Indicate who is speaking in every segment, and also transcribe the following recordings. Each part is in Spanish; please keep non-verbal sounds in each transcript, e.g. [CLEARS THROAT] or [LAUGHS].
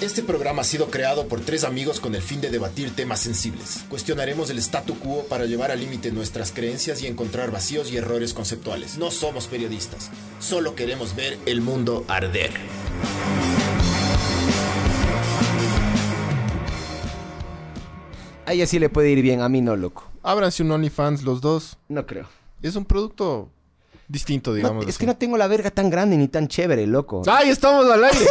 Speaker 1: Este programa ha sido creado por tres amigos con el fin de debatir temas sensibles. Cuestionaremos el statu quo para llevar al límite nuestras creencias y encontrar vacíos y errores conceptuales. No somos periodistas, solo queremos ver el mundo arder.
Speaker 2: A ella sí le puede ir bien, a mí no, loco.
Speaker 3: Ábranse un OnlyFans los dos.
Speaker 2: No creo.
Speaker 3: Es un producto distinto,
Speaker 2: No,
Speaker 3: digamos. Ah.
Speaker 2: es que no tengo la verga tan grande ni tan chévere, loco.
Speaker 3: ¡Ay, estamos
Speaker 2: [LAUGHS]
Speaker 3: al aire!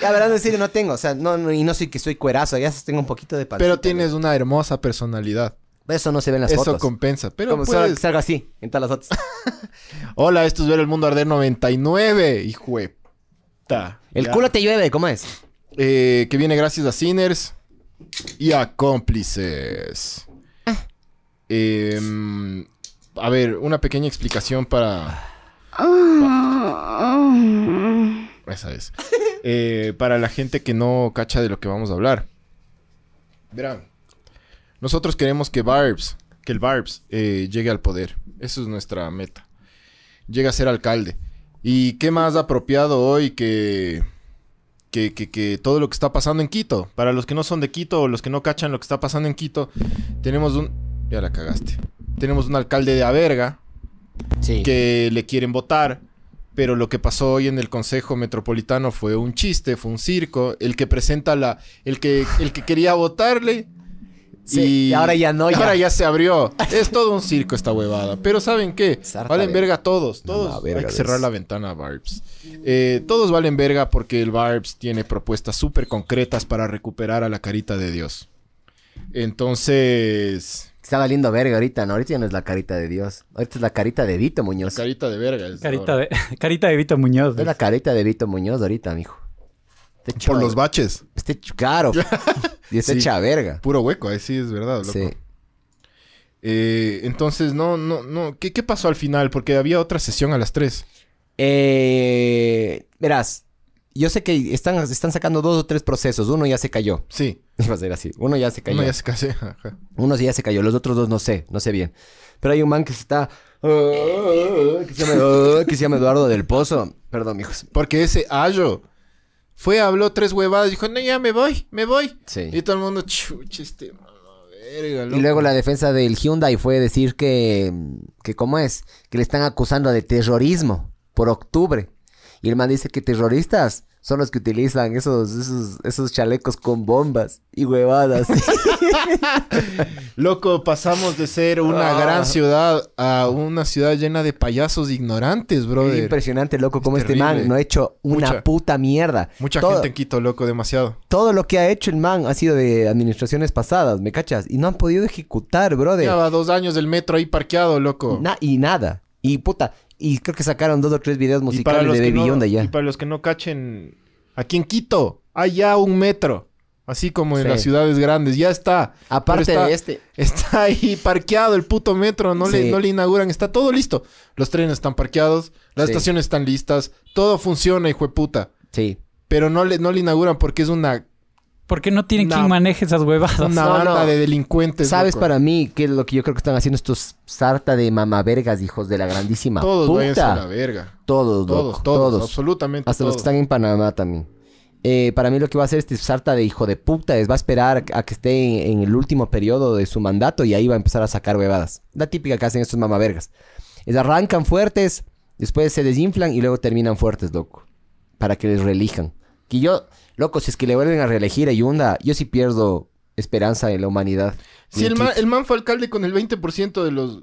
Speaker 2: La verdad, en serio, no tengo. O sea, no, no- y no soy que soy cuerazo. Ya tengo un poquito de pancita,
Speaker 3: Pero tienes una hermosa personalidad.
Speaker 2: loco. Eso no se ve en las
Speaker 3: Eso
Speaker 2: fotos.
Speaker 3: compensa. Pero
Speaker 2: Como
Speaker 3: pues-
Speaker 2: solo que
Speaker 3: puedes-
Speaker 2: salga así, en todas las fotos.
Speaker 3: [LAUGHS] Hola, esto es Ver el Mundo Arder 99, hijo de puta.
Speaker 2: El
Speaker 3: Ya.
Speaker 2: culo te llueve, ¿cómo es?
Speaker 3: Eh, que viene gracias a Sinners y a cómplices. Em, a ver, una pequeña explicación para. Esa es. Eh, para la gente que no cacha de lo que vamos a hablar. Verán. Nosotros queremos que Barbs, que el Barbs eh, llegue al poder. Esa es nuestra meta. Llega a ser alcalde. ¿Y qué más apropiado hoy que que, que- que todo lo que está pasando en Quito. Para los que no son de Quito o los que no cachan lo que está pasando en Quito, tenemos un... Ya la cagaste. Tenemos un alcalde de Averga
Speaker 2: Sí.
Speaker 3: que le quieren votar, pero lo que pasó hoy en el Consejo Metropolitano fue un chiste, fue un circo. El que presenta la... El que, el que quería votarle...
Speaker 2: Sí, y ahora ya no,
Speaker 3: y
Speaker 2: ya.
Speaker 3: Ahora ya se abrió. Es todo un circo esta huevada. Pero ¿saben qué?
Speaker 2: Sarta
Speaker 3: Valen
Speaker 2: verga.
Speaker 3: verga todos.
Speaker 2: No,
Speaker 3: Todos.
Speaker 2: la verga
Speaker 3: Hay que
Speaker 2: de
Speaker 3: cerrar
Speaker 2: eso.
Speaker 3: la ventana, Barbs. Eh, todos valen verga porque el Barbs tiene propuestas súper concretas para recuperar a la carita de Dios. Entonces...
Speaker 2: Está valiendo verga ahorita, ¿no? Ahorita ya no es la carita de Dios. Ahorita es la carita de Vito Muñoz.
Speaker 3: Carita de verga. es
Speaker 4: Carita
Speaker 3: ahora.
Speaker 4: de, [LAUGHS] carita de Vito Muñoz.
Speaker 2: Es la carita de Vito Muñoz ahorita, mijo. Está hecho-
Speaker 3: Por los baches.
Speaker 2: Está hecho
Speaker 3: [LAUGHS]
Speaker 2: caro. y está
Speaker 3: Sí.
Speaker 2: hecha verga.
Speaker 3: Puro hueco, ahí sí es verdad, loco.
Speaker 2: Sí.
Speaker 3: Eh, entonces, no, no, no. ¿Qué, qué pasó al final? Porque había otra sesión a las 3.
Speaker 2: Eh, verás, yo sé que están, están sacando dos o tres procesos. Uno ya se cayó. [LAUGHS]
Speaker 3: Sí.
Speaker 2: Iba a ser así. Uno ya se cayó.
Speaker 3: Uno ya se casé. [LAUGHS] ajá.
Speaker 2: Uno sí ya se cayó, los otros dos no sé, no sé bien. Pero hay un man que se está. uh, que, se llama, que se llama Eduardo del Pozo. Perdón, mijos.
Speaker 3: Porque ese Ayo fue, habló tres huevadas, dijo, no, ya me voy, me voy.
Speaker 2: Sí.
Speaker 3: Y todo el mundo, chuche, este mano, verga, loco".
Speaker 2: Y luego la defensa del Hyundai fue decir que. que ¿Cómo es? Que le están acusando de terrorismo por octubre. Y el man dice que terroristas son los que utilizan esos, esos, esos chalecos con bombas y huevadas.
Speaker 3: Loco, pasamos de ser una
Speaker 2: Ah.
Speaker 3: gran ciudad a una ciudad llena de payasos ignorantes,
Speaker 2: Es
Speaker 3: brother.
Speaker 2: impresionante, loco, como este
Speaker 3: terrible.
Speaker 2: man no ha hecho una
Speaker 3: Mucha-
Speaker 2: puta mierda.
Speaker 3: Mucha
Speaker 2: Todo-
Speaker 3: gente en Quito, loco, demasiado.
Speaker 2: Todo lo que ha hecho el man ha sido de administraciones pasadas, ¿me cachas? Y no han podido ejecutar, brother.
Speaker 3: Lleva dos años del metro ahí parqueado, loco.
Speaker 2: Na- y nada. Y puta. Y creo que sacaron dos o tres videos
Speaker 3: Y para,
Speaker 2: musicales
Speaker 3: los
Speaker 2: de
Speaker 3: que
Speaker 2: Baby
Speaker 3: no,
Speaker 2: Yonda
Speaker 3: y
Speaker 2: ya.
Speaker 3: para los que no cachen, aquí en Quito hay ya un metro. Así como en
Speaker 2: Sí.
Speaker 3: las ciudades grandes, ya está. Pero
Speaker 2: Aparte
Speaker 3: está-
Speaker 2: de este.
Speaker 3: Está [LAUGHS] ahí parqueado el puto metro, no, le,
Speaker 2: Sí.
Speaker 3: no le inauguran, está todo listo. Los trenes están parqueados, las
Speaker 2: Sí.
Speaker 3: estaciones están listas, todo funciona, hijo de puta.
Speaker 2: Sí.
Speaker 3: Pero no le, no le inauguran porque es una,
Speaker 4: ¿Por qué no tienen
Speaker 3: No.
Speaker 4: quien maneje esas
Speaker 3: una
Speaker 4: [LAUGHS] huevadas?
Speaker 2: No,
Speaker 3: banda
Speaker 2: no.
Speaker 3: de delincuentes.
Speaker 2: ¿Sabes
Speaker 3: loco.
Speaker 2: para mí qué es lo que yo creo que están haciendo estos sarta de mamavergas, hijos de la grandísima
Speaker 3: Todos váyanse a la
Speaker 2: puta?
Speaker 3: verga.
Speaker 2: Todos,
Speaker 3: Todos,
Speaker 2: loco,
Speaker 3: todos,
Speaker 2: todos.
Speaker 3: absolutamente
Speaker 2: Hasta los que
Speaker 3: todos.
Speaker 2: están en Panamá también. Eh, para mí lo que va a hacer este sarta de hijo de puta es va a esperar a que esté en, en el último periodo de su mandato y ahí va a empezar a sacar huevadas. La típica que hacen estos mamavergas. Es arrancan fuertes, después se desinflan y luego terminan fuertes, loco. Para que les reelijan. Que yo, loco, si es que le vuelven a reelegir a Yunda, yo sí pierdo esperanza en la humanidad.
Speaker 3: Si el
Speaker 2: Ni
Speaker 3: man,
Speaker 2: chiste.
Speaker 3: el man fue alcalde con el 20% de los,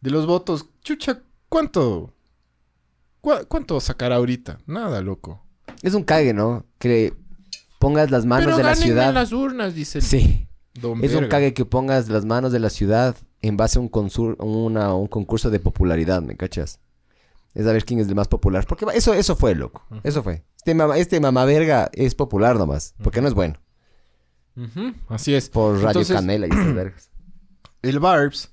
Speaker 3: de los votos, chucha, ¿cuánto? ¿Cuá- ¿Cuánto sacará ahorita? Nada, loco.
Speaker 2: Es un cague, ¿no? Que pongas las manos
Speaker 3: Pero
Speaker 2: de la
Speaker 3: ganen
Speaker 2: ciudad.
Speaker 3: en las urnas, dice el
Speaker 2: Sí.
Speaker 3: don
Speaker 2: Es un
Speaker 3: verga.
Speaker 2: cague que pongas las manos de la ciudad en base a un, consur- una- un concurso de popularidad, ¿me cachas? Es a ver quién es el más popular. Porque va- eso, eso fue, loco. Eso fue. Este, mama, este mamaverga es popular nomás. Porque no es bueno.
Speaker 3: Ujú, Así es.
Speaker 2: Por Radio
Speaker 3: Entonces,
Speaker 2: Canela y esas vergas.
Speaker 3: [CLEARS THROAT] el Barbs.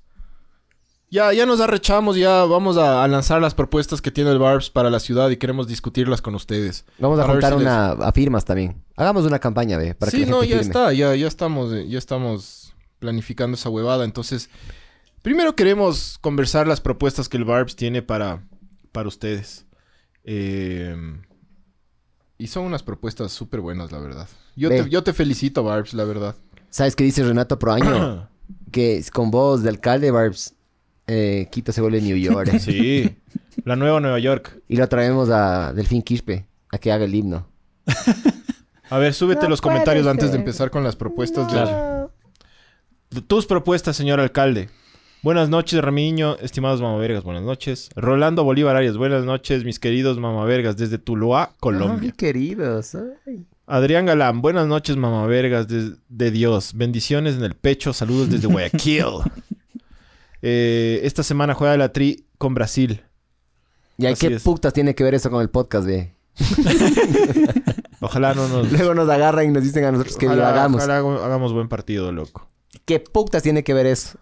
Speaker 3: Ya, ya nos arrechamos, ya vamos a, a lanzar las propuestas que tiene el Barbs para la ciudad y queremos discutirlas con ustedes.
Speaker 2: Vamos a
Speaker 3: Para ver
Speaker 2: juntar
Speaker 3: si les-
Speaker 2: una, a firmas también. Hagamos una campaña, ve. Para que
Speaker 3: Sí,
Speaker 2: la
Speaker 3: no,
Speaker 2: gente
Speaker 3: ya
Speaker 2: firme.
Speaker 3: está, ya, ya estamos, eh, ya estamos planificando esa huevada. Entonces, Primero queremos conversar las propuestas que el Barbs tiene para, para ustedes. Eh, y son unas propuestas súper buenas, la verdad. Yo
Speaker 2: Ve.
Speaker 3: te, yo te felicito, Barbs, la verdad.
Speaker 2: ¿Sabes qué dice Renato
Speaker 3: [CLEARS THROAT]
Speaker 2: Proaño? que es con voz de alcalde, Barbs, eh, Quito se vuelve New York. [LAUGHS]
Speaker 3: [LAUGHS] Sí. La nueva Nueva York.
Speaker 2: Y lo traemos a Delfín Quispe a que haga el himno.
Speaker 3: A ver, súbete
Speaker 5: No
Speaker 3: los
Speaker 5: puede
Speaker 3: comentarios antes de
Speaker 5: ser.
Speaker 3: empezar con las propuestas. del-
Speaker 5: Claro.
Speaker 3: Tus propuestas, señor alcalde. Buenas noches, Ramiño. Estimados mamavergas, buenas noches. Rolando Bolívar Arias, buenas noches, mis queridos mamavergas desde Tuluá, Colombia.
Speaker 2: queridos. ¿eh?
Speaker 3: Adrián Galán, buenas noches, mamavergas de, de Dios. Bendiciones en el pecho, saludos desde Guayaquil.
Speaker 5: [LAUGHS]
Speaker 3: Eh, esta semana juega la tri con Brasil.
Speaker 2: ¿Y hay
Speaker 3: Así
Speaker 2: qué
Speaker 3: es.
Speaker 2: putas tiene que ver eso con el podcast,
Speaker 3: [LAUGHS]
Speaker 2: ve?
Speaker 3: Ojalá no
Speaker 5: [LAUGHS]
Speaker 3: nos...
Speaker 2: Luego nos agarran y nos dicen a nosotros que lo
Speaker 3: ojalá-
Speaker 2: hagamos.
Speaker 3: ojalá hago- hagamos buen partido, loco.
Speaker 2: ¿Qué putas tiene que ver eso?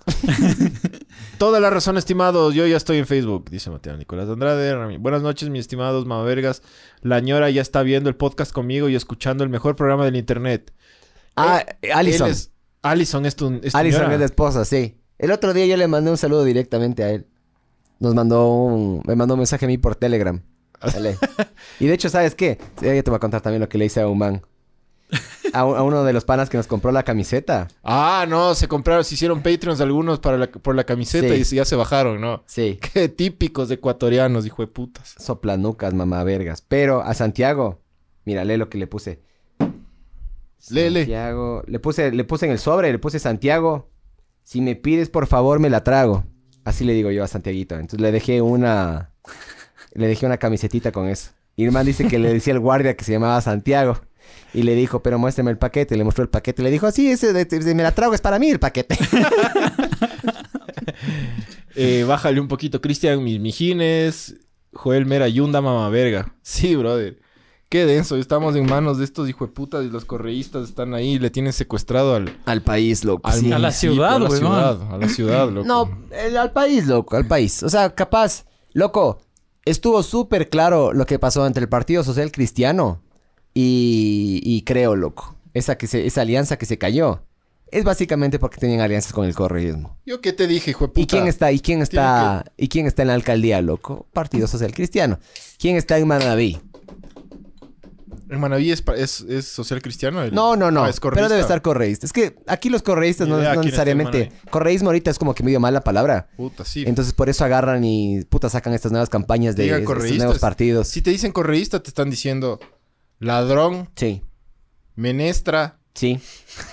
Speaker 3: Toda la razón, estimados. Yo ya estoy en Facebook, dice Mateo Nicolás Andrade. Rami- Buenas noches, mis estimados mamavergas. La ñora ya está viendo el podcast conmigo y escuchando el mejor programa del internet.
Speaker 2: Ah, Alison.
Speaker 3: Él es- Allison es tu, es tu
Speaker 2: Alison
Speaker 3: ñora.
Speaker 2: es la esposa, sí. El otro día yo le mandé un saludo directamente a él. Nos mandó un... Me mandó un mensaje a mí por Telegram.
Speaker 3: [LAUGHS]
Speaker 2: Dale. y de hecho, ¿sabes qué? Sí, Ya te voy a contar también lo que le hice a un man. A, un- a uno de los panas que nos compró la camiseta.
Speaker 3: Ah, no, se compraron, se hicieron Patreons algunos para la- por la camiseta
Speaker 2: Sí.
Speaker 3: y ya se bajaron, ¿no? [LAUGHS]
Speaker 2: Sí.
Speaker 3: Qué típicos de ecuatorianos, hijo de putas.
Speaker 2: Soplanucas, mamá vergas. Pero a Santiago... Mira, lee lo que le puse.
Speaker 3: Lele.
Speaker 2: Santiago... Le puse, le puse en el sobre, le puse Santiago. Si me pides, por favor, me la trago. Así le digo yo a Santiaguito. Entonces le dejé una... Le dejé una camisetita con eso. Y el man dice que le decía al guardia que se llamaba Santiago. Y le dijo, pero muéstrame el paquete. Le mostró el paquete. Le dijo, sí, ese de, de- me la trago, es para mí el paquete.
Speaker 3: Eh, bájale un poquito, Cristian Mis Mijines, Joel Mera Yunda, mamá verga. [LAUGHS] Sí, brother. Qué denso, estamos en manos de estos hijueputas y los correístas están ahí, le tienen secuestrado al,
Speaker 2: Al país, loco.
Speaker 3: al
Speaker 2: sí.
Speaker 4: A la
Speaker 3: municipio,
Speaker 4: ciudad,
Speaker 3: a la
Speaker 4: weón.
Speaker 3: ciudad, a la ciudad,
Speaker 2: [CLEARS THROAT]
Speaker 3: loco.
Speaker 2: No, el- al país, loco, al país. O sea, capaz, loco, estuvo súper claro lo que pasó entre el Partido Social Cristiano y, y creo, loco. Esa, que se- esa alianza que se cayó. Es básicamente porque tenían alianzas con el correísmo.
Speaker 3: Yo qué te dije, hijueputa.
Speaker 2: ¿Y quién está? ¿Y quién está? ¿Y quién está en la alcaldía, loco? Partido Social Cristiano. ¿Quién está en Manaví?
Speaker 3: El Manaví es, pa- es- es social cristiano. el-
Speaker 2: No, no, no.
Speaker 3: Ah, es
Speaker 2: pero debe
Speaker 3: correísta.
Speaker 2: estar correísta. Es que aquí los correístas
Speaker 3: Ni
Speaker 2: no,
Speaker 3: idea
Speaker 2: no
Speaker 3: quién está en
Speaker 2: necesariamente. Correísmo ahorita es como que medio mala palabra.
Speaker 3: Puta, sí.
Speaker 2: Entonces por eso agarran y puta sacan estas nuevas campañas de
Speaker 3: Diga
Speaker 2: estos
Speaker 3: correístas.
Speaker 2: nuevos partidos. Sí.
Speaker 3: Si te dicen correísta, te están diciendo ladrón,
Speaker 2: sí,
Speaker 3: menestra,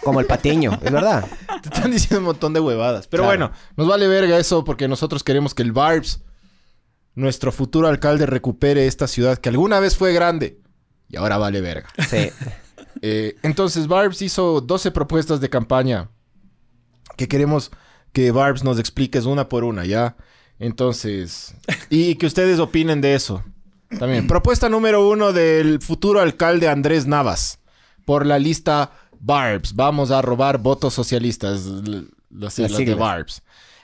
Speaker 2: Como el pateño, es verdad.
Speaker 3: te están diciendo un montón de huevadas. Pero
Speaker 2: Claro.
Speaker 3: bueno, nos vale verga eso porque nosotros queremos que el Barbs, nuestro futuro alcalde, recupere esta ciudad que alguna vez fue grande y ahora vale verga.
Speaker 2: Sí.
Speaker 3: Eh, entonces, Barbs hizo 12 propuestas de campaña que queremos que Barbs nos expliques una por una, ¿ya? Entonces, y que ustedes opinen de eso. También, propuesta número uno del futuro alcalde Andrés Navas por la lista Barbs. Vamos a robar votos socialistas, l- las,
Speaker 2: Las
Speaker 3: las de
Speaker 2: siglas.
Speaker 3: Barbs.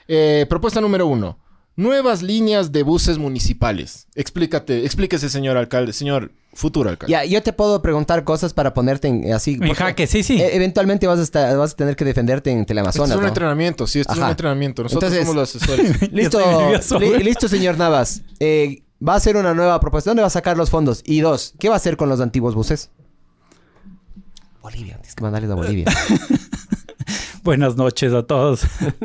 Speaker 3: Eh, propuesta número uno. Nuevas líneas de buses municipales. Explícate, explíquese, señor alcalde, señor futuro alcalde.
Speaker 2: Ya, yo te puedo preguntar cosas para ponerte en- así.
Speaker 4: En
Speaker 2: porque,
Speaker 4: jaque, sí, sí.
Speaker 2: eh, eventualmente vas a, estar- vas a tener que defenderte en
Speaker 3: Esto
Speaker 2: Teleamazonas,
Speaker 3: es un
Speaker 2: ¿no?
Speaker 3: entrenamiento, sí, esto es un
Speaker 2: Ajá.
Speaker 3: entrenamiento. Nosotros
Speaker 2: Entonces-
Speaker 3: somos
Speaker 2: [LAUGHS]
Speaker 3: los asesores.
Speaker 4: Ya
Speaker 2: Listo,
Speaker 4: estoy nervioso,
Speaker 2: li-
Speaker 4: güey.
Speaker 2: listo, señor Navas. Eh, va a hacer una nueva propuesta. ¿Dónde va a sacar los fondos? Y dos, ¿qué va a hacer con los antiguos buses? Bolivia, tienes que mandarles a
Speaker 3: [LAUGHS]
Speaker 2: Bolivia.
Speaker 4: Buenas noches a
Speaker 2: [LAUGHS]
Speaker 4: todos.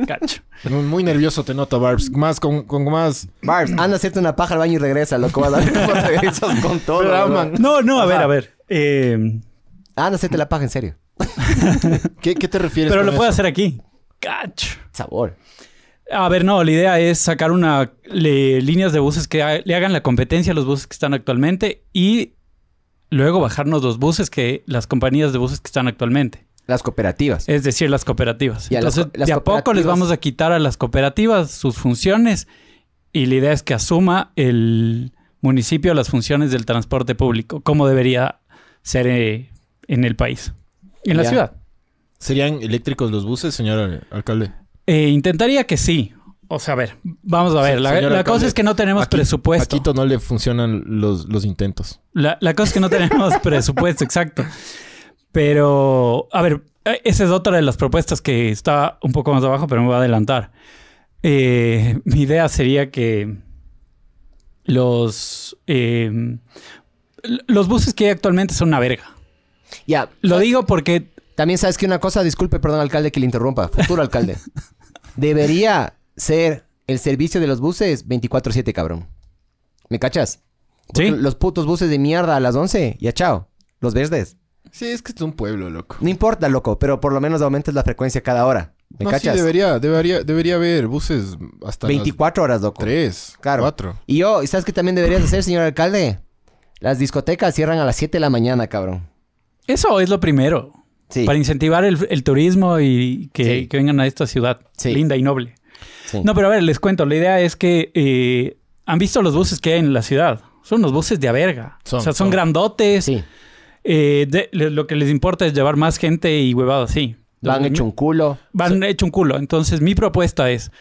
Speaker 4: Cacho.
Speaker 3: Muy muy nervioso te noto, Barbs. Más con, con más.
Speaker 2: Barbs, anda a hacerte una paja al baño y regresa, loco. Vas a ver cómo regresas
Speaker 3: [LAUGHS]
Speaker 2: con todo.
Speaker 3: Pero,
Speaker 2: bro.
Speaker 3: man,
Speaker 4: No, no, a ver, a ver. Eh,
Speaker 2: Anda a hacerte la paja, en serio.
Speaker 3: ¿qué, qué te refieres?
Speaker 4: pero
Speaker 3: con
Speaker 4: lo puedo
Speaker 3: eso?
Speaker 4: hacer aquí. Cacho.
Speaker 2: Sabor.
Speaker 4: A ver, no, la idea es sacar una le- líneas de buses que ha- le hagan la competencia a los buses que están actualmente y luego bajarnos los buses que las compañías de buses que están actualmente,
Speaker 2: Las cooperativas.
Speaker 4: es decir, las cooperativas.
Speaker 2: Y a las
Speaker 4: Entonces,
Speaker 2: co- las
Speaker 4: de a poco les
Speaker 2: cooperativas-
Speaker 4: vamos a quitar a las cooperativas sus funciones y la idea es que asuma el municipio las funciones del transporte público, como debería ser eh, en el país, en la
Speaker 2: Ya.
Speaker 4: ciudad.
Speaker 3: ¿Serían eléctricos los buses, señor al- alcalde?
Speaker 4: Eh, intentaría que sí. O sea, a ver, vamos a ver.
Speaker 3: Se-
Speaker 4: la
Speaker 3: señor
Speaker 4: la
Speaker 3: alcalde,
Speaker 4: cosa es que no tenemos
Speaker 3: Aquí-
Speaker 4: presupuesto.
Speaker 3: A Quito no le funcionan los, los intentos.
Speaker 4: La, la cosa es que no tenemos
Speaker 2: [LAUGHS]
Speaker 4: presupuesto, exacto. Pero, a ver, eh, esa es otra de las propuestas que está un poco más abajo, pero me voy a adelantar. eh, mi idea sería que los, eh, l- los buses que hay actualmente son una verga.
Speaker 2: Ya,
Speaker 4: Lo digo porque
Speaker 2: También sabes que una cosa, disculpe, perdón, alcalde, que le interrumpa, futuro alcalde. Debería ser el servicio de los buses 24-7, cabrón. ¿Me cachas? Porque
Speaker 4: Sí.
Speaker 2: Los putos buses de mierda a las 11, ya chao. Los verdes.
Speaker 3: Sí, es que es un pueblo, loco.
Speaker 2: No importa, loco, pero por lo menos aumentes la frecuencia cada hora. ¿Me
Speaker 3: no, sí,
Speaker 2: cachas?
Speaker 3: debería, debería, debería haber buses hasta
Speaker 2: 24 horas, loco.
Speaker 3: 3,
Speaker 2: Claro.
Speaker 3: 4.
Speaker 2: Y yo, ¿y ¿sabes qué también deberías hacer, señor alcalde? Las discotecas cierran a las 7 de la mañana, cabrón.
Speaker 4: eso es lo primero.
Speaker 2: Sí.
Speaker 4: Para incentivar el, el turismo y que,
Speaker 2: Sí.
Speaker 4: que vengan a esta ciudad
Speaker 2: Sí.
Speaker 4: linda y noble.
Speaker 2: sí.
Speaker 4: No, pero a ver, les cuento. La idea es que eh, han visto los buses que hay en la ciudad. Son los buses de a verga.
Speaker 3: Son,
Speaker 4: o sea, son,
Speaker 3: son.
Speaker 4: grandotes.
Speaker 2: Sí.
Speaker 4: Eh, de- le- lo que les importa es llevar más gente y huevado así.
Speaker 2: Lo han
Speaker 4: Entonces,
Speaker 2: hecho un culo.
Speaker 4: Van hecho un culo. Entonces, mi propuesta es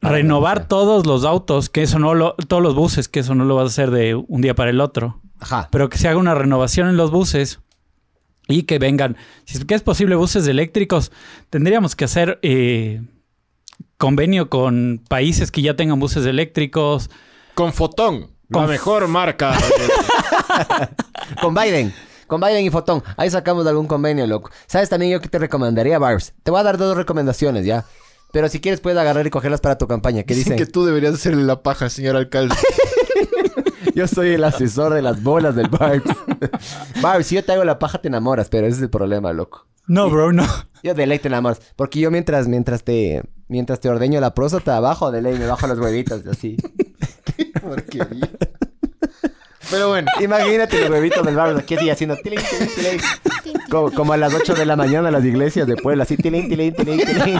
Speaker 2: Ah,
Speaker 4: renovar todos los autos, que eso no lo, todos los buses, que eso no lo vas a hacer de un día para el otro.
Speaker 2: Ajá.
Speaker 4: Pero que se haga una renovación en los buses y que vengan, si es que es posible, buses eléctricos. Tendríamos que hacer eh, convenio con países que ya tengan buses eléctricos.
Speaker 3: Con Fotón,
Speaker 4: Con-
Speaker 3: la mejor marca.
Speaker 2: Con Biden. Con Biden y Fotón. Ahí sacamos de algún convenio, loco. ¿Sabes también yo que te recomendaría, Barbs? Te voy a dar dos recomendaciones, ¿ya? Pero si quieres puedes agarrar y cogerlas para tu campaña. [LAUGHS] ¿Qué
Speaker 3: Dicen
Speaker 2: dicen?
Speaker 3: que tú deberías hacerle la paja,
Speaker 2: [LAUGHS]
Speaker 3: señor alcalde.
Speaker 2: Yo soy el asesor de las bolas del Barbs. [LAUGHS] Barbs, si yo te hago la paja te enamoras, pero ese es el problema, loco.
Speaker 4: No, bro, no.
Speaker 2: Yo de ley te enamoras. Porque yo mientras, mientras te... Mientras te ordeño la próstata abajo, de ley me bajo los huevitos, así.
Speaker 3: Porquería. Pero bueno,
Speaker 2: Imagínate los huevitos del Barbs aquí así haciendo... tiling, tiling, tiling. Como, como a las 8 de la mañana en las iglesias de Puebla, así... tiling, tiling, tiling, tiling.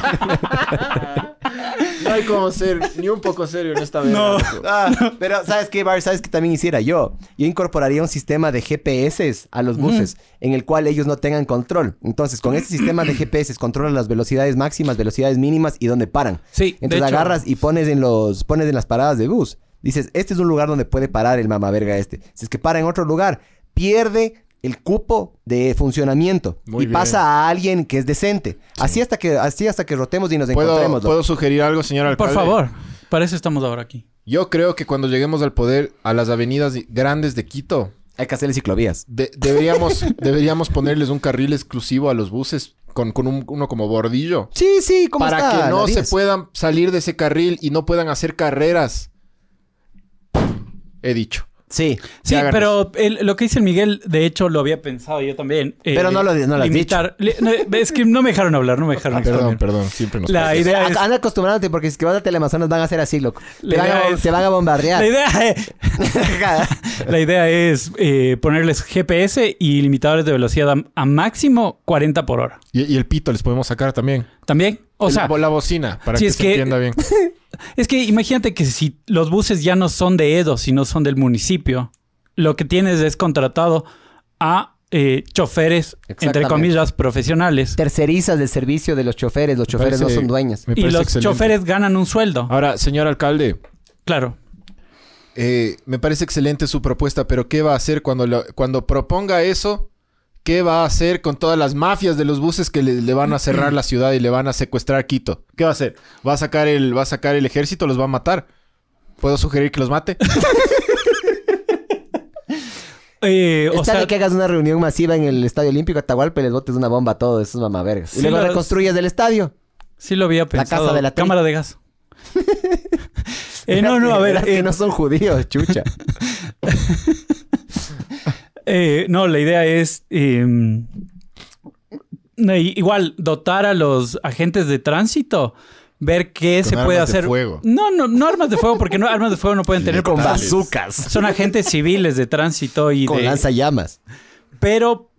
Speaker 3: no hay como ser ni un poco serio en
Speaker 2: [LAUGHS]
Speaker 3: esta vez.
Speaker 4: No.
Speaker 2: Ah, pero ¿sabes qué, Bar? ¿Sabes qué también hiciera yo? Yo incorporaría un sistema de GPS a los buses en el cual ellos no tengan control. Entonces, con este sistema de GPS controlan las velocidades máximas, velocidades mínimas y dónde paran.
Speaker 4: Sí, de
Speaker 2: Entonces
Speaker 4: hecho-
Speaker 2: agarras y pones en los pones en las paradas de bus. Dices, "Este es un lugar donde puede parar el mamaverga este." Si es que para en otro lugar, pierde el cupo de funcionamiento
Speaker 3: Muy
Speaker 2: y
Speaker 3: bien.
Speaker 2: pasa a alguien que es decente. Así hasta que así hasta que rotemos y nos
Speaker 3: ¿Puedo,
Speaker 2: encontremos. loco.
Speaker 3: ¿Puedo sugerir algo, señor
Speaker 4: Por
Speaker 3: alcalde?
Speaker 4: favor, para eso estamos ahora aquí.
Speaker 3: Yo creo que cuando lleguemos al poder, a las avenidas grandes de Quito,
Speaker 2: Hay que hacerle ciclovías.
Speaker 3: de- deberíamos, deberíamos ponerles un carril exclusivo a los buses con, con un- uno como bordillo.
Speaker 2: Sí, sí, ¿cómo
Speaker 3: para
Speaker 2: está
Speaker 3: que no
Speaker 2: la
Speaker 3: se
Speaker 2: 10?
Speaker 3: puedan salir de ese carril y no puedan hacer carreras. He dicho.
Speaker 2: Sí.
Speaker 4: Sí,
Speaker 3: hagan
Speaker 4: pero el- lo que dice el Miguel, de hecho, lo había pensado yo también. eh,
Speaker 2: Pero no lo- no lo has
Speaker 4: limitar- li- no, es que no me dejaron hablar, no me dejaron
Speaker 3: Ah, Perdón,
Speaker 4: exponer.
Speaker 3: perdón, siempre nos
Speaker 4: La
Speaker 3: pasa.
Speaker 4: idea es...
Speaker 2: Anda anda acostumbrándote porque si es que vas a Telemazonas van a hacer así, loco. Te
Speaker 4: La
Speaker 2: van, a,
Speaker 4: idea
Speaker 2: bo-
Speaker 4: es-
Speaker 2: te van a
Speaker 4: La
Speaker 2: bombardear.
Speaker 4: idea eh, es, la idea es eh, ponerles GPS y limitadores de velocidad a, a máximo 40 por hora.
Speaker 3: Y, y el pito les podemos sacar también.
Speaker 4: ¿También? O
Speaker 3: La
Speaker 4: sea,
Speaker 3: bo- la, bocina, para
Speaker 4: si
Speaker 3: que
Speaker 4: es
Speaker 3: se
Speaker 4: que-
Speaker 3: entienda bien.
Speaker 4: es que imagínate que si los buses ya no son de Edo, sino son del municipio, lo que tienes es contratado a eh, choferes, entre
Speaker 2: Exactamente.
Speaker 4: comillas, profesionales.
Speaker 2: [LAUGHS] Tercerizas del servicio de los choferes. Los choferes no
Speaker 3: parece-
Speaker 2: son dueños.
Speaker 3: me
Speaker 4: Y
Speaker 3: parece
Speaker 4: los
Speaker 3: excelente. Ah.
Speaker 4: choferes ganan un sueldo.
Speaker 3: Ahora, señor alcalde,
Speaker 4: Claro.
Speaker 3: eh, me parece excelente su propuesta, pero ¿qué va a hacer cuando, lo- cuando proponga eso? ¿Qué va a hacer con todas las mafias de los buses que le, le van a cerrar la ciudad y le van a secuestrar Quito? ¿Qué va a hacer? ¿Va a sacar el, va a sacar el ejército? ¿Los va a matar? ¿Puedo sugerir que los
Speaker 4: [LAUGHS]
Speaker 3: mate?
Speaker 4: Eh, o
Speaker 2: Está
Speaker 4: sea,
Speaker 2: de que hagas una reunión masiva en el Estadio Olímpico Atahualpa y les botes una bomba a todos esos mamavergas.
Speaker 4: Sí,
Speaker 2: y luego
Speaker 4: lo-
Speaker 2: reconstruyes el estadio.
Speaker 4: sí lo había pensado.
Speaker 2: casa de la tele.
Speaker 4: cámara
Speaker 2: [LAUGHS]
Speaker 4: de gas. Eh, no, no, a ver.
Speaker 2: Verás que
Speaker 4: eh,
Speaker 2: no son judíos, chucha.
Speaker 4: Eh, no, la idea es eh, no, i- igual dotar a los agentes de tránsito, ver qué
Speaker 3: Con
Speaker 4: se puede
Speaker 3: armas de
Speaker 4: hacer.
Speaker 3: fuego.
Speaker 4: No, no, no armas de fuego, porque no, armas de fuego no pueden tener
Speaker 2: Con
Speaker 4: porque
Speaker 2: bazucas.
Speaker 4: Son agentes civiles de tránsito [LAUGHS] y
Speaker 2: Con
Speaker 4: de-
Speaker 2: lanzallamas.
Speaker 4: Pero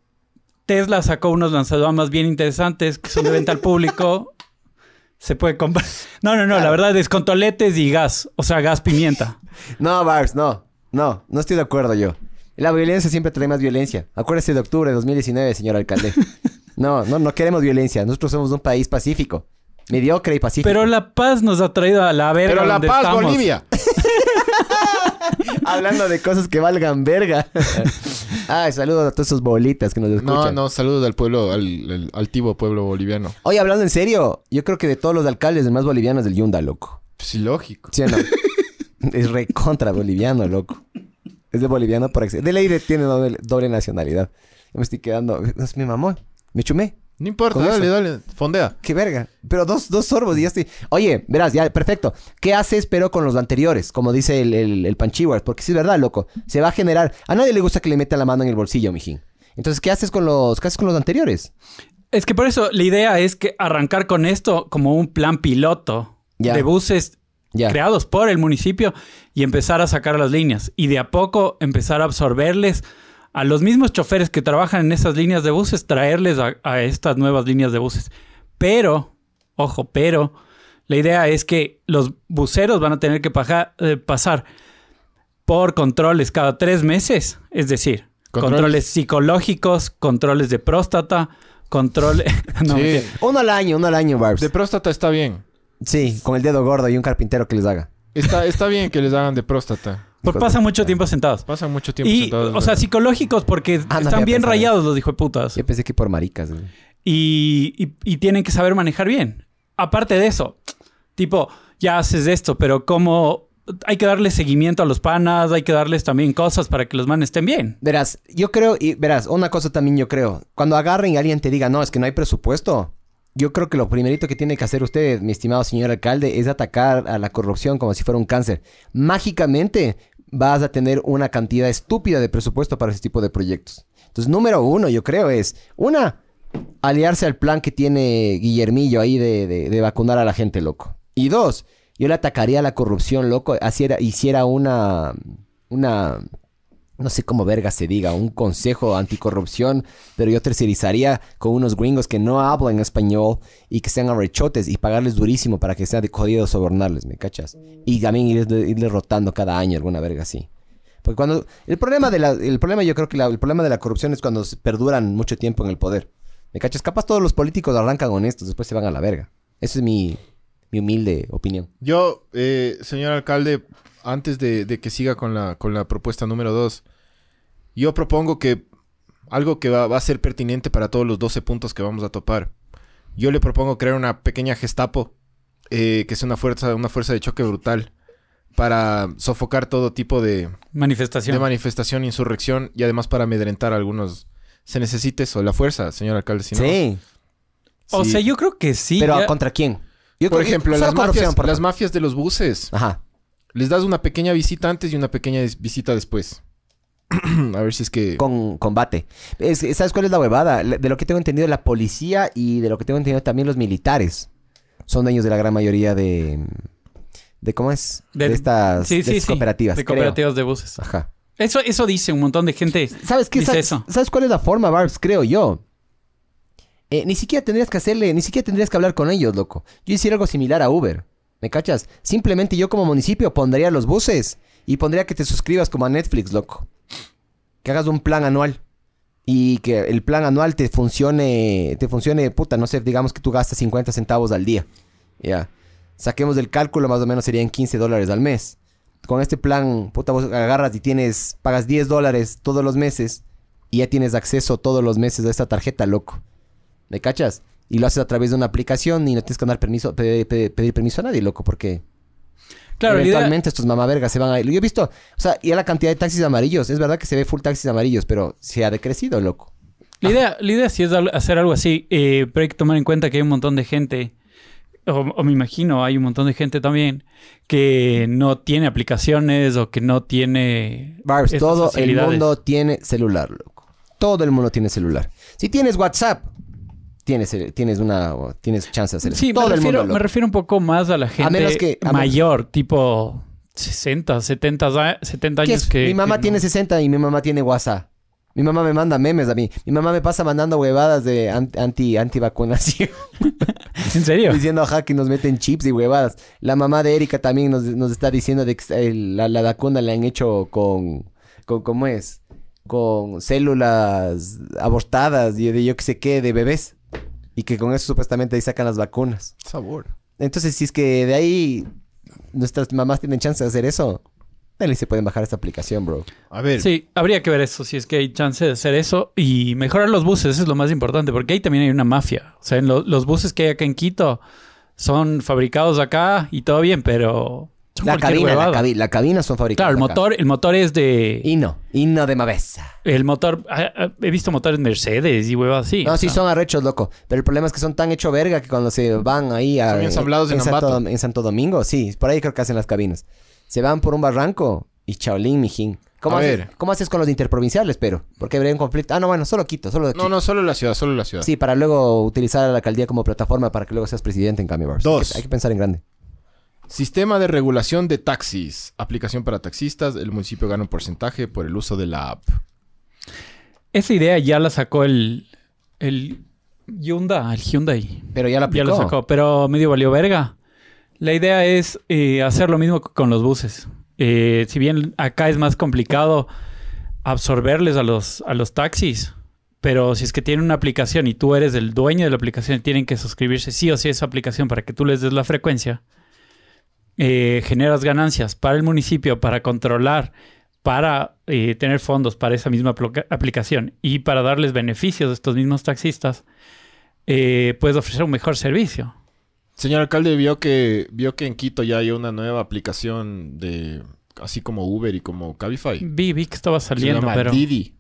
Speaker 4: Tesla sacó unos lanzallamas bien interesantes que son de venta al público. Se puede comprar. No, no, no, la verdad es con toletes y gas, o sea, gas pimienta.
Speaker 2: No, Bars, no. No, no estoy de acuerdo yo. La violencia siempre trae más violencia. Acuérdese de octubre de 2019, señor
Speaker 4: [LAUGHS]
Speaker 2: alcalde. No, no, no queremos violencia. Nosotros somos un país pacífico. Mediocre y pacífico.
Speaker 4: Pero la paz nos ha traído a la verga.
Speaker 3: Pero la
Speaker 4: donde
Speaker 3: paz,
Speaker 4: estamos.
Speaker 3: Bolivia.
Speaker 2: [LAUGHS] Hablando de cosas que valgan
Speaker 4: [LAUGHS]
Speaker 2: verga. Ay, saludos a todos esos bolitas que nos
Speaker 3: No,
Speaker 2: escuchan.
Speaker 3: no, saludos al pueblo, al, al altivo pueblo boliviano.
Speaker 2: Oye, hablando en serio, yo creo que de todos los alcaldes, el más boliviano es el Yunda, loco.
Speaker 3: Sí, lógico.
Speaker 2: ¿Sí o no? es recontra boliviano, loco. Es de boliviano por acceso. De ley de- tiene doble, doble nacionalidad. Yo me estoy quedando. es- Me mamó. Me chumé.
Speaker 3: No importa,
Speaker 2: Con
Speaker 3: dale,
Speaker 2: eso.
Speaker 3: dale, fondea.
Speaker 2: Qué verga. Pero dos, dos sorbos y ya estoy. Oye, verás, ya, perfecto. ¿Qué haces pero con los anteriores? Como dice el, el, el Panchiwars. Porque sí es verdad, loco. Se va a generar. A nadie le gusta que le metan la mano en el bolsillo, mijín. Entonces, ¿qué haces con los, qué haces con los anteriores?
Speaker 4: Es que por eso la idea es que arrancar con esto como un plan piloto
Speaker 2: Ya.
Speaker 4: de buses
Speaker 2: Ya.
Speaker 4: creados por el municipio y empezar a sacar las líneas y de a poco empezar a absorberles a los mismos choferes que trabajan en esas líneas de buses, traerles a, a estas nuevas líneas de buses. Pero, ojo, pero la idea es que los buceros van a tener que paja- eh, pasar por controles cada tres meses, es decir,
Speaker 3: Controles.
Speaker 4: controles, psicológicos, controles de próstata, control... [LAUGHS] no,
Speaker 3: Sí.
Speaker 4: mentira.
Speaker 2: Uno al año, uno al año, Barbs.
Speaker 3: De próstata está bien.
Speaker 2: Sí, con el dedo gordo y un carpintero que les haga.
Speaker 3: Está, está bien que les hagan de próstata.
Speaker 4: Porque pasan Pues mucho tiempo sentados.
Speaker 3: Pasan mucho tiempo
Speaker 4: Y,
Speaker 3: sentados.
Speaker 4: o sea, psicológicos porque
Speaker 2: Ah, no había
Speaker 4: están bien
Speaker 2: pensado en
Speaker 4: rayados los hijueputas.
Speaker 2: Yo pensé que por maricas. güey.
Speaker 4: Y, y, y tienen que saber manejar bien. Aparte de eso, tipo, ya haces esto, pero como Hay que darle seguimiento a los panas, hay que darles también cosas para que los manes estén bien.
Speaker 2: Verás, yo creo, y verás, una cosa también yo creo. Cuando agarren y alguien te diga, no, es que no hay presupuesto, yo creo que lo primerito que tiene que hacer usted, mi estimado señor alcalde, es atacar a la corrupción como si fuera un cáncer. Mágicamente vas a tener una cantidad estúpida de presupuesto para ese tipo de proyectos. Entonces, número uno, yo creo, es, una, aliarse al plan que tiene Guillermillo ahí de, de- de vacunar a la gente, loco. Y dos, yo le atacaría a la corrupción, loco, haciera, hiciera una, una, no sé cómo verga se diga, un consejo anticorrupción, pero yo tercerizaría con unos gringos que no hablan español y que sean arrechotes y pagarles durísimo para que sea de jodido sobornarles, ¿me cachas? Y también irles, irles rotando cada año alguna verga así. Porque cuando... El problema de la... El problema yo creo que la- el problema de la corrupción es cuando se perduran mucho tiempo en el poder. ¿Me cachas? Capaz todos los políticos arrancan honestos, después se van a la verga. Esa es mi, mi humilde opinión.
Speaker 3: Yo, eh, señor alcalde, antes de, de que siga con la, con la propuesta número 2, yo propongo que algo que va, va a ser pertinente para todos los 12 puntos que vamos a topar. Yo le propongo crear una pequeña Gestapo, eh, que es una fuerza, una fuerza de choque brutal, para sofocar todo tipo de,
Speaker 4: Manifestación.
Speaker 3: de manifestación, insurrección y además para amedrentar a algunos. Se necesita eso, la fuerza, señor alcalde. Si no,
Speaker 2: sí,
Speaker 4: o
Speaker 3: sí.
Speaker 4: sea, yo creo que sí.
Speaker 2: pero
Speaker 4: ya-
Speaker 2: ¿contra quién? Yo
Speaker 3: Por
Speaker 2: creo que-
Speaker 3: ejemplo,
Speaker 2: solo
Speaker 3: las
Speaker 2: corrupción,
Speaker 3: mafias,
Speaker 2: por
Speaker 3: las
Speaker 2: ejemplo.
Speaker 3: mafias de los buses.
Speaker 2: Ajá.
Speaker 3: Les das una pequeña visita antes y una pequeña des- visita después. [CLEARS THROAT] a ver si es que...
Speaker 2: con combate. Es, que, ¿Sabes cuál es la huevada? La- De lo que tengo entendido, la policía y de lo que tengo entendido también los militares son dueños de la gran mayoría de. ¿De cómo es? De,
Speaker 4: De-
Speaker 2: estas,
Speaker 4: Sí,
Speaker 2: de
Speaker 4: sí,
Speaker 2: estas
Speaker 4: sí.
Speaker 2: cooperativas.
Speaker 4: De
Speaker 2: creo.
Speaker 4: cooperativas de buses.
Speaker 2: Ajá.
Speaker 4: Eso, eso dice un montón de gente.
Speaker 2: ¿Sabes qué?
Speaker 4: Dice
Speaker 2: ¿Sabes,
Speaker 4: eso.
Speaker 2: sabes cuál es la forma, Barbs? Creo yo. Eh, ni siquiera tendrías que hacerle, ni siquiera tendrías que hablar con ellos, loco. Yo hiciera algo similar a Uber. ¿Me cachas? Simplemente yo como municipio pondría los buses y pondría que te suscribas como a Netflix, loco. Que hagas un plan anual. Y que el plan anual te funcione, te funcione, puta, no sé, digamos que tú gastas 50 centavos al día. Ya. Saquemos del cálculo, más o menos serían 15 dólares al mes. Con este plan, puta, vos agarras y tienes, pagas 10 dólares todos los meses y ya tienes acceso todos los meses a esta tarjeta, loco. ¿Me cachas? Y lo haces a través de una aplicación y no tienes que dar permiso, pe- pe- pedir, permiso a nadie, loco, porque
Speaker 4: Claro, la idea-
Speaker 2: eventualmente estos mamavergas se van a ir. Yo he visto, o sea, y a la cantidad de taxis amarillos. Es verdad que se ve full taxis amarillos, pero se ha decrecido, loco.
Speaker 4: La idea, la idea sí es al- hacer algo así, eh, pero hay que tomar en cuenta que hay un montón de gente, o, o me imagino hay un montón de gente también, que no tiene aplicaciones o que no tiene...
Speaker 2: Barbs,
Speaker 4: estas
Speaker 2: todo el
Speaker 4: facilidades.
Speaker 2: mundo tiene celular, loco. Todo el mundo tiene celular. Si tienes WhatsApp, tienes, eh, tienes una o tienes chance de hacer eso.
Speaker 4: Sí,
Speaker 2: todo
Speaker 4: me refiero,
Speaker 2: el mundo.
Speaker 4: me
Speaker 2: loco.
Speaker 4: refiero un poco más a la gente
Speaker 2: menos que- a menos-
Speaker 4: mayor, tipo 60, 70, a- 70
Speaker 2: ¿Qué
Speaker 4: años
Speaker 2: es?
Speaker 4: que...
Speaker 2: mi mamá
Speaker 4: que no-
Speaker 2: tiene 60 y mi mamá tiene WhatsApp. Mi mamá me manda memes a mí. Mi mamá me pasa mandando huevadas de an- anti antivacunación. [LAUGHS]
Speaker 4: ¿En serio?
Speaker 2: diciendo ajá que nos meten chips y huevadas. La mamá de Erika también nos, nos está diciendo de que el- la, la vacuna la han hecho con, con ¿cómo es? Con células abortadas y de yo que sé qué, de bebés. Y que con eso supuestamente ahí sacan las vacunas.
Speaker 3: Sabor.
Speaker 2: Entonces, si es que de ahí nuestras mamás tienen chance de hacer eso, Dale, se pueden bajar esta aplicación, bro.
Speaker 3: A ver,
Speaker 4: Sí, habría que ver eso, si es que hay chance de hacer eso y mejorar los buses, eso es lo más importante, porque ahí también hay una mafia. O sea, en lo- los buses que hay acá en Quito son fabricados acá y todo bien, pero... son
Speaker 2: La
Speaker 4: cualquier
Speaker 2: cabina, la,
Speaker 4: huevada.
Speaker 2: cabi- la cabina son fabricadas.
Speaker 4: Claro, el
Speaker 2: acá.
Speaker 4: motor, el motor es de...
Speaker 2: Hino, hino de Mavesa.
Speaker 4: El motor... ah, ah, He visto motores Mercedes y huevas así.
Speaker 2: No,
Speaker 4: o
Speaker 2: sí
Speaker 4: sea.
Speaker 2: son arrechos, loco. Pero el problema es que son tan hecho verga que cuando se van ahí a...
Speaker 3: Son ensamblados en
Speaker 2: Santo,
Speaker 3: Ambato.
Speaker 2: en Santo Domingo, sí. Por ahí creo que hacen las cabinas. Se van por un barranco y chaolín, mijín. ¿Cómo,
Speaker 3: A
Speaker 2: haces,
Speaker 3: ver.
Speaker 2: ¿Cómo haces con los interprovinciales, pero? Porque habría un conflicto. Ah, no, bueno, solo Quito, solo Quito.
Speaker 3: no, no, solo la ciudad, solo la ciudad.
Speaker 2: Sí, para luego utilizar a la alcaldía como plataforma para que luego seas presidente en cambio, Bars.
Speaker 3: Dos.
Speaker 2: Hay que, hay que pensar en grande.
Speaker 3: Sistema de regulación de taxis. Aplicación para taxistas. El municipio gana un porcentaje por el uso de la app.
Speaker 4: Esa idea ya la sacó el... El Hyundai, el Hyundai.
Speaker 2: Pero ya la
Speaker 4: Ya
Speaker 2: aplicó.
Speaker 4: lo sacó, pero medio valió verga. La idea es eh, hacer lo mismo con los buses. Eh, si bien acá es más complicado absorberles a los, a los taxis, pero si es que tienen una aplicación y tú eres el dueño de la aplicación y tienen que suscribirse sí o sí a esa aplicación para que tú les des la frecuencia, eh, generas ganancias para el municipio, para controlar, para eh, tener fondos para esa misma aploca- aplicación y para darles beneficios a estos mismos taxistas eh, puedes ofrecer un mejor servicio.
Speaker 3: Señor alcalde, vio que, vio que en Quito ya hay una nueva aplicación de... Así como Uber y como Cabify.
Speaker 4: Vi, vi que estaba
Speaker 3: Se
Speaker 4: saliendo,
Speaker 3: llama
Speaker 4: Mm, pero
Speaker 3: Didi.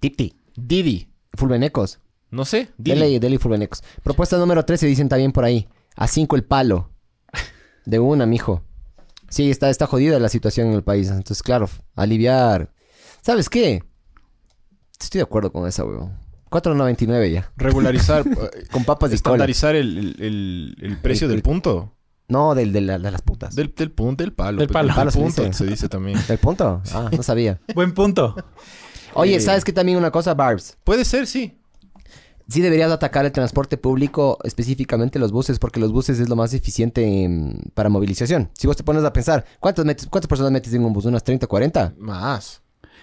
Speaker 2: Tipti.
Speaker 3: Didi.
Speaker 2: Fulbenecos.
Speaker 3: No sé. Didi.
Speaker 2: Dele, dele y Fulbenecos. Propuesta número 13, dicen también por ahí. A 5 el palo. De una, mijo. Sí, está, está jodida la situación en el país. Entonces, claro, aliviar. ¿Sabes qué? Estoy de acuerdo con esa, weón. 4.99 ya.
Speaker 3: Regularizar. eh,
Speaker 2: Con papas y cola.
Speaker 3: estandarizar el, el- el- el precio
Speaker 2: El-
Speaker 3: del
Speaker 2: el-
Speaker 3: punto.
Speaker 2: No, del, de, la- de las putas. ¿Del,
Speaker 3: Del, del punto, del palo.
Speaker 4: Del
Speaker 3: pues,
Speaker 4: palo.
Speaker 2: Palo se
Speaker 3: punto,
Speaker 2: dice.
Speaker 3: se dice también. [LAUGHS]
Speaker 2: punto? Ah, no sabía.
Speaker 4: buen punto.
Speaker 2: Oye,
Speaker 3: Eh.
Speaker 2: ¿sabes qué también una cosa, Barbs?
Speaker 3: Puede ser, sí.
Speaker 2: Sí deberías atacar el transporte público, específicamente los buses, porque los buses es lo más eficiente em, para movilización. Si vos te pones a pensar, ¿cuántas, metes- cuántas personas metes en un bus? ¿Unas 30, 40?
Speaker 3: Más.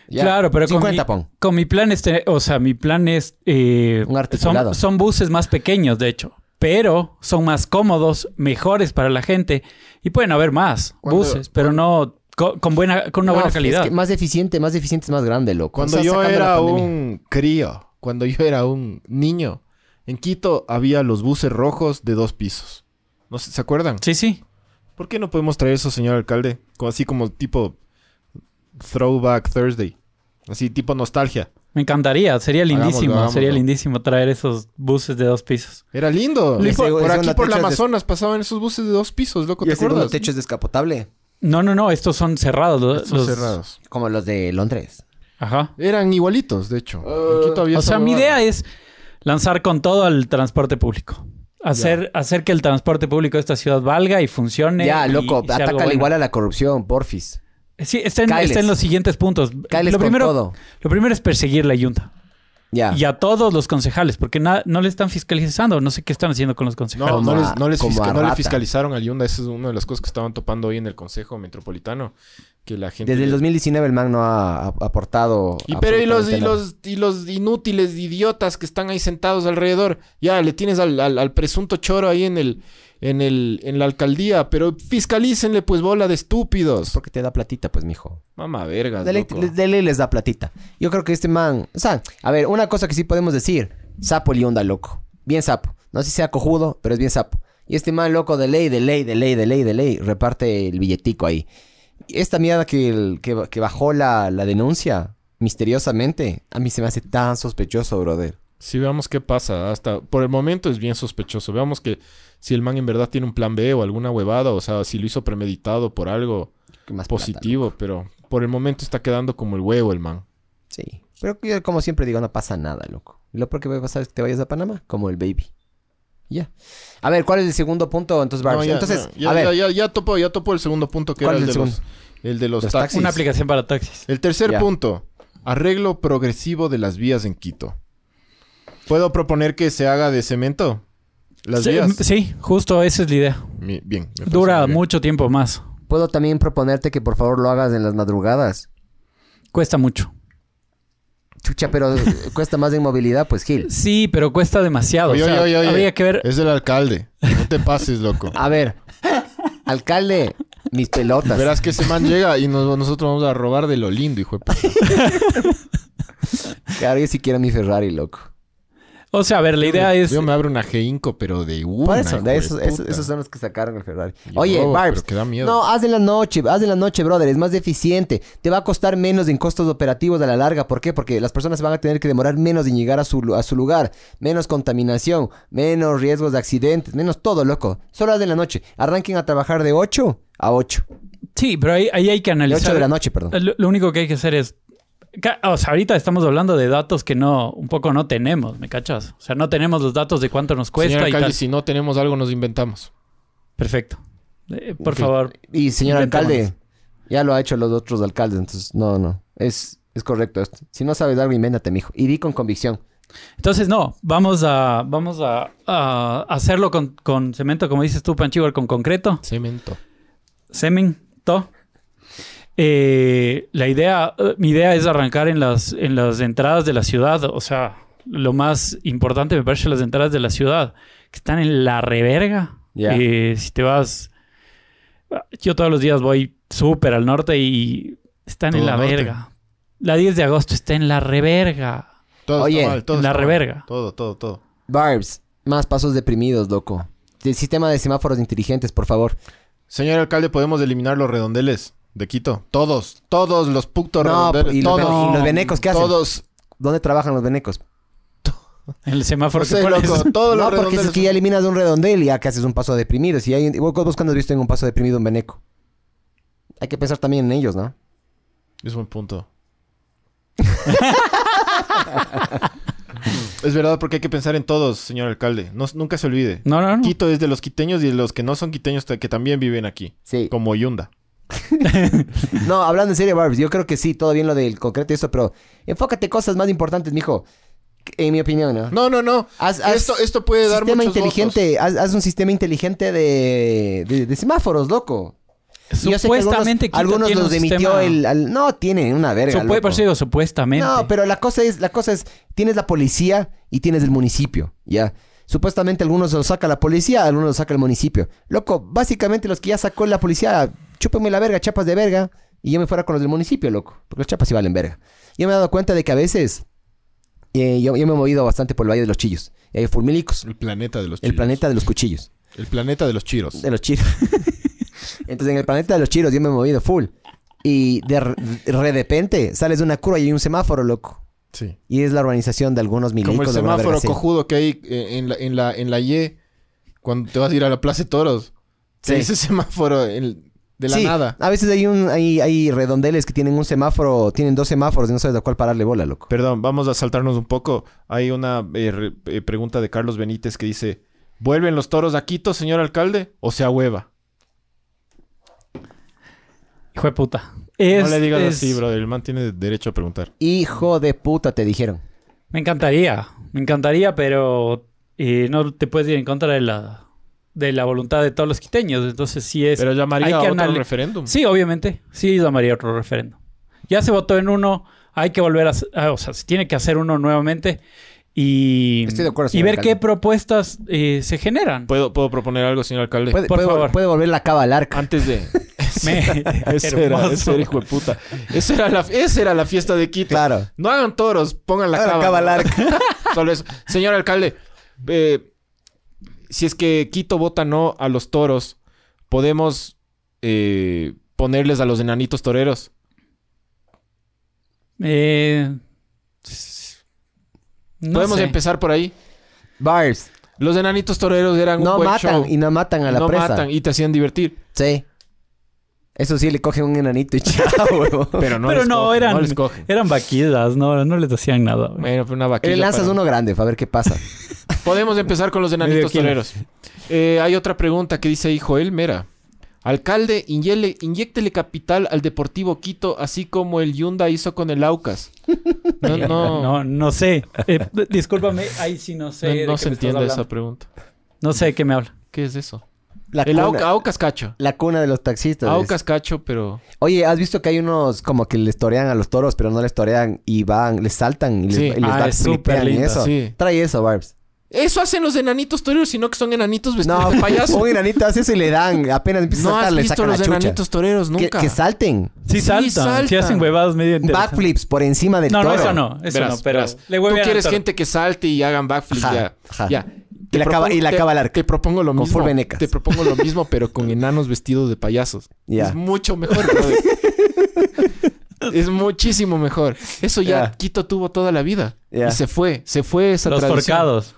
Speaker 2: Ya.
Speaker 4: Claro, pero con
Speaker 2: 50
Speaker 4: mi-
Speaker 2: pon.
Speaker 4: Con mi plan es, tener- o sea, mi plan es, eh,
Speaker 2: Un articulado.
Speaker 4: son, son buses más pequeños, de hecho, pero son más cómodos, mejores para la gente y pueden haber más
Speaker 3: Cuando-
Speaker 4: buses, pero no co- con, buena, con una
Speaker 2: No,
Speaker 4: buena calidad.
Speaker 2: Es que más eficiente, más eficiente es más grande, loco.
Speaker 3: Cuando
Speaker 2: Estás
Speaker 3: yo
Speaker 2: sacando la
Speaker 3: era
Speaker 2: pandemia.
Speaker 3: un crío, cuando yo era un niño, en Quito había los buses rojos de dos pisos. No sé, ¿se acuerdan?
Speaker 4: Sí, sí.
Speaker 3: ¿Por qué no podemos traer eso, señor alcalde? Co- Así como tipo Throwback Thursday. Así tipo nostalgia.
Speaker 4: Me encantaría, sería
Speaker 3: Hagámoslo,
Speaker 4: lindísimo, sería
Speaker 3: hagámoslo.
Speaker 4: lindísimo traer esos buses de dos pisos.
Speaker 3: Era lindo.
Speaker 2: Y el seg-
Speaker 3: por
Speaker 2: el
Speaker 3: aquí,
Speaker 2: segundo
Speaker 3: por la
Speaker 2: techo es de-
Speaker 3: Amazonas, pasaban esos buses de dos pisos, loco.
Speaker 2: Y
Speaker 3: ¿Te
Speaker 2: el segundo
Speaker 3: acuerdas?
Speaker 2: techo es descapotable,
Speaker 4: No, no, no, estos son cerrados. lo-
Speaker 3: Estos
Speaker 4: los-
Speaker 3: cerrados.
Speaker 2: como los de Londres.
Speaker 4: Ajá.
Speaker 3: Eran igualitos, de hecho.
Speaker 2: Ah.
Speaker 3: En Quito había
Speaker 4: O
Speaker 3: esa
Speaker 4: sea, mi
Speaker 3: huevada.
Speaker 4: idea es lanzar con todo al transporte público. Hacer, hacer que el transporte público de esta ciudad valga y funcione.
Speaker 2: Ya,
Speaker 4: y-
Speaker 2: loco,
Speaker 4: y sea algo
Speaker 2: atácale
Speaker 4: bueno.
Speaker 2: igual a la corrupción, porfis.
Speaker 4: Sí, está en,
Speaker 2: Cáeles.
Speaker 4: está en los siguientes puntos.
Speaker 2: Cáeles
Speaker 4: lo,
Speaker 2: con
Speaker 4: primero,
Speaker 2: todo.
Speaker 4: lo primero es perseguir la yunta.
Speaker 2: Ya.
Speaker 4: Y a todos los concejales, porque na- no le están fiscalizando. No sé qué están haciendo con los concejales.
Speaker 3: No,
Speaker 2: Como
Speaker 3: no,
Speaker 2: a-
Speaker 3: les, no, les
Speaker 2: como
Speaker 3: fisca-
Speaker 2: a
Speaker 3: no le
Speaker 2: rata.
Speaker 3: fiscalizaron al Hyundai. Esa es una de las cosas que estaban topando hoy en el Consejo Metropolitano. Que la gente...
Speaker 2: Desde el 2019 el man no ha ha- ha aportado.
Speaker 3: Y pero y los, y
Speaker 2: absolutamente nada.
Speaker 3: los, y los inútiles idiotas que están ahí sentados alrededor. Ya, le tienes al, al- al presunto choro ahí en el, en el, en la alcaldía, pero fiscalícenle, pues, bola de estúpidos.
Speaker 2: Porque te da platita, pues, mijo.
Speaker 3: Mamá vergas,
Speaker 2: Dele,
Speaker 3: loco.
Speaker 2: le- dele y les da platita. Yo creo que este man. O sea, a ver, una cosa que sí podemos decir: sapo y onda, loco. Bien sapo. No sé si sea cojudo, pero es bien sapo. Y este man, loco, de ley, de ley, de ley, de ley, de ley, reparte el billetico ahí. Esta mierda que, el- que, que bajó la, la denuncia misteriosamente, a mí se me hace tan sospechoso, brother.
Speaker 3: Si veamos qué pasa, hasta por el momento es bien sospechoso. Veamos que si el man en verdad tiene un plan B o alguna huevada, o sea, si lo hizo premeditado por algo
Speaker 2: ¿Qué más plata,
Speaker 3: positivo, pero por el momento está quedando como el huevo el man.
Speaker 2: loco? Sí. Pero yo, como siempre digo, no pasa nada, loco. Lo peor que va a pasar es que te vayas a Panamá, como el baby. Ya. A ver, ¿cuál es el segundo punto? Entonces, Barbs?
Speaker 3: No, ya,
Speaker 2: Entonces,
Speaker 3: no, ya,
Speaker 2: a ver.
Speaker 3: ya, ya- ya topo, ya topo el segundo punto que era
Speaker 2: ¿Cuál
Speaker 3: el,
Speaker 2: es
Speaker 3: de
Speaker 2: el
Speaker 3: los, el de los,
Speaker 2: Los
Speaker 3: taxis.
Speaker 2: taxis.
Speaker 4: Una aplicación para taxis.
Speaker 3: El tercer
Speaker 2: Ya.
Speaker 3: punto, arreglo progresivo de las vías en Quito. ¿Puedo proponer que se haga de cemento? Las
Speaker 4: Sí,
Speaker 3: vías.
Speaker 4: sí, justo esa es la idea.
Speaker 3: Mi- bien. me parece
Speaker 4: Dura
Speaker 3: muy bien.
Speaker 4: mucho tiempo más.
Speaker 2: Puedo también proponerte que por favor lo hagas en las madrugadas.
Speaker 4: Cuesta mucho.
Speaker 2: Chucha,
Speaker 3: [LAUGHS]
Speaker 2: pero eh, cuesta más en movilidad, pues Gil.
Speaker 4: Sí, pero cuesta demasiado.
Speaker 3: Oye,
Speaker 4: o sea,
Speaker 3: oye, Eh, oye, oye.
Speaker 4: Habría que ver.
Speaker 2: [LAUGHS] Ah,
Speaker 3: Es del alcalde. No te pases, loco.
Speaker 2: A ver, alcalde, Mis pelotas.
Speaker 3: Verás que ese man llega y nos- nosotros vamos a robar de lo lindo, hijo de puta.
Speaker 2: Claro, yo sí quiero mi Ferrari, loco.
Speaker 4: O sea, a ver, la idea es...
Speaker 3: Yo me abro una G-Inco, pero de una,
Speaker 2: Por eso,
Speaker 3: hijo
Speaker 2: de
Speaker 3: de
Speaker 2: esos, esos,
Speaker 3: puta.
Speaker 2: esos son los que sacaron el Ferrari.
Speaker 3: Y
Speaker 2: Oye,
Speaker 3: robo,
Speaker 2: Barbs,
Speaker 3: pero que da miedo.
Speaker 2: no, haz en la noche, haz en la noche, brother, es más eficiente. Te va a costar menos en costos operativos a la larga. ¿Por qué? Porque las personas se van a tener que demorar menos en llegar a su, lu- a su lugar. Menos contaminación, menos riesgos de accidentes, menos todo, loco. Solo haz en la noche. Arranquen a trabajar de 8 a 8.
Speaker 4: Sí, pero ahí, ahí hay que
Speaker 2: De 8
Speaker 4: analizar...
Speaker 2: de la noche, perdón.
Speaker 4: Lo, lo único que hay que hacer es... ca- O sea, ahorita estamos hablando de datos que no, un poco no tenemos, ¿me cachas? O sea, no tenemos los datos de cuánto nos cuesta
Speaker 3: Señor
Speaker 4: y
Speaker 3: alcalde,
Speaker 4: tal.
Speaker 3: si no tenemos algo, nos inventamos.
Speaker 4: Perfecto. Eh, por
Speaker 3: Ok.
Speaker 4: favor,
Speaker 2: Y señor
Speaker 4: Inventémonos.
Speaker 2: alcalde, ya lo ha hecho los otros alcaldes, entonces no, no. Es, es correcto esto. Si no sabes algo, invéntate, mijo. Y di con convicción.
Speaker 4: Entonces, no, vamos a, vamos a, a hacerlo con, con cemento, como dices tú, Panchivar, con concreto,
Speaker 3: Cemento.
Speaker 4: cemento. Eh, la idea, eh, mi idea es arrancar en las, en las entradas de la ciudad, o sea, lo más importante me parece las entradas de la ciudad, que están en la reverga.
Speaker 2: Ya.
Speaker 4: Eh, si te vas, yo todos los días voy súper al norte y están en
Speaker 3: Todo
Speaker 4: la
Speaker 3: norte.
Speaker 4: verga. La 10 de agosto está en la reverga.
Speaker 3: Todo
Speaker 2: Oye,
Speaker 3: está mal, todo
Speaker 4: en la
Speaker 3: está mal.
Speaker 4: reverga.
Speaker 3: Todo, todo, todo.
Speaker 2: Barbs, más pasos deprimidos, loco. El sistema de semáforos inteligentes, por favor.
Speaker 3: Señor alcalde, podemos eliminar los redondeles de Quito. Todos, todos los putos
Speaker 2: No,
Speaker 3: redondeles.
Speaker 2: y los,
Speaker 3: todos,
Speaker 2: ven- y los venecos, ¿qué hacen?
Speaker 3: todos.
Speaker 2: ¿Dónde trabajan los venecos?
Speaker 4: El semáforo
Speaker 3: No
Speaker 4: que
Speaker 3: sé,
Speaker 4: pones.
Speaker 3: loco, todos los
Speaker 2: no, porque si
Speaker 3: redondeles.
Speaker 2: es que ya eliminas un redondel y ya que haces un paso deprimido. Si hay, un- vos, vos cuando has visto en un paso deprimido un veneco. Hay que pensar también en ellos, ¿no?
Speaker 3: Es buen punto. [LAUGHS] es verdad, porque hay que pensar en todos, señor alcalde. No- nunca se olvide.
Speaker 4: No, no, no.
Speaker 3: Quito es de los quiteños y de los que no son quiteños ta- que también viven aquí.
Speaker 2: Sí.
Speaker 3: Como Yunda.
Speaker 2: No, hablando en serio, Barbs, yo creo que sí, todo bien lo del concreto y eso, pero enfócate en cosas más importantes, mijo. En mi opinión, ¿no?
Speaker 3: No, no, no.
Speaker 2: Haz- haz-
Speaker 3: esto, esto puede dar
Speaker 2: sistema
Speaker 3: muchos votos.
Speaker 2: inteligente, haz, haz un sistema inteligente de- de- de semáforos, loco. Yo sé que
Speaker 4: Supuestamente Quito
Speaker 2: algunos, algunos
Speaker 4: tiene un
Speaker 2: los emitió
Speaker 4: sistema-
Speaker 2: el, al- no tienen una verga.
Speaker 4: Supue-
Speaker 2: loco.
Speaker 4: por eso digo, supuestamente.
Speaker 2: No, pero la cosa es la cosa es tienes la policía y tienes el municipio, ya. Supuestamente algunos los saca la policía, algunos los saca el municipio. Loco, básicamente los que ya sacó la policía, chúpame la verga, chapas de verga y yo me fuera con los del municipio, loco, porque las chapas sí valen verga. Yo me he dado cuenta de que a veces eh, yo, yo me he movido bastante por el Valle de los Chillos, eh, Fulmilicos,
Speaker 3: El planeta de los
Speaker 2: el
Speaker 3: chiros.
Speaker 2: planeta de los cuchillos.
Speaker 3: El planeta de los chiros.
Speaker 2: De los chiros. [LAUGHS] Entonces, en el planeta de los chiros yo me he movido full. Y de, re- de repente sales de una curva y hay un semáforo, loco.
Speaker 3: Sí.
Speaker 2: Y es la urbanización de algunos milicos.
Speaker 3: Como el
Speaker 2: de alguna verga
Speaker 3: semáforo
Speaker 2: así.
Speaker 3: cojudo que hay eh, en la, en, la, en la Y cuando te vas a ir a la Plaza de Toros.
Speaker 2: Sí.
Speaker 3: Ese [LAUGHS] semáforo en- de la
Speaker 2: Sí,
Speaker 3: nada.
Speaker 2: A veces hay, un, hay, hay redondeles que tienen un semáforo, tienen dos semáforos y no sabes a cuál pararle bola, loco.
Speaker 3: Perdón, vamos a saltarnos un poco. Hay una eh, re- eh, pregunta de Carlos Benítez que dice: ¿Vuelven los toros a Quito, señor alcalde? ¿O sea hueva?
Speaker 4: Hijo de puta. Es-
Speaker 3: no le digas
Speaker 4: es-
Speaker 3: así, brother. El man tiene derecho a preguntar.
Speaker 2: Hijo de puta, te dijeron.
Speaker 4: Me encantaría. Me encantaría, pero eh, no te puedes ir en contra de la, de la voluntad de todos los quiteños. Entonces, sí es.
Speaker 3: Pero llamaría
Speaker 4: hay
Speaker 3: a
Speaker 4: que
Speaker 3: otro
Speaker 4: anali-
Speaker 3: referéndum.
Speaker 4: Sí, obviamente. Sí, llamaría otro referendo. Ya se votó en uno. Hay que volver a. hacer- ah, o sea, se tiene que hacer uno nuevamente. Y,
Speaker 2: Estoy de acuerdo,
Speaker 4: y
Speaker 2: señor
Speaker 4: ver
Speaker 2: alcalde.
Speaker 4: qué propuestas eh, se generan.
Speaker 3: ¿Puedo, ¿Puedo proponer algo, señor alcalde?
Speaker 2: Puede,
Speaker 4: Por
Speaker 2: puede-
Speaker 4: favor.
Speaker 2: puede volver la cava al arca.
Speaker 3: Antes de.
Speaker 4: Me-
Speaker 3: Pues, [LAUGHS] Ese era, ese era, hijo de puta. Esa era la, esa era la fiesta de Quito.
Speaker 2: Claro.
Speaker 3: No hagan toros, pongan la
Speaker 2: Hagan la cava
Speaker 3: cava. ¿no? [LAUGHS]
Speaker 2: larga.
Speaker 3: Solo eso. Señor alcalde, eh, si es que Quito vota no a los toros, podemos eh, ponerles a los enanitos toreros.
Speaker 4: Eh, s- no
Speaker 3: podemos
Speaker 4: sé.
Speaker 3: empezar por ahí.
Speaker 2: Bars.
Speaker 3: Los enanitos toreros eran un
Speaker 2: No
Speaker 3: buen
Speaker 2: matan
Speaker 3: show.
Speaker 2: y no matan a la
Speaker 3: no
Speaker 2: presa.
Speaker 3: matan y te hacían divertir.
Speaker 2: Sí. Eso sí, le cogen un enanito y [LAUGHS] chao, huevo.
Speaker 3: Pero no,
Speaker 4: Pero
Speaker 3: les
Speaker 4: no,
Speaker 3: cogen,
Speaker 4: eran-
Speaker 3: no les cogen.
Speaker 4: Eran vaquidas, no, no les hacían nada. güey.
Speaker 3: Bueno, pues una vaquilla
Speaker 2: Le lanzas
Speaker 3: para-
Speaker 2: uno grande, a ver qué pasa.
Speaker 3: Podemos empezar con los enanitos
Speaker 4: Medio kilo.
Speaker 3: toreros. Eh, hay otra pregunta que dice ahí Joel Mera. Alcalde, inyele- inyéctele capital al Deportivo Quito, así como el Yunda hizo con el
Speaker 4: [LAUGHS]
Speaker 3: Aucas. No, no,
Speaker 4: no,
Speaker 3: no,
Speaker 4: no, sé. Eh, d- discúlpame, ahí sí no sé. de
Speaker 3: no
Speaker 4: qué
Speaker 3: se
Speaker 4: me estás
Speaker 3: entiende esa
Speaker 4: hablando.
Speaker 3: pregunta.
Speaker 4: No sé de qué me habla.
Speaker 3: ¿Qué es eso?
Speaker 2: La
Speaker 3: el Auca-
Speaker 2: cuna,
Speaker 3: Aucas Cacho.
Speaker 2: la cuna de los taxistas. es.
Speaker 3: Aucas Cacho, pero...
Speaker 2: Oye, ¿has visto que hay unos como que les torean a los toros, pero no les torean y van, les saltan y les,
Speaker 3: Sí.
Speaker 2: y les
Speaker 4: Ah,
Speaker 2: backflipean
Speaker 4: es súper
Speaker 2: y
Speaker 4: lindo,
Speaker 2: eso?
Speaker 3: sí.
Speaker 2: Trae eso, Barbs.
Speaker 5: Eso hacen los enanitos toreros, sino que son enanitos vestidos
Speaker 2: No,
Speaker 5: de payaso.
Speaker 2: un enanito hace eso y le dan. Apenas empieza a
Speaker 5: No has
Speaker 2: saltar, le
Speaker 5: visto
Speaker 2: sacan
Speaker 5: los
Speaker 2: la chucha.
Speaker 5: enanitos toreros
Speaker 2: Que,
Speaker 5: nunca.
Speaker 2: que salten.
Speaker 4: Sí,
Speaker 5: Sí,
Speaker 4: saltan, sí
Speaker 5: saltan.
Speaker 4: hacen huevadas medio enteras.
Speaker 2: Backflips por encima del
Speaker 4: No,
Speaker 2: toro.
Speaker 4: no, eso no, eso
Speaker 5: Verás,
Speaker 4: no, pero
Speaker 5: verás.
Speaker 4: le
Speaker 5: Tú
Speaker 4: huevean al
Speaker 5: quieres
Speaker 4: toro.
Speaker 5: gente que salte y hagan backflip
Speaker 2: Ajá,
Speaker 5: ya.
Speaker 2: ajá.
Speaker 5: ya. Te
Speaker 2: la acaba- y la
Speaker 5: te-
Speaker 2: acaba el arco.
Speaker 5: Te propongo lo
Speaker 2: Con
Speaker 5: mismo.
Speaker 2: full venecas.
Speaker 5: Te propongo lo mismo, pero con enanos vestidos de payasos.
Speaker 2: Ya.
Speaker 5: Es mucho mejor,
Speaker 2: [LAUGHS]
Speaker 5: brother. es muchísimo mejor. Eso ya
Speaker 2: Ya.
Speaker 5: Quito tuvo toda la vida.
Speaker 2: Ya.
Speaker 5: Y se fue, se fue esa
Speaker 4: Los
Speaker 5: tradición.
Speaker 4: forcados.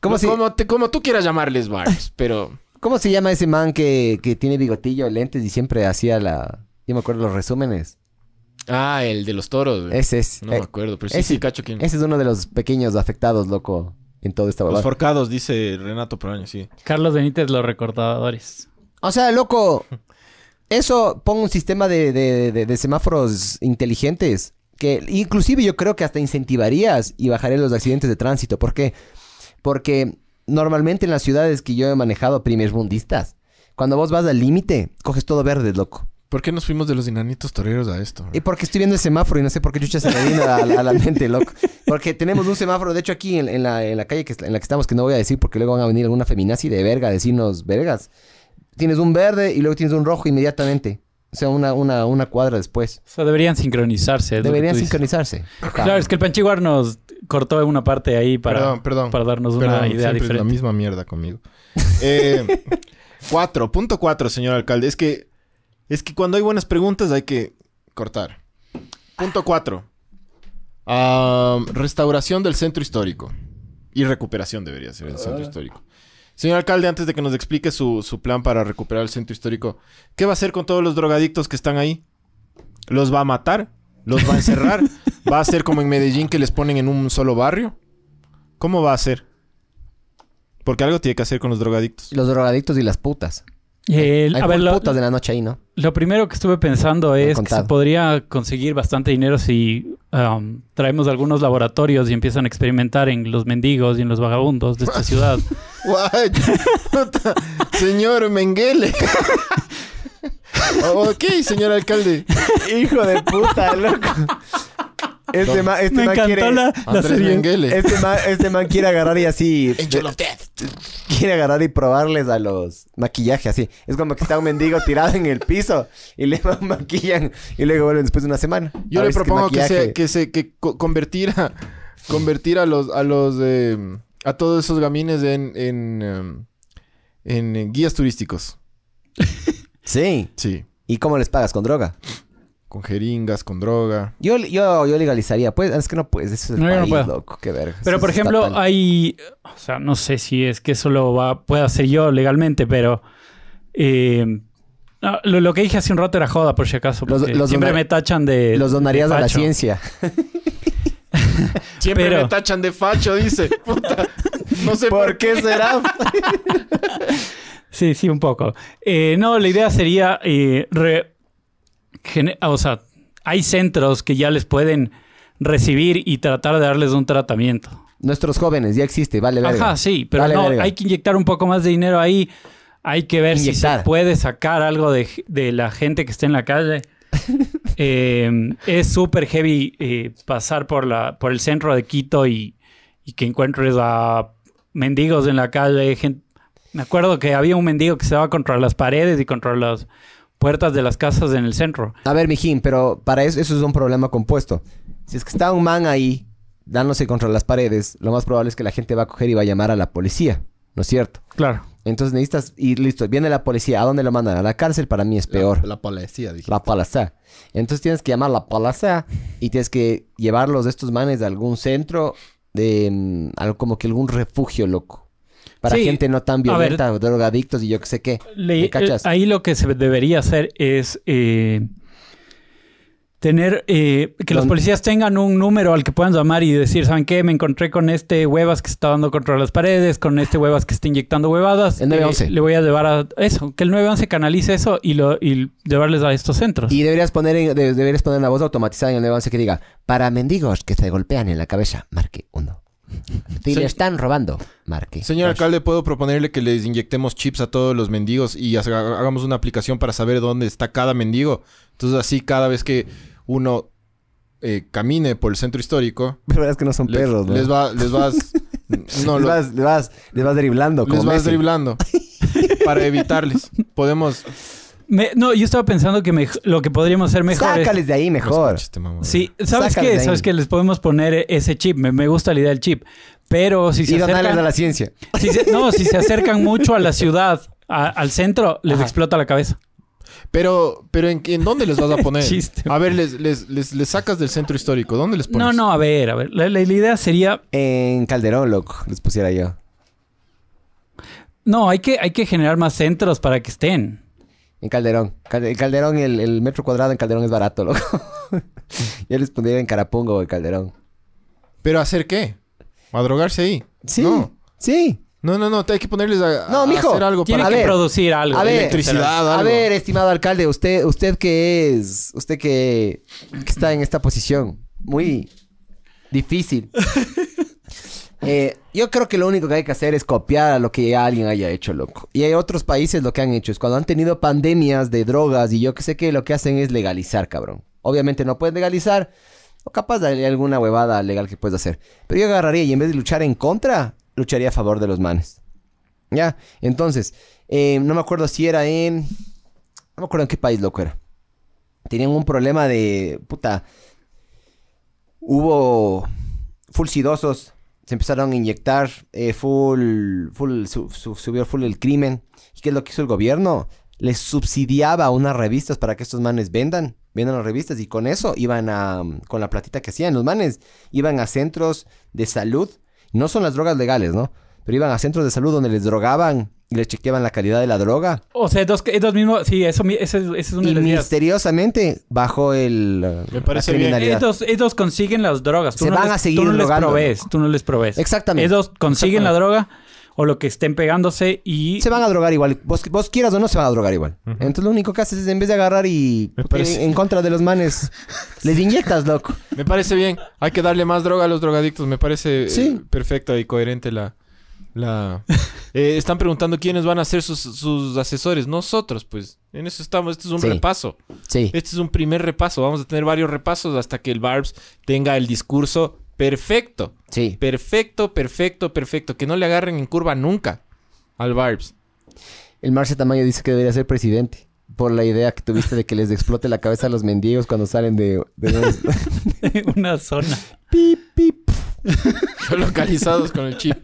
Speaker 2: ¿Cómo,
Speaker 5: No,
Speaker 2: se,
Speaker 5: como, te- como tú quieras llamarles bars, pero
Speaker 2: ¿Cómo se llama ese man que, que tiene bigotillo, lentes y siempre hacía la... Yo me acuerdo los resúmenes.
Speaker 5: ah, el de los toros. güey.
Speaker 2: Ese es.
Speaker 5: no me
Speaker 2: eh,
Speaker 5: acuerdo, pero sí,
Speaker 2: ese-
Speaker 5: sí, cacho quién.
Speaker 2: ese es uno de los pequeños afectados, loco, en toda
Speaker 5: Pues
Speaker 2: esta
Speaker 3: Los
Speaker 2: huevada.
Speaker 3: forcados, dice Renato Proaño, sí.
Speaker 4: Carlos Benítez, los recortadores.
Speaker 2: O sea, loco, eso pongo un sistema de, de- de- de semáforos inteligentes que inclusive yo creo que hasta incentivarías y bajarías los accidentes de tránsito. ¿Por qué? Porque normalmente en las ciudades que yo he manejado primermundistas, cuando vos vas al límite, coges todo verde, loco.
Speaker 3: ¿Por qué nos fuimos de los enanitos toreros a esto?
Speaker 2: Y porque estoy viendo el semáforo y no sé por qué chucha se me vino a, la- a la mente, loco. Porque tenemos un semáforo, de hecho, aquí en, en la, en la calle que, en la que estamos, que no voy a decir porque luego van a venir alguna feminazi de verga a decirnos vergas. Tienes un verde y luego tienes un rojo inmediatamente. O sea, una, una, una cuadra después.
Speaker 4: O sea, deberían sincronizarse. es lo que
Speaker 2: Deberían
Speaker 4: tú dices.
Speaker 2: sincronizarse.
Speaker 4: Claro, es que el Panchiguar nos cortó una parte ahí para,
Speaker 3: perdón, perdón.
Speaker 4: para darnos una
Speaker 3: Perdón,
Speaker 4: idea
Speaker 3: siempre es la
Speaker 4: diferente.
Speaker 3: misma mierda conmigo.
Speaker 4: [LAUGHS]
Speaker 3: Eh, cuatro, punto cuatro, señor alcalde. Es que, es que cuando hay buenas preguntas hay que cortar. Punto cuatro. Ah, restauración del centro histórico. Y recuperación debería ser del centro histórico. Señor alcalde, antes de que nos explique su, su plan para recuperar el centro histórico, ¿qué va a hacer con todos los drogadictos que están ahí? ¿Los va a matar? ¿Los va a [LAUGHS] encerrar? ¿Va a ser como en Medellín que les ponen en un solo barrio? ¿Cómo va a hacer? Porque algo tiene que hacer con los drogadictos.
Speaker 2: Los drogadictos y las putas.
Speaker 4: El-
Speaker 2: Hay
Speaker 4: a ver,
Speaker 2: full
Speaker 4: lo,
Speaker 2: putas de la noche ahí, ¿no?
Speaker 4: lo primero que estuve pensando
Speaker 2: Me han
Speaker 4: es que se
Speaker 2: contado.
Speaker 4: podría conseguir bastante dinero si um, traemos algunos laboratorios y empiezan a experimentar en los mendigos y en los vagabundos de
Speaker 2: [LAUGHS]
Speaker 4: esta ciudad.
Speaker 3: What? Puta. Señor [LAUGHS] Mengele. ok, señor alcalde.
Speaker 2: [LAUGHS] Hijo de puta, [LAUGHS] loco. Este man,
Speaker 4: Me encantó la, la
Speaker 3: Andrés
Speaker 4: serie.
Speaker 3: Mengele.
Speaker 2: man, [LAUGHS] este man quiere agarrar y así...
Speaker 1: Angel of Death.
Speaker 2: quiere agarrar y probarles a los maquillaje así. Es como que está un mendigo tirado en el piso y le [LAUGHS] maquillan y luego vuelven después de una semana.
Speaker 3: Yo
Speaker 2: A
Speaker 3: le
Speaker 2: ver si es
Speaker 3: propongo que,
Speaker 2: maquillaje.
Speaker 3: se, que se que co- convertir [LAUGHS] a convertir a los a los eh, a todos esos gamines en en, em, en, eh, guías turísticos.
Speaker 2: Sí.
Speaker 3: Sí,
Speaker 2: ¿Y cómo les pagas? ¿Con droga?
Speaker 3: con jeringas, con droga.
Speaker 2: Yo, yo, yo legalizaría. Pues, es que no puedes. Eso es el
Speaker 4: No, yo no
Speaker 2: país,
Speaker 4: puedo.
Speaker 2: loco. Qué verga.
Speaker 4: Pero,
Speaker 2: Eso
Speaker 4: por
Speaker 2: es
Speaker 4: ejemplo,
Speaker 2: estatal.
Speaker 4: hay... O sea, no sé si es que eso lo va, pueda hacer yo legalmente, pero... eh, no, lo, lo que dije hace un rato era joda, por si acaso.
Speaker 2: Los-
Speaker 4: porque
Speaker 2: los
Speaker 4: siempre
Speaker 2: donar-
Speaker 4: me tachan de...
Speaker 2: Los donarías
Speaker 4: de
Speaker 2: a la
Speaker 4: facho.
Speaker 2: ciencia.
Speaker 5: Siempre
Speaker 4: Pero-
Speaker 5: me tachan de
Speaker 1: [LAUGHS]
Speaker 5: facho, dice. Puta. No sé por,
Speaker 3: [LAUGHS]
Speaker 5: qué.
Speaker 2: será?
Speaker 4: Sí, sí, un poco. Eh, no, la idea sería... eh, re- gene- o sea, hay centros que ya les pueden recibir y tratar de darles un tratamiento.
Speaker 2: Nuestros jóvenes, ya existe. Vale, verga.
Speaker 4: Ajá, sí, pero
Speaker 2: Vale,
Speaker 4: no,
Speaker 2: verga.
Speaker 4: hay que inyectar un poco más de dinero ahí. Hay que ver si
Speaker 2: Inyectar.
Speaker 4: se puede sacar algo de, de la gente que está en la calle. Eh, es súper heavy eh, pasar por, la, por el centro de Quito y, y que encuentres a mendigos en la calle. gen- Me acuerdo que había un mendigo que se daba contra las paredes y contra las puertas de las casas en el centro.
Speaker 2: A ver, mijín, pero para eso, eso es un problema compuesto. Si es que está un man ahí dándose contra las paredes, lo más probable es que la gente va a coger y va a llamar a la policía. ¿No es cierto?
Speaker 4: Claro.
Speaker 2: Entonces necesitas, y listo, viene la policía, ¿a dónde lo mandan? A la cárcel para mí es peor. La,
Speaker 3: policía, dije.
Speaker 2: palaza. Entonces tienes que llamar a la palaza y tienes que llevarlos de estos manes a algún centro, de mm, al- como que algún refugio, loco. Para
Speaker 4: Sí,
Speaker 2: gente no tan
Speaker 4: a ver.
Speaker 2: violenta, drogadictos y yo qué sé qué.
Speaker 4: Le-
Speaker 2: ¿Me cachas?
Speaker 4: eh, ahí lo que se debería hacer es eh, tener eh, que los
Speaker 2: Don-
Speaker 4: policías tengan un número al que puedan llamar y decir, ¿saben qué? Me encontré con este huevas que está dando contra las paredes, con este huevas que está inyectando huevadas.
Speaker 2: El 911.
Speaker 4: Eh, le voy a llevar a eso, que el 911 canalice eso y, lo, y llevarles a estos centros.
Speaker 2: Y deberías poner, en, de- deberías poner la voz automatizada en el 911 que diga, para mendigos que se golpean en la cabeza, marque uno. [LAUGHS] Si
Speaker 3: Se-
Speaker 2: le están robando, marque.
Speaker 3: Señor
Speaker 2: dos".
Speaker 3: alcalde, ¿puedo proponerle que les inyectemos chips a todos los mendigos y haga- hagamos una aplicación para saber dónde está cada mendigo? Entonces así cada vez que uno eh, camine por el centro histórico,
Speaker 2: Pero la verdad es que no son
Speaker 3: les,
Speaker 2: perros, ¿no? [LAUGHS]
Speaker 3: les va, les vas- No,
Speaker 2: les,
Speaker 3: lo-
Speaker 2: vas, les, vas, les vas driblando. Como
Speaker 3: les vas
Speaker 2: Messi. [LAUGHS]
Speaker 3: driblando. para evitarles. Podemos...
Speaker 4: Me- no, yo estaba pensando que mej- lo que podríamos hacer mejor es-
Speaker 2: Sácales de ahí
Speaker 3: No
Speaker 2: mejor.
Speaker 3: escuches, te mamo.
Speaker 4: Sí,
Speaker 2: Sácales
Speaker 4: ¿sabes
Speaker 2: de
Speaker 4: qué?
Speaker 2: ahí.
Speaker 4: ¿Sabes qué? Les podemos poner e- ese chip. Me, me gusta la idea del chip. Pero si se
Speaker 2: Y donarles
Speaker 4: acercan...
Speaker 2: a la ciencia.
Speaker 4: si se- no, si se acercan mucho a la ciudad, a- al centro, les
Speaker 2: Ajá.
Speaker 4: explota la cabeza.
Speaker 3: Pero, pero ¿en, en dónde les vas a poner?
Speaker 4: Chiste.
Speaker 3: A ver, les, les, les, les sacas del centro histórico. ¿Dónde les pones?
Speaker 4: No, no, a ver, a ver. La, la- la idea sería...
Speaker 2: En Calderón, loco, les pusiera yo.
Speaker 4: No, hay que, hay que generar más centros para que estén.
Speaker 2: En Calderón. Cal- El Calderón, el, el metro cuadrado en Calderón es barato, loco. [LAUGHS] yo les pondría en Carapungo o en Calderón.
Speaker 3: ¿Pero hacer qué? ¿A drogarse ahí?
Speaker 2: Sí.
Speaker 3: No,
Speaker 2: Sí.
Speaker 3: no, no. no, te hay que ponerles a,
Speaker 2: No,
Speaker 3: a
Speaker 2: mijo,
Speaker 3: hacer algo
Speaker 4: Tiene
Speaker 3: para...
Speaker 2: A
Speaker 4: que
Speaker 2: ver,
Speaker 4: producir algo.
Speaker 2: a ver,
Speaker 3: electricidad,
Speaker 2: A
Speaker 3: algo.
Speaker 2: ver, estimado alcalde, usted, usted que es, usted que, que está en esta posición muy
Speaker 3: [LAUGHS]
Speaker 2: difícil. Eh, yo creo que lo único que hay que hacer es copiar a lo que ya alguien haya hecho, loco. Y hay otros países lo que han hecho es cuando han tenido pandemias de drogas y yo que sé qué, lo que hacen es legalizar, cabrón. Obviamente no pueden legalizar, o capaz de alguna huevada legal que puedes hacer. Pero yo agarraría y en vez de luchar en contra, lucharía a favor de los manes. ¿Ya? Entonces, eh, no me acuerdo si era en... No me acuerdo en qué país loco era. Tenían un problema de... Puta. Hubo fulcidosos. Se empezaron a inyectar eh, full... full su- su- subió full el crimen. ¿Y qué es lo que hizo el gobierno? Les subsidiaba unas revistas para que estos manes vendan. Vendan las revistas y con eso iban a... Con la platita que hacían los manes. Iban a centros de salud. No son las drogas legales, ¿no? Pero iban a centros de salud donde les drogaban y les chequeaban la calidad de la droga.
Speaker 4: O sea, dos, dos mismos... Sí, eso, mi- ese, ese es una
Speaker 2: Y
Speaker 4: de las ideas.
Speaker 2: misteriosamente bajó el, eh,
Speaker 3: Me parece
Speaker 2: la
Speaker 3: bien.
Speaker 2: criminalidad.
Speaker 4: Ellos, ellos consiguen las drogas. Tú
Speaker 2: Se
Speaker 4: no
Speaker 2: van
Speaker 4: les-
Speaker 2: a seguir
Speaker 4: Tú no
Speaker 2: drogando.
Speaker 4: les provees. Tú no les provees.
Speaker 2: Exactamente.
Speaker 4: Ellos consiguen la droga o lo que estén pegándose y...
Speaker 2: Se van a drogar igual. Vos, vos quieras o no, se van a drogar igual. Entonces lo único que haces es en vez de agarrar y
Speaker 3: Me parece-
Speaker 2: en, en contra de los [LAUGHS] manes, les inyectas, loco.
Speaker 3: Me parece bien. Hay que darle más droga a los drogadictos. Me parece eh,
Speaker 2: Sí.
Speaker 3: perfecta y coherente la...
Speaker 2: [LAUGHS]
Speaker 3: la... Eh, están preguntando quiénes van a ser sus, sus asesores. Nosotros, pues. En eso estamos. Este es un
Speaker 2: Sí.
Speaker 3: repaso.
Speaker 2: Sí.
Speaker 3: Este es un primer repaso. Vamos a tener varios repasos hasta que el Barbs tenga el discurso perfecto.
Speaker 2: Sí.
Speaker 3: Perfecto, perfecto, perfecto. Que no le agarren en curva nunca al Barbs. [LAUGHS]
Speaker 2: El Marcia Tamayo dice que debería ser presidente. Por la idea que tuviste de que les explote la cabeza a los mendigos cuando salen de... [LAUGHS] de los-
Speaker 4: [LAUGHS] una zona.
Speaker 3: Localizados con el chip.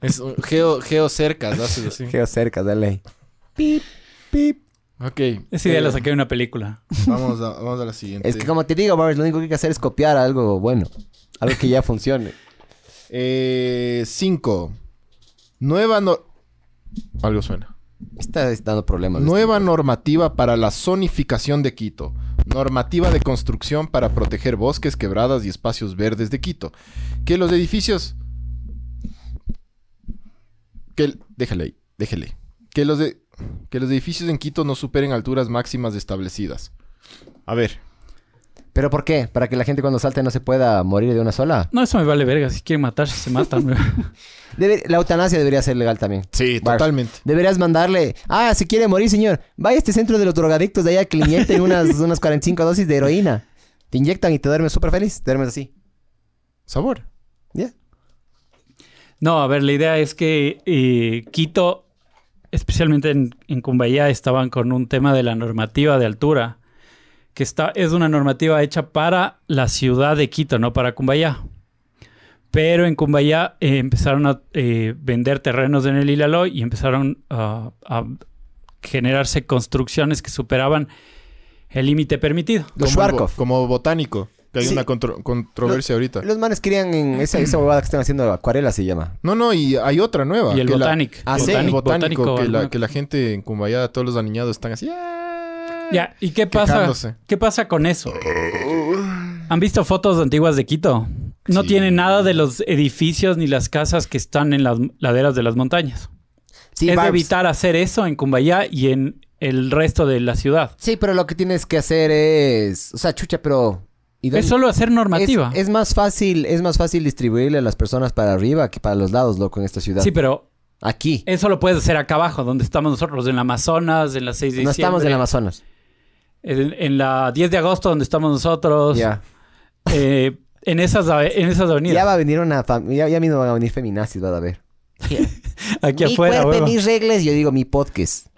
Speaker 3: Es un geo, geo cercas, haces así.
Speaker 2: Geo cerca, dale ahí. Pip, pip.
Speaker 3: Ok.
Speaker 4: Esa idea
Speaker 3: Eh,
Speaker 2: [LAUGHS]
Speaker 4: la saqué de una película.
Speaker 3: Vamos a, vamos a la siguiente.
Speaker 2: Es que como te digo, Barbs, lo único que hay que hacer es copiar algo bueno. Algo que ya funcione.
Speaker 3: Eh, cinco. Nueva no- Algo suena.
Speaker 2: Está dando problemas.
Speaker 3: Nueva normativa para la zonificación de Quito. Normativa de construcción para proteger bosques, quebradas y espacios verdes de Quito. Que los edificios... Que... el- Déjale ahí, déjale. Que los, de- que los edificios en Quito no superen alturas máximas establecidas. A ver.
Speaker 2: ¿Pero por qué? ¿Para que la gente cuando salte no se pueda morir de una sola?
Speaker 4: No, eso me vale verga. Si quieren matarse, se matan. güey.
Speaker 2: Debe- la eutanasia debería ser legal también.
Speaker 3: Sí,
Speaker 2: Barf.
Speaker 3: totalmente.
Speaker 2: Deberías mandarle, ah, si quiere morir, señor, vaya a este centro de los drogadictos de allá que le
Speaker 3: [LAUGHS]
Speaker 2: inyecten unas, unas 45 dosis de heroína. Te inyectan y te duermes súper feliz, te duermes así.
Speaker 3: Sabor.
Speaker 2: ¿Ya?
Speaker 4: no, a ver, la idea es que eh, Quito, especialmente en, en Cumbayá, estaban con un tema de la normativa de altura. Que está, es una normativa hecha para la ciudad de Quito, no para Cumbayá. Pero en Cumbayá eh, empezaron a eh, vender terrenos en el Ilaloy y empezaron ah, a generarse construcciones que superaban el límite permitido.
Speaker 2: Los
Speaker 3: Como el bo-
Speaker 2: Schwarzkopf.
Speaker 3: Como botánico. Que hay
Speaker 2: Sí.
Speaker 3: una contro- controversia ahorita.
Speaker 2: Los manes querían en esa, esa huevada que están haciendo acuarela se llama.
Speaker 3: No, no, y hay otra nueva.
Speaker 4: Y el
Speaker 3: que la-
Speaker 4: Botanic.
Speaker 2: Ah, sí,
Speaker 3: el
Speaker 4: Botanic-
Speaker 3: botánico,
Speaker 4: botánico,
Speaker 3: que, la,
Speaker 4: alguna-
Speaker 3: que la gente en Cumbayá, todos los aniñados están así. "Ah".
Speaker 4: Ya, ¿y qué pasa?
Speaker 3: Quejándose.
Speaker 4: ¿Qué pasa con eso?
Speaker 2: Uh.
Speaker 4: ¿Han visto fotos antiguas de Quito? No
Speaker 3: Sí.
Speaker 4: tiene nada de los edificios ni las casas que están en las laderas de las montañas.
Speaker 2: Sí,
Speaker 4: es de
Speaker 2: Barbs.
Speaker 4: evitar hacer eso en Cumbayá y en el resto de la ciudad.
Speaker 2: Sí, pero lo que tienes que hacer es, o sea, chucha, pero... ¿y dónde-
Speaker 4: Es solo hacer
Speaker 2: es,
Speaker 4: normativa.
Speaker 2: es más fácil, es más fácil distribuirle a las personas para arriba que para los lados, loco, en esta ciudad.
Speaker 4: Sí, pero
Speaker 2: Aquí.
Speaker 4: eso lo puedes hacer acá abajo, donde estamos nosotros, en la Amazonas, en la 6 de
Speaker 2: No estamos en el
Speaker 4: eh, diciembre,
Speaker 2: Amazonas.
Speaker 4: en, en la 10 de agosto, donde estamos nosotros.
Speaker 2: Ya.
Speaker 4: Eh, en esas, ave- en esas avenidas.
Speaker 2: Ya va a venir una familia, ya mismo van a venir feminazis, vas a ver.
Speaker 4: aquí
Speaker 2: mi
Speaker 4: afuera,
Speaker 2: cuerpo,
Speaker 4: huevón.
Speaker 2: mis reglas, yo digo mi podcast.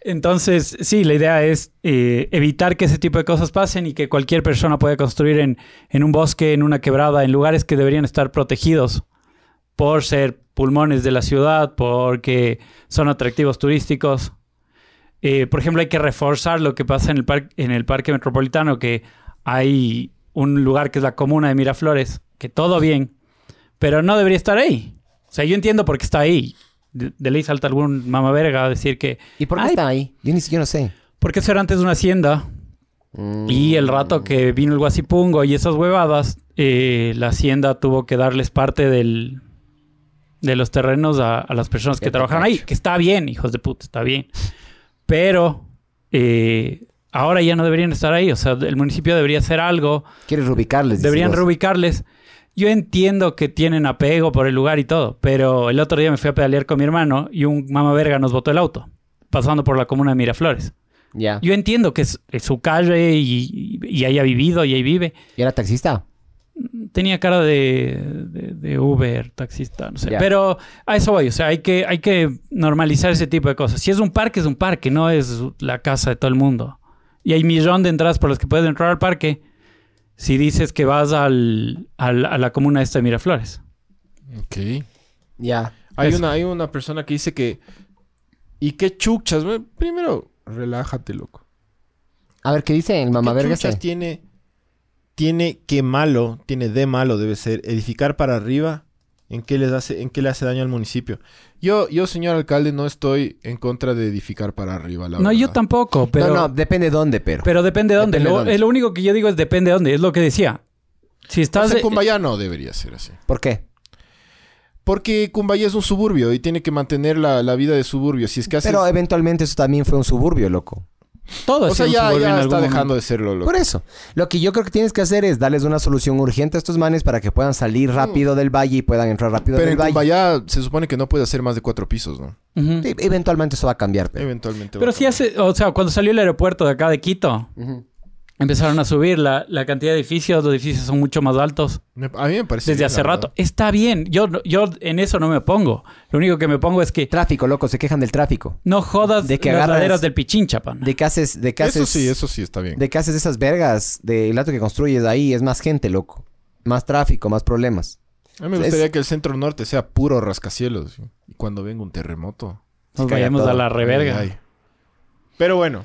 Speaker 4: Entonces, sí, la idea es eh, evitar que ese tipo de cosas pasen y que cualquier persona pueda construir en, en un bosque, en una quebrada, en lugares que deberían estar protegidos por ser pulmones de la ciudad, porque son atractivos turísticos. Eh, por ejemplo, hay que reforzar lo que pasa en el, par- en el Parque Metropolitano, que hay un lugar que es la comuna de Miraflores, que todo bien, pero no debería estar ahí. O sea, yo entiendo por qué está ahí. De, de ley salta algún mamá verga a decir que
Speaker 2: ¿Y por qué
Speaker 4: Ay.
Speaker 2: están ahí? Yo ni siquiera no sé.
Speaker 4: porque eso era antes de una hacienda.
Speaker 2: Mm.
Speaker 4: Y el rato que vino el guasipungo y esas huevadas, eh, la hacienda tuvo que darles parte del, de los terrenos a, a las personas que
Speaker 2: Ya te
Speaker 4: trabajaban ahí.
Speaker 2: cacho.
Speaker 4: Que está bien, hijos de puta, está bien. Pero eh, ahora ya no deberían estar ahí. O sea, el municipio debería hacer algo.
Speaker 2: ¿Quieres reubicarles? dices
Speaker 4: Deberían
Speaker 2: vos.
Speaker 4: reubicarles. Yo entiendo que tienen apego por el lugar y todo, pero el otro día me fui a pedalear con mi hermano y un mamá verga nos botó el auto, pasando por la comuna de Miraflores.
Speaker 2: Ya.
Speaker 4: Yo entiendo que es, es su calle y, y haya vivido y ahí vive.
Speaker 2: ¿Y era taxista?
Speaker 4: Tenía cara de, de- de Uber, taxista, no sé.
Speaker 2: Ya.
Speaker 4: Pero a eso voy. O sea, hay que, hay que normalizar ese tipo de cosas. Si es un parque, es un parque. No es la casa de todo el mundo. Y hay millón de entradas por las que puedes entrar al parque si dices que vas al, al- a la comuna esta de Miraflores.
Speaker 3: Ok.
Speaker 2: Ya.
Speaker 3: Hay
Speaker 4: Eso.
Speaker 3: una, hay una persona que dice que. ¿Y qué chuchas? güey? Primero, relájate, loco.
Speaker 2: A ver, ¿qué dice el mamá
Speaker 3: ¿Qué
Speaker 2: verga?
Speaker 3: chuchas tiene. Tiene qué malo, tiene de malo, debe ser, edificar para arriba. ¿En qué, les hace, ¿En qué le hace daño al municipio? Yo, yo, señor alcalde, no estoy en contra de edificar para arriba, la
Speaker 4: no, yo
Speaker 3: verdad.
Speaker 4: tampoco, pero...
Speaker 2: No, no, depende de dónde, pero.
Speaker 4: Pero depende de dónde.
Speaker 2: Depende
Speaker 4: lo,
Speaker 2: de dónde.
Speaker 4: eh, lo único que yo digo es depende de dónde. Es lo que decía. Si
Speaker 3: O
Speaker 4: estás...
Speaker 3: sea, en
Speaker 4: eh,
Speaker 3: Cumbaya no debería ser así.
Speaker 2: ¿Por qué?
Speaker 3: Porque Cumbaya es un suburbio y tiene que mantener la, la vida de suburbio. Si es que haces...
Speaker 2: Pero eventualmente eso también fue un suburbio, loco.
Speaker 4: todo
Speaker 3: o
Speaker 4: es
Speaker 3: sea,
Speaker 4: un
Speaker 3: ya,
Speaker 4: suburbio en
Speaker 3: ya
Speaker 4: algún
Speaker 3: está
Speaker 4: momento.
Speaker 3: dejando de serlo, loco.
Speaker 2: Por eso. Lo que yo creo que tienes que hacer es darles una solución urgente a estos manes para que puedan salir rápido del valle y puedan entrar rápido
Speaker 3: Mm. Pero en
Speaker 2: del valle.
Speaker 3: Cumbaya se supone que no puede hacer más de cuatro pisos, ¿no?
Speaker 4: Ujú.
Speaker 2: Sí, eventualmente eso va a cambiar,
Speaker 3: Eh.
Speaker 2: pero.
Speaker 3: Eventualmente. va
Speaker 4: Pero
Speaker 3: a
Speaker 4: sí hace, o sea, cuando salió el aeropuerto de acá de Quito,
Speaker 2: Ujú.
Speaker 4: empezaron a subir la, la cantidad de edificios, los edificios son mucho más altos
Speaker 3: Me- A mí me parece.
Speaker 4: desde
Speaker 3: bien,
Speaker 4: hace
Speaker 3: la
Speaker 4: rato.
Speaker 3: verdad.
Speaker 4: Está bien, yo, no- yo en eso no me pongo. Lo único que me pongo es que
Speaker 2: Tráfico, loco, se quejan del tráfico.
Speaker 4: no jodas
Speaker 2: De que
Speaker 4: las
Speaker 2: agarras-
Speaker 4: laderas del Pichincha, pan.
Speaker 2: De que haces, de que
Speaker 3: Eso
Speaker 2: haces-
Speaker 3: sí, eso sí está bien.
Speaker 2: de que haces esas vergas, del lato que construyes ahí, es más gente, loco. Más tráfico, más problemas.
Speaker 3: A mí me
Speaker 2: es-
Speaker 3: gustaría que el centro norte sea puro rascacielos. ¿sí? Y cuando venga un terremoto.
Speaker 4: Nos
Speaker 2: caiga
Speaker 4: vayamos
Speaker 2: todo.
Speaker 4: a la reverga.
Speaker 3: ay, ay. Pero bueno.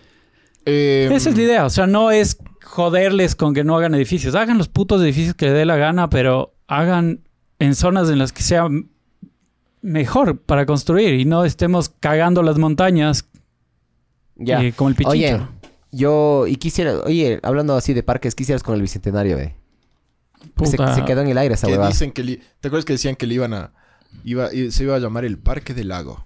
Speaker 3: eh,
Speaker 4: Esa es la idea, o sea, no es joderles con que no hagan edificios. Hagan los putos edificios que les dé la gana, pero hagan en zonas en las que sea m- mejor para construir y no estemos cagando las montañas
Speaker 2: Ya.
Speaker 4: eh, como el Pichincha.
Speaker 2: Oye, yo, y quisiera, oye, hablando así de parques, quisieras con el Bicentenario, ve. Se,
Speaker 4: Puta.
Speaker 2: se quedó en el aire esa
Speaker 3: que
Speaker 2: huevada.
Speaker 3: dicen que li- ¿Te acuerdas que decían que le iban a. Iba, i- se iba a llamar el Parque del Lago?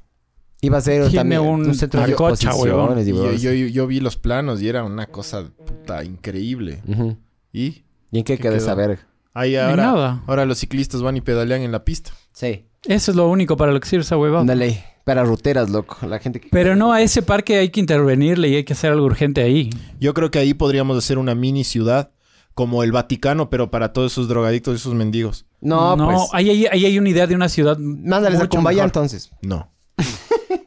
Speaker 2: Iba a ser
Speaker 4: Tiene
Speaker 2: también
Speaker 4: un-
Speaker 2: un, centro de
Speaker 4: una cocha,
Speaker 2: exposiciones
Speaker 3: Y
Speaker 2: y
Speaker 3: yo,
Speaker 2: huevadas.
Speaker 3: yo, yo vi los planos y era una cosa puta increíble.
Speaker 2: Ujú.
Speaker 3: Y
Speaker 2: ¿Y en qué,
Speaker 3: ¿Qué
Speaker 2: quedó
Speaker 3: quedó?
Speaker 2: esa verga?
Speaker 3: ahí
Speaker 4: En
Speaker 3: ahora,
Speaker 4: nada.
Speaker 3: ahora los ciclistas van y pedalean en la pista.
Speaker 2: Sí.
Speaker 4: Eso es lo único para lo que sirve esa huevada.
Speaker 2: Dale, para ruteras, loco. La gente que...
Speaker 4: Pero no, a ese parque hay que intervenirle y hay que hacer algo urgente ahí.
Speaker 3: Yo creo que ahí podríamos hacer una mini ciudad como el Vaticano, pero para todos esos drogadictos y esos mendigos.
Speaker 2: No, pues.
Speaker 4: ahí, ahí- ahí hay una idea de una ciudad.
Speaker 2: Mándales a
Speaker 4: mucho
Speaker 2: Cumbaya
Speaker 4: mejor.
Speaker 2: entonces.
Speaker 3: [LAUGHS] No.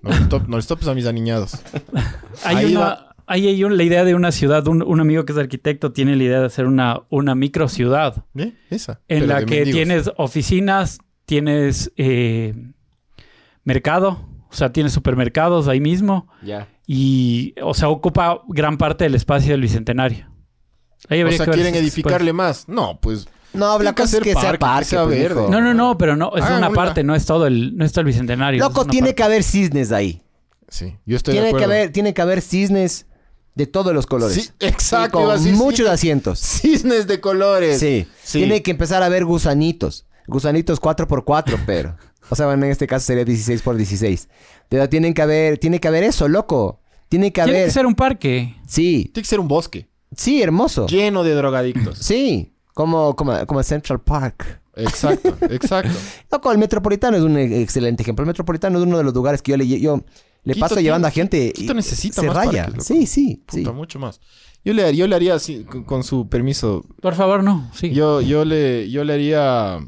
Speaker 3: No les, top- no les topes a mis aniñados.
Speaker 4: Hay
Speaker 3: Ahí
Speaker 4: una-
Speaker 3: va.
Speaker 4: ahí hay un- la idea de una ciudad. Un, un amigo que es arquitecto tiene la idea de hacer una, una micro ciudad
Speaker 3: ¿Eh? Esa.
Speaker 4: en
Speaker 3: Pero
Speaker 4: la
Speaker 3: de
Speaker 4: que
Speaker 3: mendigos.
Speaker 4: tienes oficinas, tienes eh, mercado, o sea, tienes supermercados ahí mismo
Speaker 2: Ya.
Speaker 4: y, o sea, ocupa gran parte del espacio del Bicentenario. Ahí
Speaker 3: O
Speaker 4: habría
Speaker 3: sea,
Speaker 4: que ver
Speaker 3: quieren
Speaker 4: si se puede.
Speaker 3: edificarle más. No, pues.
Speaker 2: No, la
Speaker 3: Tiene que
Speaker 2: cosa es
Speaker 3: hacer
Speaker 2: que sea
Speaker 3: parque, que
Speaker 2: parque.
Speaker 3: sea
Speaker 2: pues,
Speaker 3: verde.
Speaker 2: hijo.
Speaker 4: No, no, no, pero no, es
Speaker 3: Hagan
Speaker 4: una
Speaker 3: una.
Speaker 4: parte, no es todo el, no es todo el Bicentenario. es
Speaker 2: Loco,
Speaker 4: una
Speaker 2: tiene
Speaker 4: parte.
Speaker 2: que haber cisnes ahí.
Speaker 3: Sí, yo estoy de
Speaker 2: Tiene que,
Speaker 3: acuerdo.
Speaker 2: haber, tiene que haber cisnes de todos los colores.
Speaker 3: Sí, exacto. iba a
Speaker 2: Con
Speaker 3: decir
Speaker 2: muchos
Speaker 3: cisnes-
Speaker 2: asientos.
Speaker 3: Cisnes de colores.
Speaker 2: Sí.
Speaker 3: Sí.
Speaker 2: Tiene que empezar a haber gusanitos. Gusanitos
Speaker 3: [LAUGHS]
Speaker 2: 4x4, pero. O sea, bueno, en este caso sería 16x16. Pero tienen que haber, tiene que haber eso, loco. Tiene que haber.
Speaker 4: Tiene que ser un parque.
Speaker 2: Sí,
Speaker 3: Tiene que ser un bosque
Speaker 2: sí, hermoso.
Speaker 3: lleno de drogadictos.
Speaker 2: Sí, como, como, como Central Park.
Speaker 3: exacto, exacto.
Speaker 2: Loco, el Metropolitano es un e- excelente ejemplo. El Metropolitano es uno de los lugares que yo le... Yo, Le
Speaker 3: Quito
Speaker 2: pasa
Speaker 3: tiene-
Speaker 2: llevando a gente y
Speaker 3: Quito necesita
Speaker 2: se
Speaker 3: más
Speaker 2: raya.
Speaker 3: parques, loco.
Speaker 2: Sí, sí, sí.
Speaker 3: Puta, mucho más. Yo le, yo le haría así, con, con su permiso.
Speaker 4: Por favor, no. Sí.
Speaker 3: Yo, yo, le, yo le haría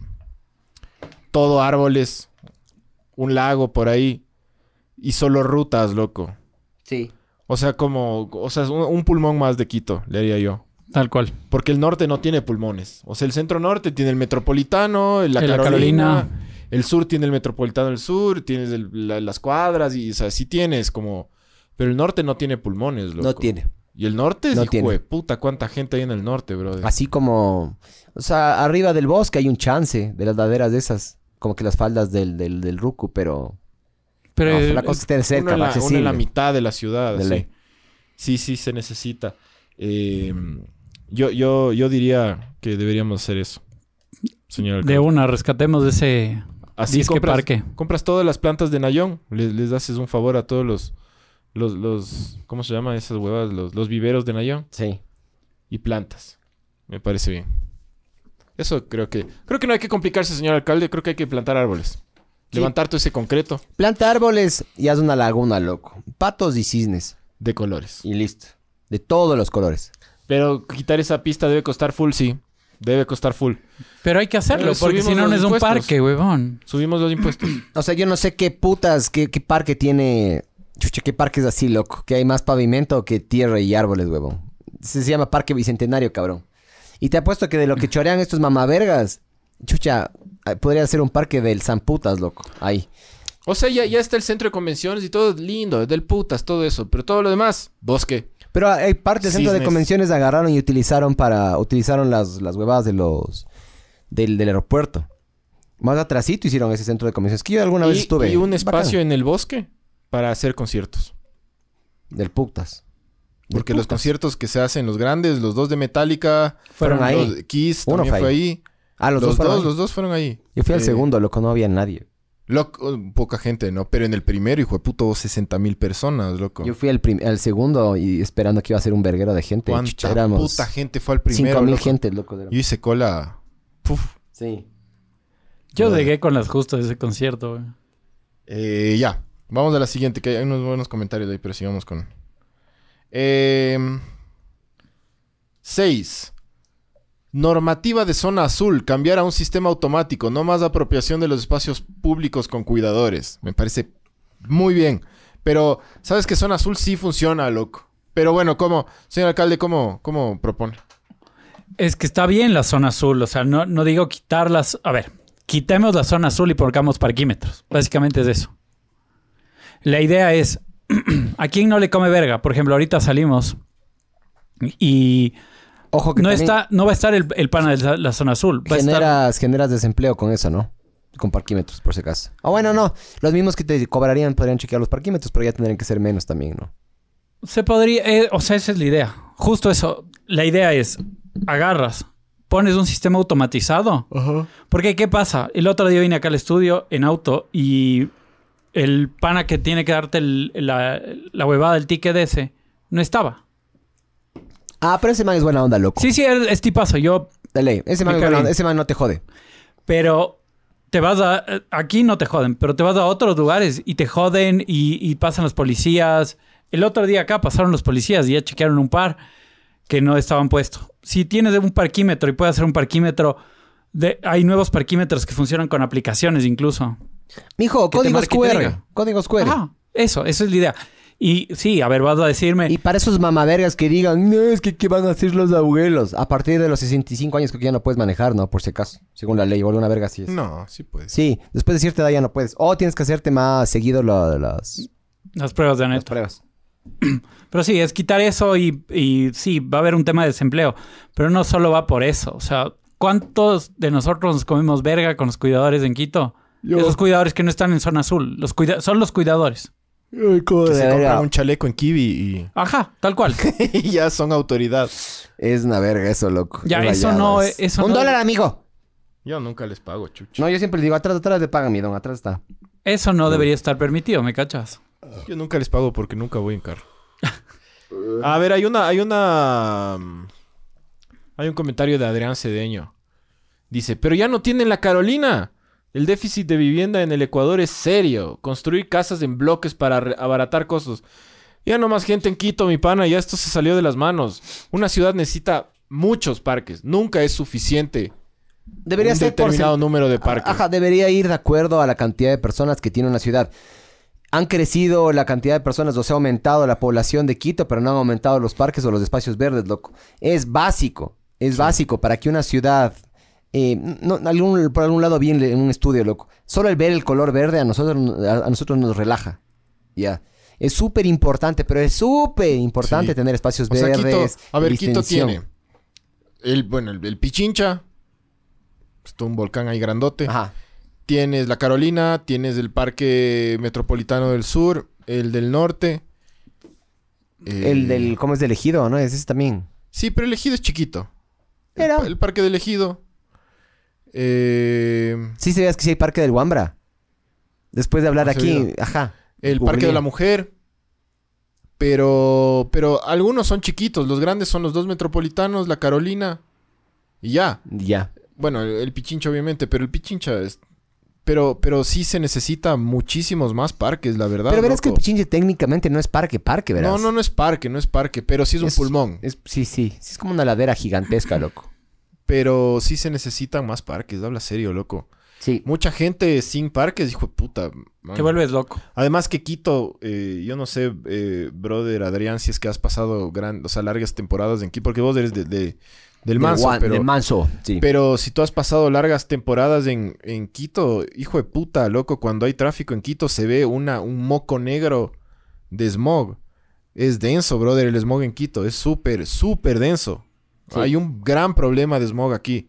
Speaker 3: todo árboles, un lago por ahí y solo rutas, loco.
Speaker 2: Sí.
Speaker 3: O sea, como, o sea, un, un pulmón más de Quito, le haría yo.
Speaker 4: Tal cual.
Speaker 3: Porque el norte no tiene pulmones. O sea, el centro norte tiene el metropolitano, la,
Speaker 4: Eh, la
Speaker 3: Carolina,
Speaker 4: Carolina.
Speaker 3: El sur tiene el metropolitano del sur, tienes el- la- las cuadras y, o sea, sí tienes como... Pero el norte no tiene pulmones, loco.
Speaker 2: No tiene.
Speaker 3: Y el norte es,
Speaker 2: No
Speaker 3: hijo
Speaker 2: tiene.
Speaker 3: de puta, cuánta gente hay en el norte, brother.
Speaker 2: Así como. O sea, arriba del bosque hay un chance de las laderas de esas. Como que las faldas del, del, del Ruku, pero.
Speaker 4: Pero
Speaker 2: no,
Speaker 4: eh,
Speaker 2: la cosa es que esté cerca,
Speaker 3: uno, en la, uno
Speaker 2: accesible.
Speaker 3: en la mitad de la ciudad.
Speaker 2: De
Speaker 3: sí.
Speaker 2: ley.
Speaker 3: Sí, sí, se necesita. Eh, yo, yo, yo diría que deberíamos hacer eso. Señor alcalde.
Speaker 4: de una, rescatemos de ese.
Speaker 3: Así
Speaker 4: Disque
Speaker 3: compras,
Speaker 4: parque.
Speaker 3: compras todas las plantas de Nayón. Les, les haces un favor a todos los... los, los ¿Cómo se llaman esas huevas? Los, los viveros de Nayón.
Speaker 2: Sí.
Speaker 3: Y plantas. Me parece bien. Eso creo que... Creo que no hay que complicarse, señor alcalde. Creo que hay que plantar árboles.
Speaker 2: Sí.
Speaker 3: Levantar todo ese concreto
Speaker 2: Planta árboles y haz una laguna, loco. Patos y cisnes.
Speaker 3: de colores.
Speaker 2: Y listo. De todos los colores.
Speaker 3: Pero quitar esa pista debe costar full, sí. Debe costar full.
Speaker 4: Pero hay que hacerlo,
Speaker 3: Pero
Speaker 4: porque
Speaker 3: subimos
Speaker 4: si no,
Speaker 3: los
Speaker 4: no es un
Speaker 3: impuestos.
Speaker 4: parque, huevón.
Speaker 3: Subimos los
Speaker 2: [CLEARS THROAT]
Speaker 3: impuestos.
Speaker 2: O sea, yo no sé qué putas, qué, qué parque tiene. Chucha, qué parque es así, loco. Que hay más pavimento que tierra y árboles, huevón. Se se llama Parque Bicentenario, cabrón. Y te apuesto que de lo
Speaker 3: [LAUGHS]
Speaker 2: que chorean estos mamavergas, chucha, eh, podría ser un parque del San Putas, loco. Ahí.
Speaker 3: O sea, ya, ya está el centro de convenciones y todo lindo, del putas, todo eso. Pero todo lo demás, bosque.
Speaker 2: Pero ah, hay parte del centro de
Speaker 3: Cisnes.
Speaker 2: convenciones agarraron y utilizaron para. Utilizaron las, las huevadas de los. Del, del aeropuerto. Más atrasito hicieron ese centro de convenciones. Que yo alguna
Speaker 3: y,
Speaker 2: vez estuve.
Speaker 3: y un
Speaker 2: Bacán.
Speaker 3: espacio en el bosque para hacer conciertos.
Speaker 2: Del putas. Del
Speaker 3: Porque los
Speaker 2: putas.
Speaker 3: conciertos que se hacen, los grandes, los dos de Metallica,
Speaker 2: Fueron ahí.
Speaker 3: los de Kiss,
Speaker 2: Uno
Speaker 3: también
Speaker 2: fue
Speaker 3: fue ahí.
Speaker 2: Ah, los, dos,
Speaker 3: Los, dos,
Speaker 2: fueron ahí.
Speaker 3: los dos fueron ahí.
Speaker 2: Yo fui al
Speaker 3: Eh,
Speaker 2: segundo, loco, no había nadie.
Speaker 3: loco, oh, poca gente, ¿no? Pero en el primero, hijo de puto, 60 mil personas, loco.
Speaker 2: Yo fui al, prim- al segundo y esperando que iba a ser un verguero de gente. Chucha,
Speaker 3: ¿Cuánta
Speaker 2: éramos
Speaker 3: puta gente fue al
Speaker 2: cinco
Speaker 3: primero?
Speaker 2: mil
Speaker 3: loco?
Speaker 2: gente, loco. de-
Speaker 3: Yo hice cola. Puf.
Speaker 2: Sí.
Speaker 4: Yo
Speaker 3: Bueno.
Speaker 4: llegué con las justas de ese concierto, güey.
Speaker 3: Eh, ya. Vamos a la siguiente, que hay unos buenos comentarios de ahí, pero sigamos con. Eh, seis. Normativa de zona azul. Cambiar a un sistema automático. No más apropiación de los espacios públicos con cuidadores. Me parece muy bien. Pero, ¿sabes que zona azul sí funciona, loco? Pero bueno, ¿cómo? Señor alcalde, ¿cómo, cómo propone?
Speaker 4: Es que está bien la zona azul, o sea, no, no digo quitarlas. A ver, quitemos la zona azul y pongamos parquímetros. Básicamente es eso. La idea es, [CLEARS THROAT] ¿a quién no le come verga? Por ejemplo, ahorita salimos y
Speaker 2: Ojo que
Speaker 4: no,
Speaker 2: también
Speaker 4: está, no va a estar el, el pana de la, la zona azul. Va a estar-
Speaker 2: generas, generas desempleo con eso, ¿no? Con parquímetros, por si acaso. O bueno, no. Los mismos que te cobrarían podrían chequear los parquímetros, pero ya tendrían que ser menos también, ¿no?
Speaker 4: Se podría, eh, o sea, esa es la idea. Justo eso. La idea es, agarras, pones un sistema automatizado. Porque, ¿qué pasa? El otro día vine acá al estudio en auto y el pana que tiene que darte el- la, la huevada del ticket ese no estaba.
Speaker 2: Ah, pero ese man es buena onda, loco.
Speaker 4: Sí, sí, es, es tipazo. Yo,
Speaker 2: Dale, ese man,
Speaker 4: Me
Speaker 2: es buena
Speaker 4: cae bien.
Speaker 2: onda, ese man no te jode.
Speaker 4: pero te vas a... eh, Aquí no te joden, pero te vas a otros lugares y te joden y, y pasan los policías. El otro día acá pasaron los policías y ya chequearon un par que no estaban puestos. Si tienes un parquímetro y puedes hacer un parquímetro... de- hay nuevos parquímetros que funcionan con aplicaciones incluso.
Speaker 2: Mijo,
Speaker 4: Que te
Speaker 2: códigos
Speaker 4: marque y te
Speaker 2: QR.
Speaker 4: diga.
Speaker 2: Códigos QR.
Speaker 4: Ajá, eso, esa es la idea. Y sí, a ver, vas a decirme.
Speaker 2: Y para esos mamavergas que digan, no, es que ¿qué van a hacer los abuelos? A partir de los 65 años creo que ya no puedes manejar, ¿no? Por si acaso. Según la ley, igual una verga así es.
Speaker 3: No, sí puedes.
Speaker 2: Sí, después de cierta edad ya no puedes. O tienes que hacerte más seguido lo- las,
Speaker 4: Las pruebas de
Speaker 2: las
Speaker 4: neto.
Speaker 2: pruebas.
Speaker 4: Pero sí, es quitar eso y, y sí, va a haber un tema de desempleo. Pero no solo va por eso. O sea, ¿cuántos de nosotros nos comemos verga con los cuidadores en Quito? Esos cuidadores que no están en zona azul. Los cuida- son los cuidadores.
Speaker 3: Que se
Speaker 2: de
Speaker 3: compran
Speaker 2: verga.
Speaker 3: un chaleco en Kiwi
Speaker 4: Ajá,
Speaker 3: [LAUGHS]
Speaker 4: tal cual.
Speaker 3: y, y ya son autoridad.
Speaker 2: Es una verga eso, loco.
Speaker 4: Ya,
Speaker 2: Qué
Speaker 4: eso
Speaker 2: rayado
Speaker 4: no,
Speaker 2: es.
Speaker 4: eh, eso
Speaker 2: un
Speaker 4: no-
Speaker 2: dólar, amigo.
Speaker 3: Yo nunca les pago, chucho.
Speaker 2: No, yo siempre le digo, atrás, atrás de paga, mi don, atrás está.
Speaker 4: Eso no debería estar permitido, ¿me cachas?
Speaker 3: Yo nunca les pago porque nunca voy en carro. A ver, hay una, hay una. mm, Hay un comentario de Adrián Cedeño. Dice, pero ya no tienen la Carolina.
Speaker 5: El déficit de vivienda en el Ecuador es serio. Construir casas en bloques para re- abaratar costos. Ya no más gente en Quito, mi pana. Ya esto se salió de las manos. Una ciudad necesita muchos parques. Nunca es suficiente
Speaker 2: Debería
Speaker 5: un
Speaker 2: ser por
Speaker 5: determinado número de parques.
Speaker 2: Ajá, debería ir de acuerdo a la cantidad de personas que tiene una ciudad. Han crecido la cantidad de personas, o sea, ha aumentado la población de Quito, pero no han aumentado los parques o los espacios verdes, loco. Es básico, es básico para que una ciudad, eh, no, algún- por algún lado vi en le- en un estudio, loco. Solo el ver el color verde a nosotros, a, a nosotros nos relaja. Ya. Es súper importante, pero es súper importante
Speaker 3: Sí.
Speaker 2: tener espacios
Speaker 3: O sea,
Speaker 2: verdes.
Speaker 3: Quito, a ver, Quito
Speaker 2: distensión.
Speaker 3: tiene. El, bueno, el, el Pichincha. Está un volcán ahí grandote.
Speaker 2: Ajá.
Speaker 3: Tienes la Carolina, tienes el Parque Metropolitano del Sur, el del Norte. eh,
Speaker 2: El del, ¿cómo es del ejido, no? Es ese también.
Speaker 3: Sí, pero el ejido es chiquito. El
Speaker 2: Era.
Speaker 3: pa- El, parque del ejido. Eh,
Speaker 2: Sí, sabías que sí hay Parque del Huambra. Después de hablar
Speaker 3: No
Speaker 2: aquí,
Speaker 3: sabía.
Speaker 2: ajá.
Speaker 3: el Parque de la Mujer. Pero, pero algunos son chiquitos. Los grandes son los dos metropolitanos, la Carolina. Y ya.
Speaker 2: Ya.
Speaker 3: Bueno, el, el Pichincha obviamente, pero el Pichincha es... Pero, pero sí se necesita muchísimos más parques, la verdad.
Speaker 2: Pero verás que el
Speaker 3: Ah, loco.
Speaker 2: Pichinche técnicamente no es parque, parque, verás.
Speaker 3: No, no, no es parque, no es parque, pero sí es un
Speaker 2: Es-
Speaker 3: pulmón.
Speaker 2: Es- sí, sí. Sí, es como una ladera gigantesca, loco.
Speaker 3: Pero sí se necesitan más parques, habla serio, loco.
Speaker 2: Sí.
Speaker 3: Mucha gente sin parques, hijo de puta. man.
Speaker 4: Te vuelves loco.
Speaker 3: Además que Quito, eh, yo no sé, eh, brother Adrián, si es que has pasado gran, o sea, largas temporadas en Quito, porque vos eres de, de- del Manso,
Speaker 2: Guan-
Speaker 3: pero...
Speaker 2: de manso, sí.
Speaker 3: Pero si tú has pasado largas temporadas en, en Quito, hijo de puta, loco, cuando hay tráfico en Quito se ve una, un moco negro de smog. Es denso, brother, el smog en Quito. Es súper, súper denso.
Speaker 2: Sí.
Speaker 3: Hay un gran problema de smog aquí.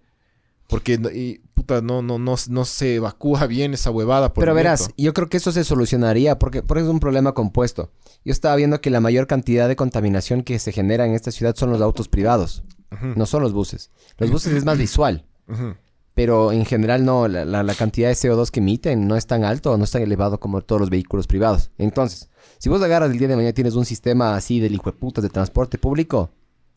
Speaker 3: Porque, no- y, puta, no, no, no, no se evacúa [LAUGHS] bien esa huevada. Por
Speaker 2: Pero verás,
Speaker 3: viento.
Speaker 2: yo creo que eso se solucionaría porque, porque es un problema compuesto. Yo estaba viendo que la mayor cantidad de contaminación que se genera en esta ciudad son los autos privados,
Speaker 3: Ujú,
Speaker 2: no son los buses. Los buses es más visual.
Speaker 3: ujú.
Speaker 2: Pero en general no, la, la- la cantidad de CO2 que emiten no es tan alto o no es tan elevado como todos los vehículos privados. Entonces, si vos agarras el día de mañana y tienes un sistema así del hijo de putas de transporte público,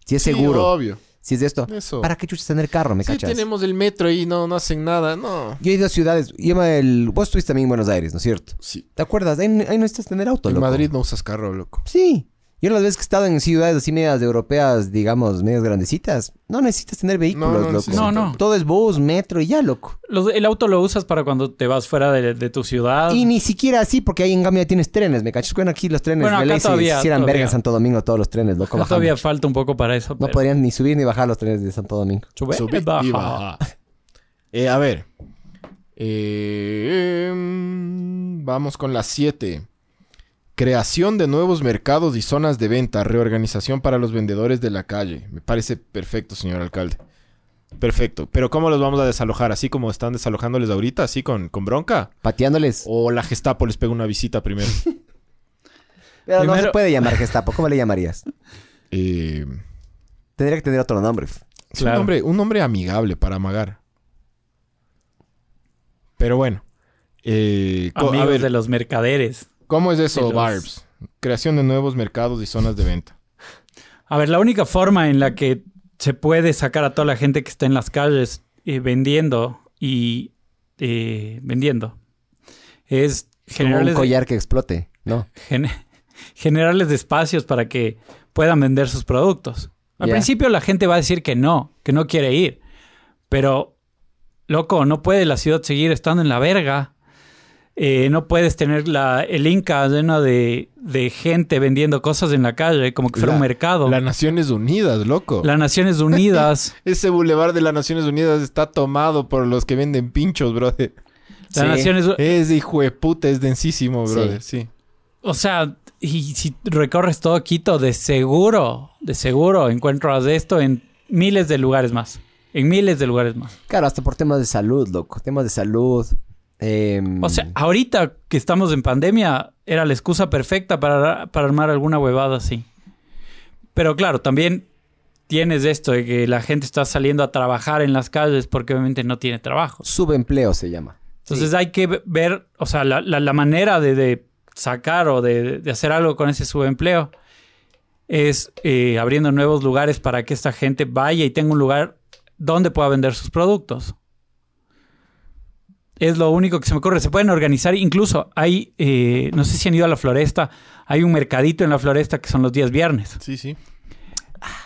Speaker 2: si es
Speaker 3: Sí,
Speaker 2: seguro,
Speaker 3: obvio.
Speaker 2: si es de esto,
Speaker 3: Eso.
Speaker 2: ¿para qué chuchas tener carro, me
Speaker 3: Sí,
Speaker 2: cachas?
Speaker 3: tenemos el metro ahí, no, no hacen nada, no.
Speaker 2: Yo he ido a ciudades, yo me- el, vos estuviste también en Buenos Aires, ¿no es cierto?
Speaker 3: Sí.
Speaker 2: ¿Te acuerdas? Ahí, no- ahí no necesitas tener auto,
Speaker 3: En
Speaker 2: loco.
Speaker 3: Madrid no usas carro, loco.
Speaker 2: Sí. Yo las veces que he estado en ciudades así medias europeas, digamos, medias grandecitas, no necesitas tener vehículos,
Speaker 3: no
Speaker 2: loco.
Speaker 3: necesitas
Speaker 4: No, no.
Speaker 2: Todo es bus, metro y ya, loco.
Speaker 4: Los- el auto lo usas para cuando te vas fuera de, de tu ciudad.
Speaker 2: Y ni siquiera así, porque ahí en Gambia tienes trenes, ¿me cachas? Bueno, aquí los trenes
Speaker 4: Bueno,
Speaker 2: de
Speaker 4: acá
Speaker 2: ley se-
Speaker 4: todavía-
Speaker 2: se hicieran
Speaker 4: todavía.
Speaker 2: verga en Santo Domingo todos los trenes, loco, bajando.
Speaker 4: Todavía falta un poco para eso.
Speaker 2: No
Speaker 4: pero-
Speaker 2: podrían ni subir ni bajar los trenes de Santo Domingo.
Speaker 4: Sube,
Speaker 3: Subir y
Speaker 4: baja.
Speaker 3: bajar. Eh, a ver. Eh, em, vamos con las 7. Creación de nuevos mercados y zonas de venta. Reorganización para los vendedores de la calle. Me parece perfecto, señor alcalde. Perfecto. Pero ¿cómo los vamos a desalojar? ¿Así como están desalojándoles ahorita? ¿Así con, con bronca?
Speaker 2: Pateándoles.
Speaker 3: ¿O la Gestapo les pega una visita
Speaker 4: [LAUGHS]
Speaker 3: primero?
Speaker 2: Pero no se
Speaker 4: primero-
Speaker 2: puede llamar Gestapo. ¿Cómo le llamarías?
Speaker 3: Eh,
Speaker 2: Tendría que tener otro nombre.
Speaker 3: Sí,
Speaker 4: Claro.
Speaker 3: un, nombre, un nombre amigable para amagar. Pero bueno. Eh, co- a
Speaker 4: Amigos
Speaker 3: ver,
Speaker 4: de los mercaderes.
Speaker 3: ¿cómo es
Speaker 4: de
Speaker 3: eso,
Speaker 4: los-
Speaker 3: Barbs? Creación de nuevos mercados y zonas de venta.
Speaker 4: A ver, la única forma en la que se puede sacar a toda la gente que está en las calles eh, vendiendo y eh, vendiendo es
Speaker 2: Como un
Speaker 4: generarles,
Speaker 2: collar que explote. No.
Speaker 4: gen- [LAUGHS] generarles espacios para que puedan vender sus productos. Al
Speaker 2: Ya.
Speaker 4: principio la gente va a decir que no, que no quiere ir, pero loco, no puede la ciudad seguir estando en la verga. Eh, no puedes tener la, el Inca lleno de, de gente vendiendo cosas en la calle, como que fuera
Speaker 3: La-
Speaker 4: un mercado.
Speaker 3: Las Naciones Unidas, loco.
Speaker 4: Las Naciones Unidas.
Speaker 3: Ese bulevar de las Naciones Unidas está tomado por los que venden pinchos, brother.
Speaker 4: Las
Speaker 2: Sí.
Speaker 4: Naciones U-
Speaker 3: Es de hijo de puta, es densísimo,
Speaker 2: Sí.
Speaker 3: brother. Sí.
Speaker 4: O sea, y si recorres todo Quito, de seguro, de seguro encuentras esto en miles de lugares más. En miles de lugares más.
Speaker 2: Claro, hasta por temas de salud, loco. Temas de salud. em,
Speaker 4: O sea, ahorita que estamos en pandemia, era la excusa perfecta para, para armar alguna huevada así. Pero claro, también tienes esto de que la gente está saliendo a trabajar en las calles porque obviamente no tiene trabajo.
Speaker 2: subempleo se llama.
Speaker 4: Entonces hay que ve- ver, o sea, la, la- la manera de, de sacar o de, de hacer algo con ese subempleo es eh, abriendo nuevos lugares para que esta gente vaya y tenga un lugar donde pueda vender sus productos. Es lo único que se me ocurre. Se pueden organizar, incluso hay, eh, no sé si han ido a la floresta, hay un mercadito en la floresta que son los días viernes.
Speaker 3: Sí, sí.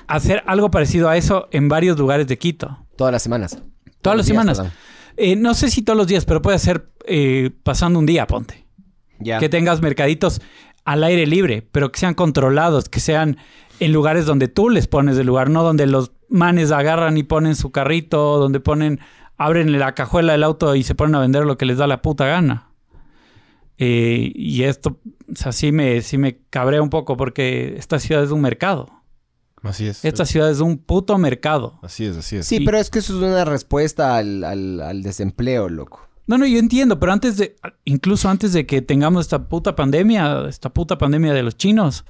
Speaker 4: Hacer algo parecido a eso en varios lugares de Quito.
Speaker 2: Todas las semanas.
Speaker 4: Todas las
Speaker 2: días,
Speaker 4: semanas.
Speaker 2: perdón.
Speaker 4: Eh, no sé si todos los días, pero puede ser eh, pasando un día, ponte.
Speaker 2: Ya.
Speaker 4: Que tengas mercaditos al aire libre, pero que sean controlados, que sean en lugares donde tú les pones el lugar, no donde los manes agarran y ponen su carrito, donde ponen, abren la cajuela del auto y se ponen a vender lo que les da la puta gana. Eh, y esto, o sea, sí me, sí me cabrea un poco porque esta ciudad es un mercado.
Speaker 3: Así es.
Speaker 4: Esta ciudad es un puto mercado.
Speaker 3: Así es, así es.
Speaker 2: Sí, pero es que eso es una respuesta al, al- al desempleo, loco.
Speaker 4: No, no, yo entiendo, pero antes de, incluso antes de que tengamos esta puta pandemia, esta puta pandemia de los chinos,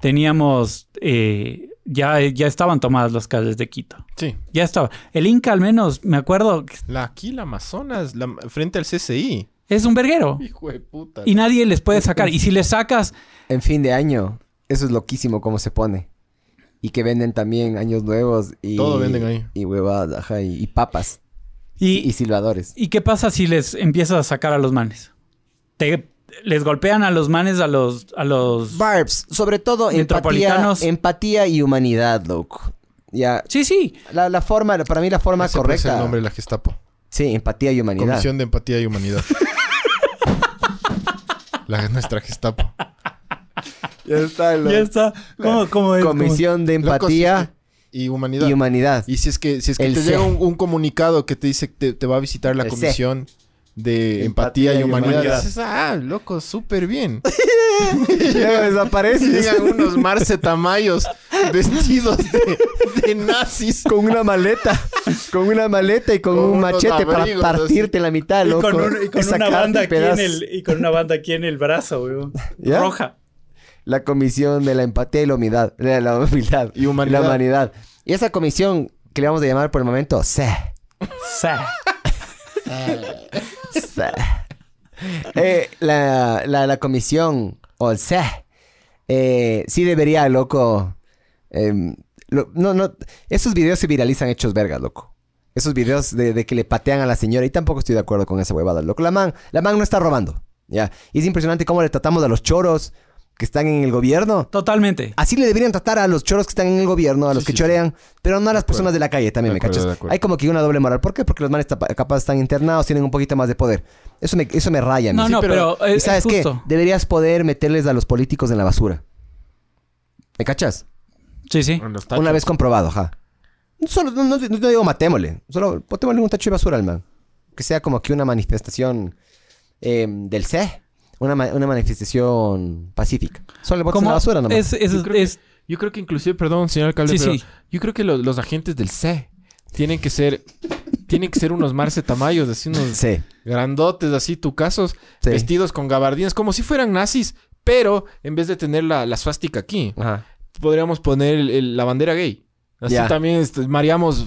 Speaker 4: teníamos, eh, ya, ya estaban tomadas las calles de Quito.
Speaker 3: Sí.
Speaker 4: Ya estaba. El Inca al menos, me acuerdo, que
Speaker 3: La, aquí la Amazonas, la- frente al CCI.
Speaker 4: es un verguero.
Speaker 3: Hijo de puta.
Speaker 4: Y nadie les puede sacar. Y si les sacas,
Speaker 2: En fin de año, eso es loquísimo cómo se pone. Y que venden también años nuevos y...
Speaker 3: Todo venden ahí.
Speaker 2: Y huevadas, ajá, y, y papas. Y,
Speaker 4: y,
Speaker 2: silbadores.
Speaker 4: ¿y qué pasa si les empiezas a sacar a los manes? Te- les golpean a los manes, a los, a los...
Speaker 2: Barbs, sobre todo empatía,
Speaker 4: Metropolitanos.
Speaker 2: empatía y humanidad, loco. Ya,
Speaker 4: Sí, sí.
Speaker 2: la, la forma, para mí la forma
Speaker 3: Ese puede ser
Speaker 2: correcta.
Speaker 3: el nombre de la Gestapo.
Speaker 2: Sí, empatía y humanidad.
Speaker 3: Comisión de Empatía y [LAUGHS] Humanidad. la nuestra Gestapo.
Speaker 2: Ya está, loco.
Speaker 4: Ya está. ¿Cómo, cómo es? ¿Cómo-
Speaker 2: Comisión de
Speaker 3: Loco, si es
Speaker 2: empatía
Speaker 3: que- y humanidad.
Speaker 2: y humanidad.
Speaker 3: Y si es que, si es que
Speaker 2: El
Speaker 3: te
Speaker 2: C.
Speaker 3: llega un, un comunicado que te dice que te, te va a visitar la
Speaker 2: El C.
Speaker 3: comisión de
Speaker 2: Empatía
Speaker 3: empatía, y
Speaker 2: y
Speaker 3: humanidad,
Speaker 2: Humanidad.
Speaker 3: dices, ah, loco,
Speaker 2: [LAUGHS]
Speaker 3: súper bien. [LAUGHS]
Speaker 2: Ya desapareces.
Speaker 3: Llegan unos Marce Tamayos vestidos de, de
Speaker 2: [LAUGHS]
Speaker 3: nazis.
Speaker 2: con una maleta, con una maleta y con,
Speaker 3: Con
Speaker 2: un
Speaker 3: unos
Speaker 2: machete para
Speaker 3: abrigos,
Speaker 2: partirte la mitad,
Speaker 4: Y
Speaker 2: loco.
Speaker 4: con, un- y con
Speaker 2: Esa
Speaker 4: una
Speaker 2: carta
Speaker 4: banda
Speaker 2: y
Speaker 4: aquí en
Speaker 2: pedazos.
Speaker 4: el, y con una banda aquí en el brazo, weón.
Speaker 2: ¿Ya?
Speaker 4: Roja.
Speaker 2: La comisión de la empatía y la humildad, la, la humildad
Speaker 3: Y humanidad.
Speaker 2: la humanidad. Y esa comisión que le vamos a llamar por el momento C.
Speaker 4: Sa.
Speaker 2: C. [LAUGHS] Eh, la, la, la comisión o el C E, eh, sí debería, loco. em, lo- no, no. Esos videos se viralizan hechos vergas, loco. Esos videos de, de que le patean a la señora. Y tampoco estoy de acuerdo con esa huevada, loco. La man, la man no está robando. Ya. Y es impresionante cómo le tratamos a los choros que están en el gobierno.
Speaker 4: Totalmente.
Speaker 2: Así le deberían tratar a los choros que están en el gobierno, a los
Speaker 3: Sí,
Speaker 2: que
Speaker 3: sí,
Speaker 2: chorean, pero no a las personas de la calle también,
Speaker 3: De
Speaker 2: ¿me
Speaker 3: acuerdo, de
Speaker 2: cachas?
Speaker 3: acuerdo.
Speaker 2: Hay como que una doble moral. ¿Por qué? Porque los manes tapa- capaz están internados, tienen un poquito más de poder. Eso me, eso me raya. a mí.
Speaker 4: No,
Speaker 2: Sí,
Speaker 4: no, pero,
Speaker 2: y
Speaker 4: es,
Speaker 2: sabes
Speaker 4: es
Speaker 2: qué?
Speaker 4: justo.
Speaker 2: Deberías poder meterles a los políticos en la basura. ¿Me cachas?
Speaker 4: Sí, sí.
Speaker 3: Con los
Speaker 2: Una
Speaker 3: tachos.
Speaker 2: vez comprobado, ajá. Solo, no, no- no digo matémosle, solo botémosle un tacho de basura al man. Que sea como que una manifestación eh, del C, una, ma- una manifestación pacífica. Solo le botas en
Speaker 4: Como
Speaker 2: la basura nomás.
Speaker 4: es, es-
Speaker 5: Yo creo que-
Speaker 4: es-
Speaker 5: Yo creo que inclusive, perdón, señor alcalde,
Speaker 4: Sí,
Speaker 5: pero
Speaker 4: sí.
Speaker 5: yo creo que lo- los agentes del C tienen que ser, tienen que ser unos Marce Tamayos, así unos
Speaker 2: Sí,
Speaker 5: grandotes, así tucasos,
Speaker 2: sí.
Speaker 4: Este,
Speaker 5: vestidos con gabardinas, como si fueran nazis, pero en vez de tener la, la suástica aquí,
Speaker 2: Ajá.
Speaker 5: podríamos poner el- el- la bandera gay. Así
Speaker 2: Ya.
Speaker 5: también este, mareamos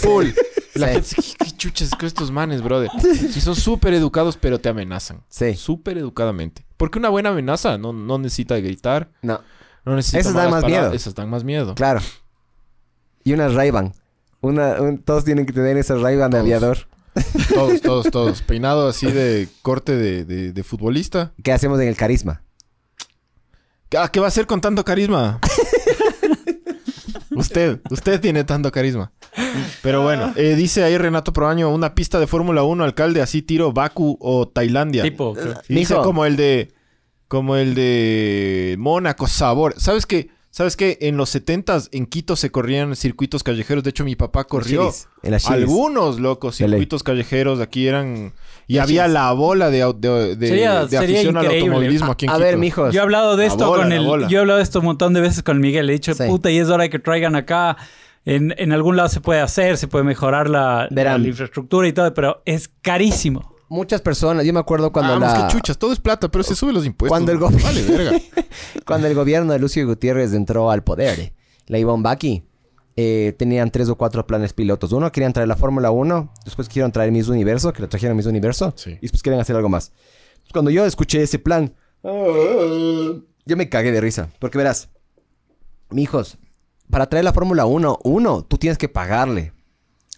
Speaker 5: full. La
Speaker 2: [LAUGHS] Sí.
Speaker 5: gente dice, ¿qué, qué chuchas con estos manes, brother? Si son súper educados, pero te amenazan.
Speaker 2: Sí.
Speaker 5: Súper educadamente. Porque una buena amenaza no, no necesita gritar,
Speaker 2: No.
Speaker 5: no necesita
Speaker 2: Esas dan
Speaker 5: malas
Speaker 2: más
Speaker 5: palabras,
Speaker 2: miedo.
Speaker 5: Esas dan más miedo.
Speaker 2: Claro. Y una ray Una, un- todos tienen que tener ese ray de
Speaker 3: Todos.
Speaker 2: aviador.
Speaker 3: Todos, todos, todos. Peinado así de corte de, de- de futbolista.
Speaker 2: que hacemos en el carisma?
Speaker 3: Ah, ¿Qué va a hacer con
Speaker 2: [LAUGHS]
Speaker 3: tanto carisma? usted, usted tiene tanto carisma. Pero
Speaker 2: Ah.
Speaker 3: bueno, eh, dice ahí Renato Proaño, una pista de Fórmula 1, alcalde, así tiro Baku o Tailandia.
Speaker 4: tipo. creo.
Speaker 3: Y dice
Speaker 2: Mijo.
Speaker 3: como el de. Como el de Mónaco, sabor. ¿Sabes qué? ¿Sabes qué? En los 70s en Quito se corrían circuitos callejeros. De hecho, mi papá corrió
Speaker 2: Chilis, En la chilis.
Speaker 3: algunos locos
Speaker 2: De ley.
Speaker 3: circuitos callejeros. Aquí eran. Y
Speaker 2: La
Speaker 3: había
Speaker 2: chilis.
Speaker 3: la bola de, au- de- de-
Speaker 4: Sería-
Speaker 3: de
Speaker 4: sería
Speaker 3: afición al
Speaker 4: increíble.
Speaker 3: automovilismo aquí en
Speaker 2: Ah, A
Speaker 3: Quito.
Speaker 2: ver, mijos.
Speaker 4: Yo he hablado de
Speaker 3: La
Speaker 4: esto
Speaker 3: bola,
Speaker 4: con
Speaker 3: la
Speaker 4: el.
Speaker 3: bola.
Speaker 4: Yo he hablado de esto un montón de veces con Miguel. Le he dicho,
Speaker 2: Sí.
Speaker 4: puta, y es hora de que traigan acá. En, en algún lado se puede hacer, se puede mejorar la,
Speaker 2: Verán.
Speaker 4: la infraestructura y todo, pero es carísimo.
Speaker 2: Muchas personas, yo me acuerdo cuando
Speaker 3: Ah, Vamos,
Speaker 2: la-
Speaker 3: pues qué chuchas. Todo es plata, pero se suben los impuestos.
Speaker 2: Cuando el
Speaker 3: ¿no?
Speaker 2: gobierno- [LAUGHS]
Speaker 3: Vale, verga.
Speaker 2: cuando el gobierno de Lucio Gutiérrez entró al poder, eh, la Ivonne Baki, eh, tenían tres o cuatro planes pilotos. Uno, querían traer la Fórmula 1, después quisieron traer Miss Universo, que lo trajeron Miss Universo,
Speaker 3: Sí.
Speaker 2: y después querían hacer algo más. Pues Cuando yo escuché ese plan, yo me cagué de risa, porque verás, mijos, para traer la Fórmula 1, uno, tú tienes que pagarle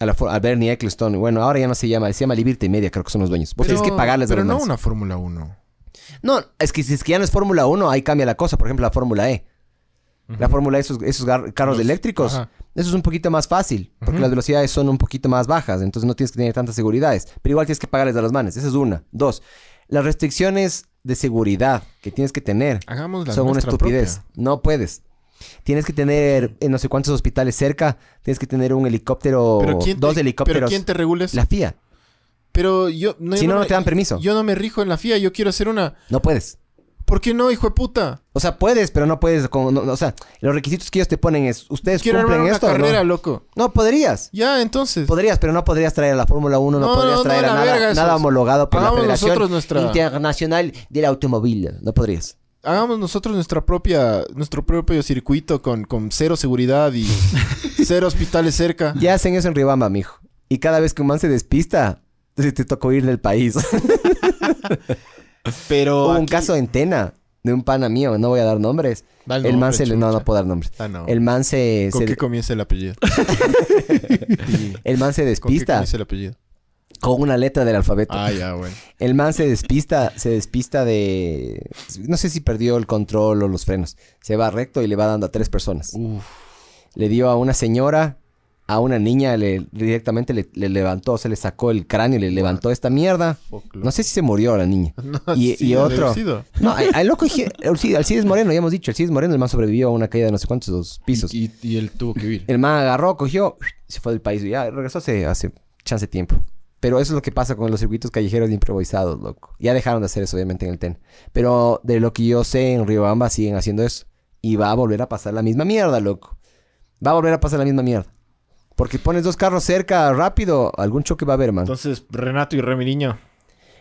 Speaker 2: A, la, for- a Bernie Ecclestone. Bueno, ahora ya no se llama. Se llama Liberty Media, creo que son los dueños. Vos tienes que pagarles a
Speaker 3: Pero
Speaker 2: los
Speaker 3: no
Speaker 2: manes.
Speaker 3: una Fórmula 1.
Speaker 2: No, es que si es que ya no es Fórmula 1, ahí cambia la cosa. Por ejemplo, la Fórmula E. La Fórmula E, esos, esos gar- carros
Speaker 3: Los-
Speaker 2: eléctricos,
Speaker 3: ajá.
Speaker 2: eso es un poquito más fácil, porque las velocidades son un poquito más bajas, entonces no tienes que tener tantas seguridades, pero igual tienes que pagarles a los manes, esa es una. Dos, las restricciones de seguridad que tienes que tener
Speaker 3: Hagamos la
Speaker 2: son una estupidez, no puedes. Tienes que tener eh, no sé cuántos hospitales cerca, tienes que tener un helicóptero,
Speaker 3: Pero ¿quién
Speaker 2: dos
Speaker 3: te,
Speaker 2: helicópteros,
Speaker 3: Pero ¿quién te regula eso?
Speaker 2: la FIA,
Speaker 3: Pero yo... No,
Speaker 2: Si
Speaker 3: yo
Speaker 2: no, no
Speaker 3: me-
Speaker 2: te dan permiso.
Speaker 3: Yo no me rijo en la FIA. Yo quiero hacer una...
Speaker 2: no puedes.
Speaker 3: ¿Por qué no, hijo de puta?
Speaker 2: O sea, puedes, pero no puedes. con- no- no, o sea, los requisitos que ellos te ponen es: ¿ustedes
Speaker 3: Quiero armar
Speaker 2: cumplen
Speaker 3: una
Speaker 2: esto? o no?
Speaker 3: carrera, loco.
Speaker 2: no? podrías.
Speaker 3: Ya, entonces.
Speaker 2: Podrías, pero no podrías traer a la Fórmula 1, no,
Speaker 3: No,
Speaker 2: podrías
Speaker 3: no, no,
Speaker 2: traer a
Speaker 3: la verga
Speaker 2: nada,
Speaker 3: esos.
Speaker 2: nada homologado por
Speaker 3: Hagamos
Speaker 2: la Federación
Speaker 3: nosotros nuestra-
Speaker 2: Internacional del Automóvil. No podrías.
Speaker 3: Hagamos nosotros nuestra propia... Nuestro propio circuito con, con cero
Speaker 2: [LAUGHS]
Speaker 3: seguridad y... cero hospitales cerca.
Speaker 2: Ya hacen eso en Ribamba, mijo. Y cada vez que un man se despista, te, te tocó ir del
Speaker 3: [LAUGHS]
Speaker 2: país.
Speaker 3: Pero...
Speaker 5: Oh,
Speaker 2: Hubo un
Speaker 3: aquí-
Speaker 2: caso en Tena de un pana mío, no voy a dar nombres.
Speaker 3: Da
Speaker 2: el man
Speaker 3: nombre,
Speaker 2: se le. No,
Speaker 3: chucha.
Speaker 2: no puedo dar nombres.
Speaker 3: Ah, no.
Speaker 2: El man se.
Speaker 3: ¿Con
Speaker 2: se-
Speaker 3: qué comienza el apellido?
Speaker 2: el man se
Speaker 3: ¿Con qué
Speaker 2: despista
Speaker 3: comienza el apellido?
Speaker 2: con una letra del alfabeto.
Speaker 3: Ah, ya,
Speaker 2: [LAUGHS]
Speaker 3: bueno.
Speaker 2: El man se despista, se despista de... No sé si perdió el control o los frenos. Se va recto y le va dando a tres personas. Le dio a una señora, a una niña, le, directamente le, le levantó, se le sacó el cráneo, le levantó esta mierda. No sé si se murió la niña.
Speaker 3: [LAUGHS]
Speaker 2: Y- y
Speaker 3: ha de haber
Speaker 2: otro.
Speaker 3: sido.
Speaker 2: No, al al loco, dije- Alci- Alcides Moreno, ya hemos dicho, Alcides Moreno, el man sobrevivió a una caída de no sé cuántos dos pisos.
Speaker 3: Y, y él tuvo
Speaker 2: [LAUGHS]
Speaker 3: que huir.
Speaker 2: El man agarró, cogió, se fue del país y ya regresó hace, hace chance de tiempo. Pero eso es lo que pasa con los circuitos callejeros improvisados, loco. Ya dejaron de hacer eso, obviamente, en el TEN. Pero de lo que yo sé, en Riobamba siguen haciendo eso. Y va a volver a pasar la misma mierda, loco. Va a volver a pasar la misma mierda. Porque pones dos carros cerca, rápido, algún choque va a haber, man.
Speaker 5: Entonces, Renato y Remiriño.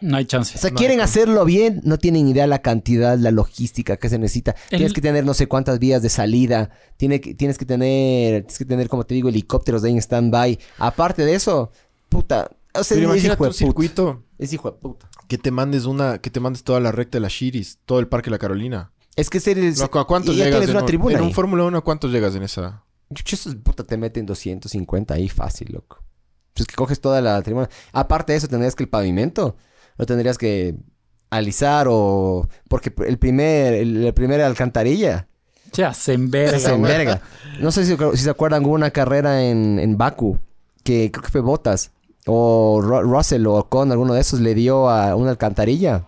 Speaker 4: No hay
Speaker 2: O
Speaker 4: chance.
Speaker 2: sea, quieren hacerlo bien, no tienen idea la cantidad, la logística que se necesita.
Speaker 4: El-
Speaker 2: Tienes que tener no sé cuántas vías de salida, tiene que- tienes que tener, tienes que tener, como te digo, helicópteros de ahí en stand-by. Aparte de eso, puta, o sea,
Speaker 3: Pero
Speaker 2: es
Speaker 3: imagínate
Speaker 2: hijo de
Speaker 3: un
Speaker 2: puta.
Speaker 3: circuito
Speaker 2: Es hijo de puta.
Speaker 3: que te mandes una, que te mandes toda la recta de la Shiris, todo el Parque de la Carolina.
Speaker 2: Es que ser el...
Speaker 3: Loco, ¿a cuántos
Speaker 2: y ya
Speaker 3: llegas?
Speaker 2: tienes
Speaker 3: en
Speaker 2: una
Speaker 3: un-
Speaker 2: tribuna eh.
Speaker 3: En un
Speaker 2: ahí.
Speaker 3: Fórmula 1, ¿a cuántos llegas en esa?
Speaker 2: Chucha, esos, puta, te meten 250 ahí fácil, loco. Pues que coges toda la tribuna. Aparte de eso, tendrías que el pavimento lo tendrías que alisar o... Porque el primer, el- la primera alcantarilla...
Speaker 4: Se hacen verga.
Speaker 2: Se hacen
Speaker 4: güey.
Speaker 2: verga. No sé si, si se acuerdan, hubo una carrera en, en Baku que creo que fue Botas o Ru- Russell o Ocon, alguno de esos, le dio a una alcantarilla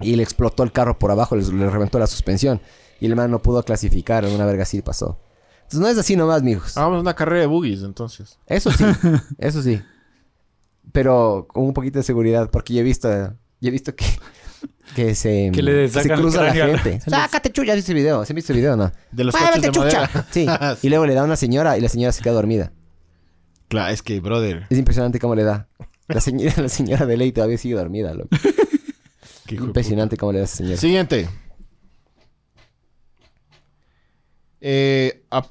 Speaker 2: y le explotó el carro por abajo, le, le reventó la suspensión y el man no pudo clasificar, alguna verga así pasó. Entonces no es así nomás, mijos.
Speaker 4: Ah.
Speaker 3: Hagamos Ah, una carrera de boogies, entonces.
Speaker 2: Eso
Speaker 4: [LAUGHS]
Speaker 2: sí, eso sí. Pero con un poquito de seguridad, porque yo he visto, yo he visto que, que se,
Speaker 4: Que le
Speaker 2: se
Speaker 4: sacan el
Speaker 2: cruza la
Speaker 4: cráneo a la- [LAUGHS]
Speaker 2: gente. Sácate chucha, ¿has visto el video? ¿Se ha visto el video o no?
Speaker 3: De los
Speaker 2: ¡Muévete,
Speaker 3: coches de madera. [LAUGHS]
Speaker 2: Sí. Y luego le da a una señora y la señora se queda dormida.
Speaker 3: Claro, es que, brother,
Speaker 2: Es impresionante cómo le da. La señora, [LAUGHS] la señora de ley todavía sigue dormida, loco.
Speaker 3: qué hijo de
Speaker 2: Impresionante cómo le da a esa
Speaker 3: puta.
Speaker 2: señora.
Speaker 3: Siguiente. Eh, ap-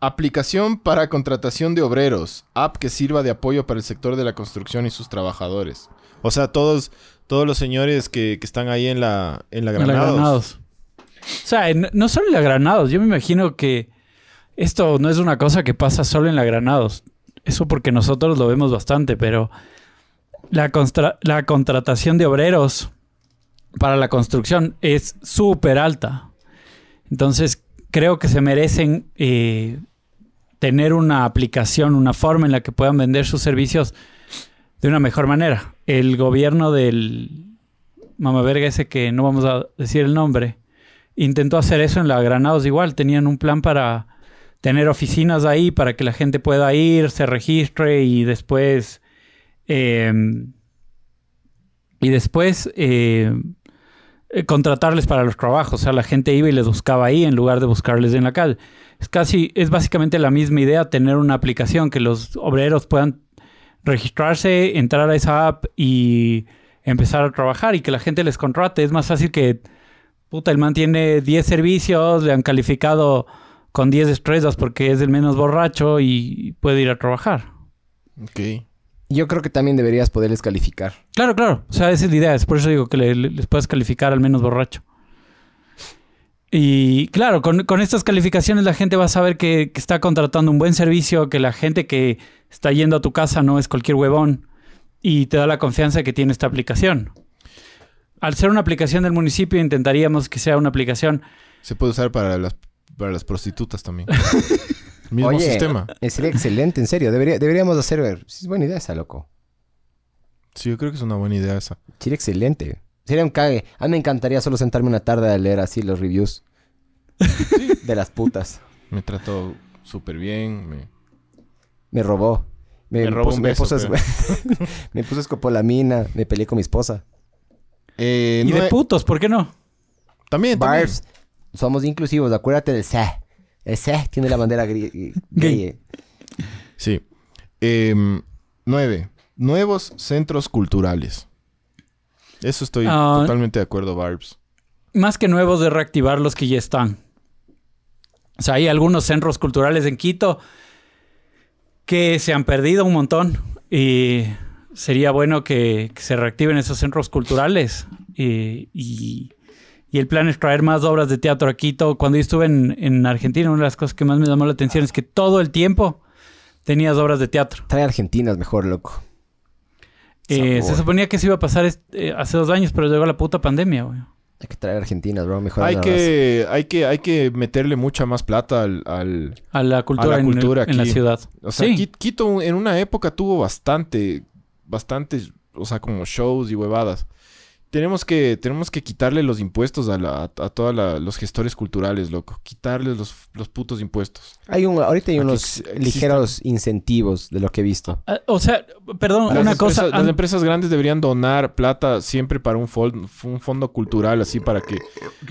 Speaker 3: aplicación para contratación de obreros. App que sirva de apoyo para el sector de la construcción y sus trabajadores. O sea, todos, todos los señores que, que están ahí en la, en la
Speaker 4: En la
Speaker 3: Granados.
Speaker 4: Granados. O sea, en- no solo en la Granados. Yo me imagino que esto no es una cosa que pasa solo en la Granados. Eso porque nosotros lo vemos bastante, pero la, constra- la contratación de obreros para la construcción es súper alta. Entonces, creo que se merecen eh, tener una aplicación, una forma en la que puedan vender sus servicios de una mejor manera. El gobierno del, Mamaverga ese que no vamos a decir el nombre, intentó hacer eso en la Granados igual. Tenían un plan para tener oficinas ahí para que la gente pueda ir, se registre y después. eh, y después eh, eh, contratarles para los trabajos. O sea, la gente iba y les buscaba ahí en lugar de buscarles en la calle. Es casi, es básicamente la misma idea tener una aplicación que los obreros puedan registrarse, entrar a esa app y empezar a trabajar y que la gente les contrate. Es más fácil que, puta, el man tiene 10 servicios, le han calificado con 10 estrellas porque es el menos borracho y puede ir a trabajar.
Speaker 3: Ok.
Speaker 2: Yo creo que también deberías poderles calificar.
Speaker 4: Claro, claro. O sea, esa es la idea. Es por eso digo que le- le- les puedes calificar al menos borracho. Y claro, con, con estas calificaciones la gente va a saber que, que está contratando un buen servicio, que la gente que está yendo a tu casa no es cualquier huevón y te da la confianza que tiene esta aplicación. Al ser una aplicación del municipio, intentaríamos que sea una aplicación.
Speaker 3: Se puede usar para las, para las prostitutas [LAUGHS] también. Mismo
Speaker 2: Oye,
Speaker 3: sistema.
Speaker 2: eh,
Speaker 3: [LAUGHS]
Speaker 2: Sería excelente, en serio. Debería- deberíamos hacer... eh, Sí, es buena idea esa, loco.
Speaker 3: Sí, yo creo que es una buena idea esa.
Speaker 2: Sería excelente. Sería un cague. A mí me encantaría solo sentarme una tarde a leer así los reviews. De las putas.
Speaker 3: Me trató súper bien. me-
Speaker 2: Me robó. Me,
Speaker 3: Me robó
Speaker 2: puso,
Speaker 3: un
Speaker 2: me
Speaker 3: beso,
Speaker 2: puso es- [LAUGHS] me puso escopolamina. Me peleé con mi esposa.
Speaker 3: Eh,
Speaker 4: Y
Speaker 3: no
Speaker 4: de
Speaker 3: he-
Speaker 4: putos, ¿por qué no?
Speaker 3: También, [LAUGHS] también.
Speaker 2: Barbs, somos inclusivos. Acuérdate del SE. El SE tiene la bandera gri- gay.
Speaker 4: Gay.
Speaker 2: eh.
Speaker 3: Sí. Em, nueve. Nuevos centros culturales. Eso estoy
Speaker 4: Ah.
Speaker 3: totalmente de acuerdo, Barbs.
Speaker 4: Más que nuevos de reactivar los que ya están. O sea, hay algunos centros culturales en Quito que se han perdido un montón y sería bueno que, que se reactiven esos centros culturales. Eh, y, y el plan es traer más obras de teatro a Quito. Cuando yo estuve en, en Argentina, una de las cosas que más me llamó la atención es que todo el tiempo tenías obras de teatro.
Speaker 2: Trae argentinas mejor, loco.
Speaker 4: Eh,
Speaker 2: Sabor.
Speaker 4: se suponía que eso iba a pasar est- eh, hace dos años, pero llegó la puta pandemia, güey.
Speaker 2: Hay que traer argentinas, bro. Mejor
Speaker 3: Hay que, hay, que, hay que meterle mucha más plata al... al-
Speaker 4: A la cultura, en el-
Speaker 3: cultura
Speaker 4: en, la
Speaker 3: aquí.
Speaker 4: ciudad.
Speaker 3: O sea,
Speaker 4: Sí.
Speaker 3: Qui- Quito en una época tuvo bastante... Bastantes... O sea, como shows y huevadas. Tenemos que, tenemos que quitarle los impuestos a, la, a todos los gestores culturales, loco. Quitarles los, los putos impuestos.
Speaker 2: Hay un, ahorita hay
Speaker 3: Aquí
Speaker 2: unos
Speaker 3: ex-
Speaker 2: ligeros incentivos de lo que he visto.
Speaker 4: Ah, O sea, perdón,
Speaker 3: Las
Speaker 4: una
Speaker 3: empresas-
Speaker 4: cosa.
Speaker 3: las
Speaker 4: an-
Speaker 3: empresas grandes deberían donar plata siempre para un, fol- un fondo cultural, así para que.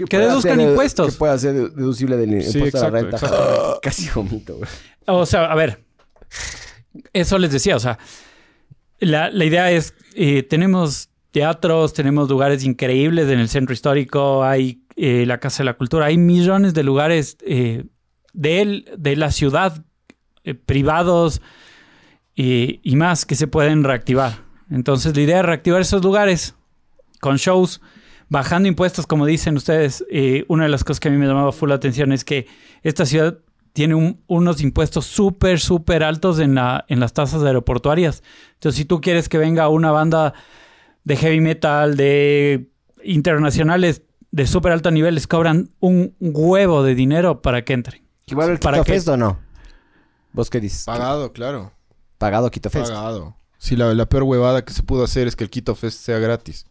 Speaker 4: Que deduzcan impuestos.
Speaker 2: Que pueda ser dedu- deducible del
Speaker 3: Sí,
Speaker 2: impuesto a la renta. [LAUGHS]
Speaker 3: exacto,
Speaker 2: Ah,
Speaker 3: exacto.
Speaker 2: Casi vomito, güey.
Speaker 4: O sea, a ver. Eso les decía, o sea. La, la idea es: eh, tenemos teatros, tenemos lugares increíbles en el centro histórico, hay eh, la Casa de la Cultura, hay millones de lugares eh, de, el- de la ciudad eh, privados eh, y más que se pueden reactivar. Entonces, la idea es reactivar esos lugares con shows, bajando impuestos, como dicen ustedes. Eh, una de las cosas que a mí me llamaba full la atención es que esta ciudad tiene un- unos impuestos súper, súper altos en, la, en las tasas aeroportuarias. Entonces, si tú quieres que venga una banda de heavy metal, de internacionales de súper alto nivel, les cobran un huevo de dinero para que entren.
Speaker 2: Igual el
Speaker 4: ¿Para
Speaker 2: Quito
Speaker 4: qué?
Speaker 2: Fest o no? ¿Vos qué dices?
Speaker 3: Pagado, claro.
Speaker 2: Pagado Quito Fest.
Speaker 3: Pagado. Sí, la, la peor huevada que se pudo hacer es que el Quito Fest sea gratis.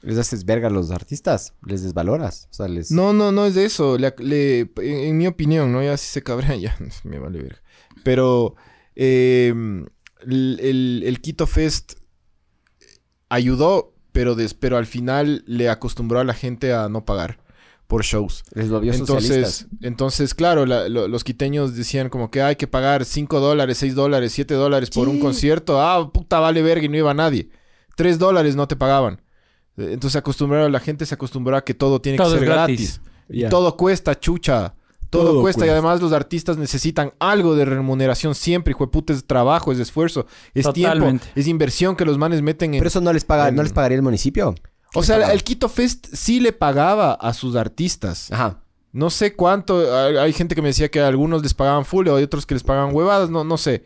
Speaker 2: ¿Les haces verga a los artistas? ¿Les desvaloras? O sea, les...
Speaker 3: No, no, no es de eso. Le- le- en, en mi opinión, ¿no? Ya si se cabrean, [LAUGHS] ya me vale verga. Pero eh, el, el- el Quito Fest ayudó, pero, des- pero al final le acostumbró a la gente a no pagar por shows.
Speaker 2: Les volvió
Speaker 3: Entonces,
Speaker 2: socialistas.
Speaker 3: entonces, claro, la- lo- los quiteños decían como que hay que pagar 5 dólares, 6 dólares, 7 dólares por un concierto. Ah, puta, vale verga y no iba nadie. 3 dólares no te pagaban. Eh, Entonces acostumbraron, la gente se acostumbró a que todo tiene
Speaker 4: Todo
Speaker 3: que ser
Speaker 4: es
Speaker 3: gratis.
Speaker 4: gratis.
Speaker 3: Y todo cuesta, chucha. Todo,
Speaker 2: Todo
Speaker 3: cuesta y
Speaker 2: cuesta.
Speaker 3: además los artistas necesitan algo de remuneración siempre, hijo de puta, es trabajo, es esfuerzo, es
Speaker 4: Totalmente.
Speaker 3: tiempo, es inversión que los manes meten en
Speaker 2: Pero eso no les paga, no les pagaría el municipio.
Speaker 3: O sea, el Quito Fest sí le pagaba a sus artistas.
Speaker 2: Ajá.
Speaker 3: No sé cuánto. Hay, hay gente que me decía que a algunos les pagaban full, hay otros que les pagaban huevadas, no, no sé.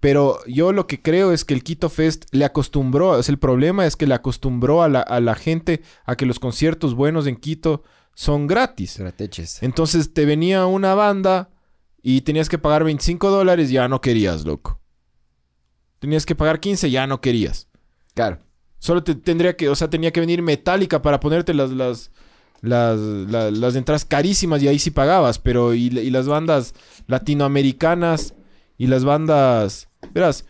Speaker 3: Pero yo lo que creo es que el Quito Fest le acostumbró, o sea, el problema es que le acostumbró a la, a la gente a que los conciertos buenos en Quito son gratis.
Speaker 2: Grateches.
Speaker 3: Entonces te venía una banda y tenías que pagar 25 dólares, ya no querías, loco. Tenías que pagar 15, ya no querías.
Speaker 2: Claro.
Speaker 3: Solo te tendría que, o sea, tenía que venir Metallica para ponerte las, las, las, la- las entradas carísimas y ahí sí pagabas, pero y, y las bandas latinoamericanas y las bandas, verás,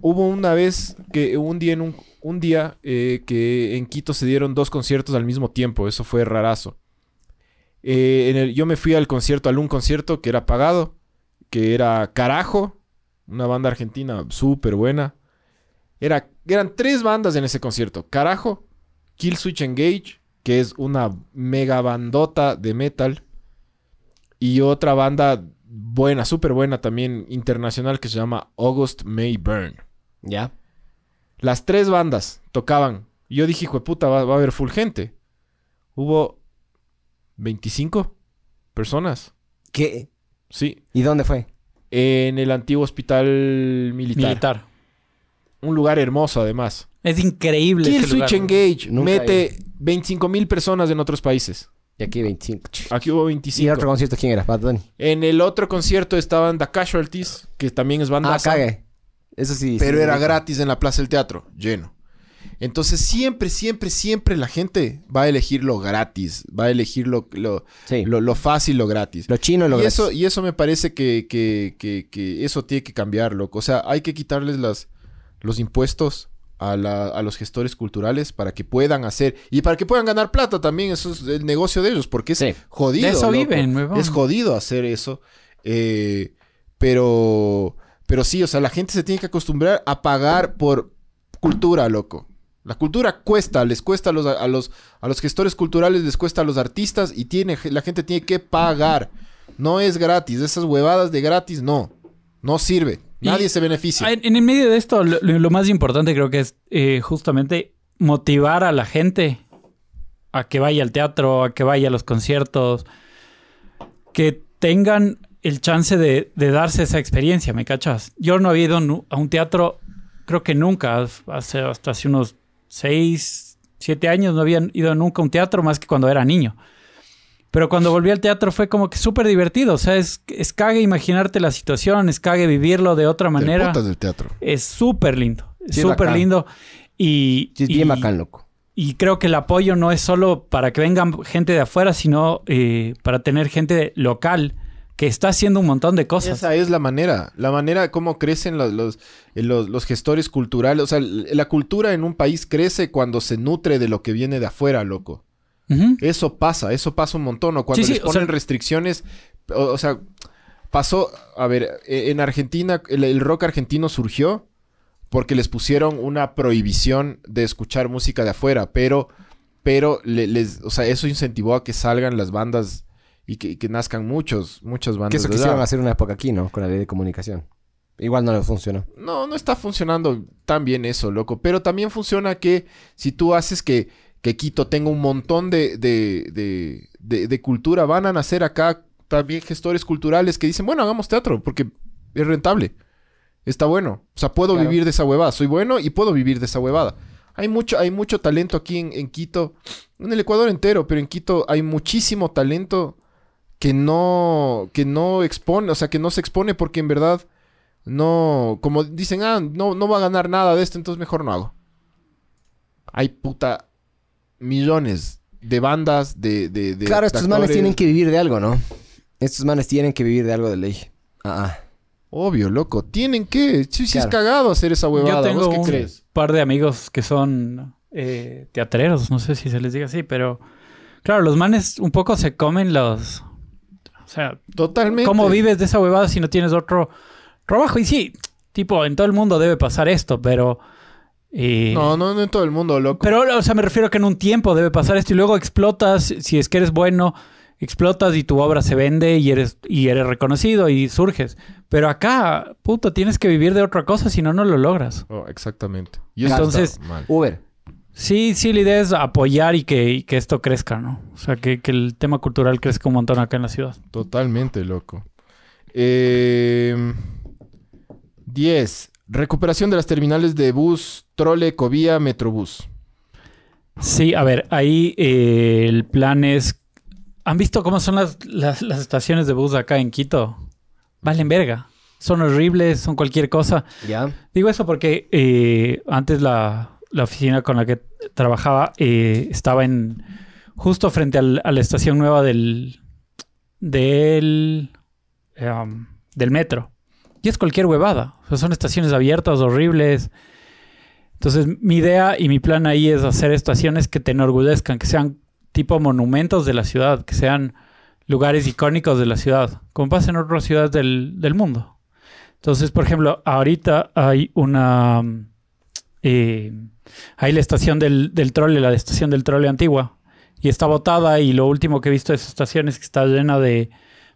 Speaker 3: hubo una vez que un día en un, un día eh, que en Quito se dieron dos conciertos al mismo tiempo, eso fue rarazo. Eh, en el- yo me fui al concierto, al un concierto que era pagado, que era Carajo, una banda argentina súper buena. Era, eran tres bandas en ese concierto. Carajo, Kill Switch Engage, que es una mega bandota de metal. Y otra banda buena, súper buena también, internacional, que se llama August May Burn.
Speaker 2: Ya.
Speaker 3: Las tres bandas tocaban. Y Yo dije, hijo de puta, va, va a haber full gente. Hubo
Speaker 5: 25 personas.
Speaker 2: ¿Qué?
Speaker 5: Sí.
Speaker 2: ¿Y dónde fue?
Speaker 5: En el antiguo hospital militar.
Speaker 4: Militar.
Speaker 5: Un lugar hermoso, además.
Speaker 4: Es increíble.
Speaker 5: Kill
Speaker 4: ese lugar,
Speaker 5: Switch
Speaker 4: ¿no?
Speaker 5: Engage
Speaker 2: Nunca
Speaker 5: mete 25 mil personas en otros países.
Speaker 2: Y aquí 25. Ch-
Speaker 5: Aquí hubo
Speaker 2: ¿Y el otro
Speaker 5: 25.
Speaker 2: concierto quién era? Bad Bunny.
Speaker 5: En el otro concierto estaban The Casualties, que también es banda.
Speaker 2: Ah, cague. Eso sí.
Speaker 3: Pero
Speaker 2: sí,
Speaker 3: era
Speaker 2: sí.
Speaker 3: gratis en la Plaza del Teatro, lleno. Entonces siempre, siempre, siempre la gente va a elegir lo gratis, va a elegir lo, lo,
Speaker 2: Sí. Lo,
Speaker 3: lo- lo fácil, lo gratis.
Speaker 2: chino y lo
Speaker 3: y,
Speaker 2: gratis.
Speaker 3: eso, y eso me parece que, que- que- que eso tiene que cambiar, loco. O sea, hay que quitarles las, los impuestos a, la- a los gestores culturales para que puedan hacer y para que puedan ganar plata también. Eso es el negocio de ellos, porque es
Speaker 2: Sí.
Speaker 3: jodido.
Speaker 4: De
Speaker 3: loco.
Speaker 4: eso viven, huevón.
Speaker 3: Es jodido hacer eso. eh, pero, pero sí, o sea, la gente se tiene que acostumbrar a pagar por cultura, loco. La cultura cuesta, les cuesta a los, a los, a los gestores culturales, les cuesta a los artistas y tiene, la gente tiene que pagar. No es gratis, esas huevadas de gratis no. No sirve.
Speaker 4: Y-
Speaker 3: Nadie se beneficia.
Speaker 4: Ah, En, en el medio de esto, lo, lo más importante creo que es eh, justamente motivar a la gente a que vaya al teatro, a que vaya a los conciertos, que tengan el chance de, de darse esa experiencia, ¿me cachas? Yo no había ido nu- a un teatro, creo que nunca, hace, hasta hace unos seis, siete años no había ido nunca a un teatro más que cuando era niño. Pero cuando volví al teatro fue como que súper divertido. O sea, es, es cague imaginarte la situación, es cague vivirlo de otra
Speaker 3: Del
Speaker 4: manera.
Speaker 3: putas del teatro.
Speaker 4: Es súper lindo, es
Speaker 2: Sí, es
Speaker 4: súper
Speaker 2: bacán.
Speaker 4: lindo. Y,
Speaker 2: Sí, es
Speaker 4: y-
Speaker 2: bien bacán, loco.
Speaker 4: y creo que el apoyo no es solo para que vengan gente de afuera, sino eh, para tener gente local que está haciendo un montón de cosas.
Speaker 3: Esa es la manera, la manera como crecen los, los, eh, los- los gestores culturales. O sea, l- la cultura en un país crece cuando se nutre de lo que viene de afuera, loco.
Speaker 4: Ujú.
Speaker 3: Eso pasa, eso pasa un montón. O cuando
Speaker 4: Sí, sí,
Speaker 3: les
Speaker 4: o
Speaker 3: ponen
Speaker 4: sea-
Speaker 3: restricciones, o, o sea, pasó, a ver, eh, en Argentina, el, el rock argentino surgió porque les pusieron una prohibición de escuchar música de afuera, pero, pero le- les, o sea, eso incentivó a que salgan las bandas y que, y que nazcan muchos, muchas bandas.
Speaker 2: Que eso
Speaker 3: de
Speaker 2: quisieron
Speaker 3: allá.
Speaker 2: hacer una época aquí, ¿no? Con la ley de comunicación. ah. Igual no le funcionó.
Speaker 3: No, no está funcionando tan bien eso, loco. Pero también funciona que si tú haces que, que Quito tenga un montón de, de, de- de- de cultura, van a nacer acá también gestores culturales que dicen, bueno, hagamos teatro porque es rentable. Está bueno. O sea, puedo
Speaker 2: Claro.
Speaker 3: vivir de esa huevada. Soy bueno y puedo vivir de esa huevada. Hay mucho, hay mucho talento aquí en, en Quito, en el Ecuador entero, pero en Quito hay muchísimo talento que no, que no expone, o sea, que no se expone porque en verdad no, como dicen, ah, no, no va a ganar nada de esto, entonces mejor no hago. Hay puta millones de bandas, de... de, de-
Speaker 2: Claro,
Speaker 3: de
Speaker 2: estos manes
Speaker 3: actores.
Speaker 2: tienen que vivir de algo, ¿no? Estos manes tienen que vivir de algo de ley. Ah, ah.
Speaker 3: Obvio, loco, tienen que... Sí, sí es
Speaker 2: Claro.
Speaker 3: cagado hacer esa huevada,
Speaker 4: Yo tengo
Speaker 3: ¿vos qué
Speaker 4: un
Speaker 3: crees?
Speaker 4: par de amigos que son eh, teatreros, no sé si se les diga así, pero claro, los manes un poco se comen los... O sea,
Speaker 3: Totalmente.
Speaker 4: ¿Cómo vives de esa huevada si no tienes otro trabajo? Y sí, tipo, en todo el mundo debe pasar esto, pero... eh,
Speaker 3: No, no, no en todo el mundo, loco.
Speaker 4: Pero, o sea, me refiero que en un tiempo debe pasar esto y luego explotas, si es que eres bueno, explotas y tu obra se vende y eres, y eres reconocido y surges. Pero acá, puta, tienes que vivir de otra cosa, si no, no lo logras.
Speaker 3: Oh, exactamente. Y eso
Speaker 4: Entonces,
Speaker 3: está mal.
Speaker 2: Uber.
Speaker 4: sí, sí, la idea es apoyar y que, y que esto crezca, ¿no? O sea, que, que el tema cultural crezca un montón acá en la ciudad.
Speaker 3: Totalmente, loco. Eh, 10. Recuperación de las terminales de bus, trole, covía, metrobús.
Speaker 4: Sí, a ver, ahí eh, el plan es... ¿Han visto cómo son las, las, las estaciones de bus acá en Quito? Valen verga. Son horribles, son cualquier cosa.
Speaker 2: Ya.
Speaker 4: Digo eso porque eh, antes la, la oficina con la que trabajaba eh, estaba en justo frente al- a la estación nueva del del eh, um, del metro. Y es cualquier huevada. O sea, son estaciones abiertas, horribles. Entonces, mi idea y mi plan ahí es hacer estaciones que te enorgullezcan, que sean tipo monumentos de la ciudad, que sean lugares icónicos de la ciudad, como pasa en otras ciudades del, del mundo. Entonces, por ejemplo, ahorita hay una. mm, eh, hay la estación del, del trole, la estación del trole antigua. Y está botada. Y lo último que he visto de esa estación es que está llena de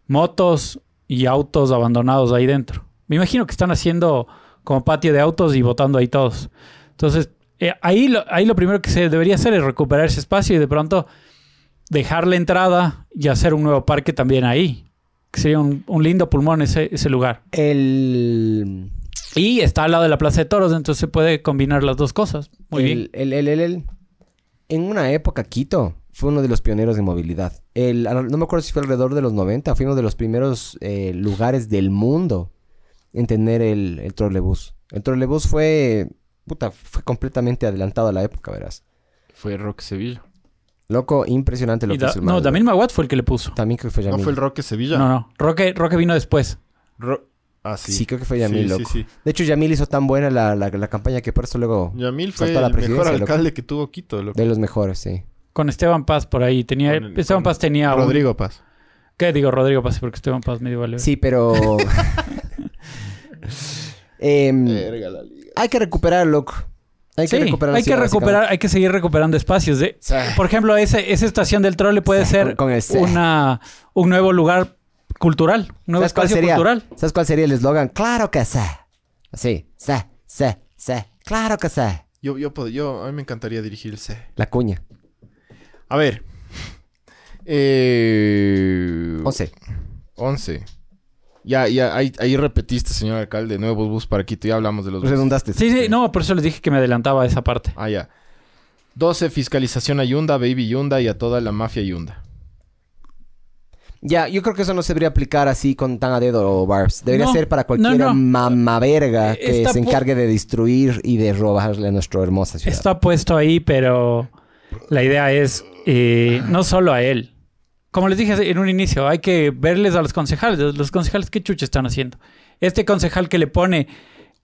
Speaker 4: motos y autos abandonados ahí dentro. Me imagino que están haciendo como patio de autos y botando ahí todos. Entonces, eh, ahí, lo, ahí lo primero que se debería hacer es recuperar ese espacio y de pronto dejar la entrada y hacer un nuevo parque también ahí. Que sería un, un lindo pulmón ese, ese lugar.
Speaker 2: El.
Speaker 4: Y está al lado de la Plaza de Toros, entonces se puede combinar las dos cosas. Muy
Speaker 2: el,
Speaker 4: bien.
Speaker 2: el- el- el- el- En una época, Quito fue uno de los pioneros de movilidad. El, no me acuerdo si fue alrededor de los 90, fue uno de los primeros eh, lugares del mundo en tener el, el trolebús. El trolebús fue. Puta, fue completamente adelantado a la época, verás.
Speaker 5: Fue Rock Sevilla.
Speaker 2: Loco, impresionante lo
Speaker 4: Y
Speaker 2: que
Speaker 4: da-
Speaker 2: hizo el
Speaker 4: no,
Speaker 2: man,
Speaker 4: Damil Maguad fue el que le puso.
Speaker 2: También creo que fue
Speaker 3: ¿No
Speaker 2: Yamil.
Speaker 3: fue el Roque Sevilla?
Speaker 4: No, no. Roque, Roque vino después.
Speaker 3: Ro- ah, sí.
Speaker 2: sí. creo que fue Yamil,
Speaker 3: Sí, sí,
Speaker 2: loco.
Speaker 3: sí.
Speaker 2: De hecho, Yamil hizo tan buena la, la- la campaña que por eso luego...
Speaker 3: Yamil fue
Speaker 2: Saltó a la
Speaker 3: el mejor
Speaker 2: presidencia, loco.
Speaker 3: alcalde que tuvo Quito, loco.
Speaker 2: De los mejores, sí.
Speaker 4: Con Esteban Paz por ahí. Tenía,
Speaker 3: Con el-
Speaker 4: Esteban
Speaker 3: con
Speaker 4: Paz tenía un-
Speaker 3: Rodrigo Paz.
Speaker 4: ¿Qué digo Rodrigo Paz? Porque Esteban Paz me dio valor.
Speaker 2: Sí, pero...
Speaker 3: [LAUGHS]
Speaker 2: [LAUGHS] Em,
Speaker 3: Verga la liga.
Speaker 2: hay que recuperar, loco. Hay que
Speaker 4: Sí,
Speaker 2: recuperar.
Speaker 4: hay
Speaker 2: así,
Speaker 4: que
Speaker 2: básicamente.
Speaker 4: recuperar, hay que seguir recuperando espacios. De,
Speaker 2: Sí.
Speaker 4: Por ejemplo, ese, esa estación del trole puede
Speaker 2: Sí,
Speaker 4: ser
Speaker 2: con el sí.
Speaker 4: una, un nuevo lugar cultural, un nuevo
Speaker 2: ¿Sabes cuál
Speaker 4: espacio
Speaker 2: sería?
Speaker 4: cultural.
Speaker 2: ¿Sabes cuál sería el eslogan? Claro que sí. Así. Sí, sí, sí. Claro que sí.
Speaker 3: Yo, yo, pod- yo, a mí me encantaría dirigir el C.
Speaker 2: La cuña.
Speaker 3: A ver. Eh...
Speaker 2: Once.
Speaker 3: 11. Ya, ya, ahí, ahí repetiste, señor alcalde, nuevos bus para Quito. Ya hablamos de los buses.
Speaker 2: Redundaste.
Speaker 4: Sí, sí, no, por eso les dije que me adelantaba a esa parte.
Speaker 3: Ah, ya. 12, fiscalización a Yunda, Baby Yunda y a toda la mafia [LAUGHS] Yunda.
Speaker 2: Ya, yo creo que eso no se debería aplicar así con tan a dedo o barbs. Debería
Speaker 4: No,
Speaker 2: ser para
Speaker 4: no,
Speaker 2: cualquier
Speaker 4: no.
Speaker 2: mamaverga
Speaker 4: Eh,
Speaker 2: que
Speaker 4: está
Speaker 2: se
Speaker 4: pu-
Speaker 2: encargue de destruir y de robarle a nuestra hermosa ciudad.
Speaker 4: Está puesto ahí, pero la idea es eh, no solo a él. Como les dije en un inicio, hay que verles a los concejales. Los concejales, ¿qué chucha están haciendo? Este concejal que le pone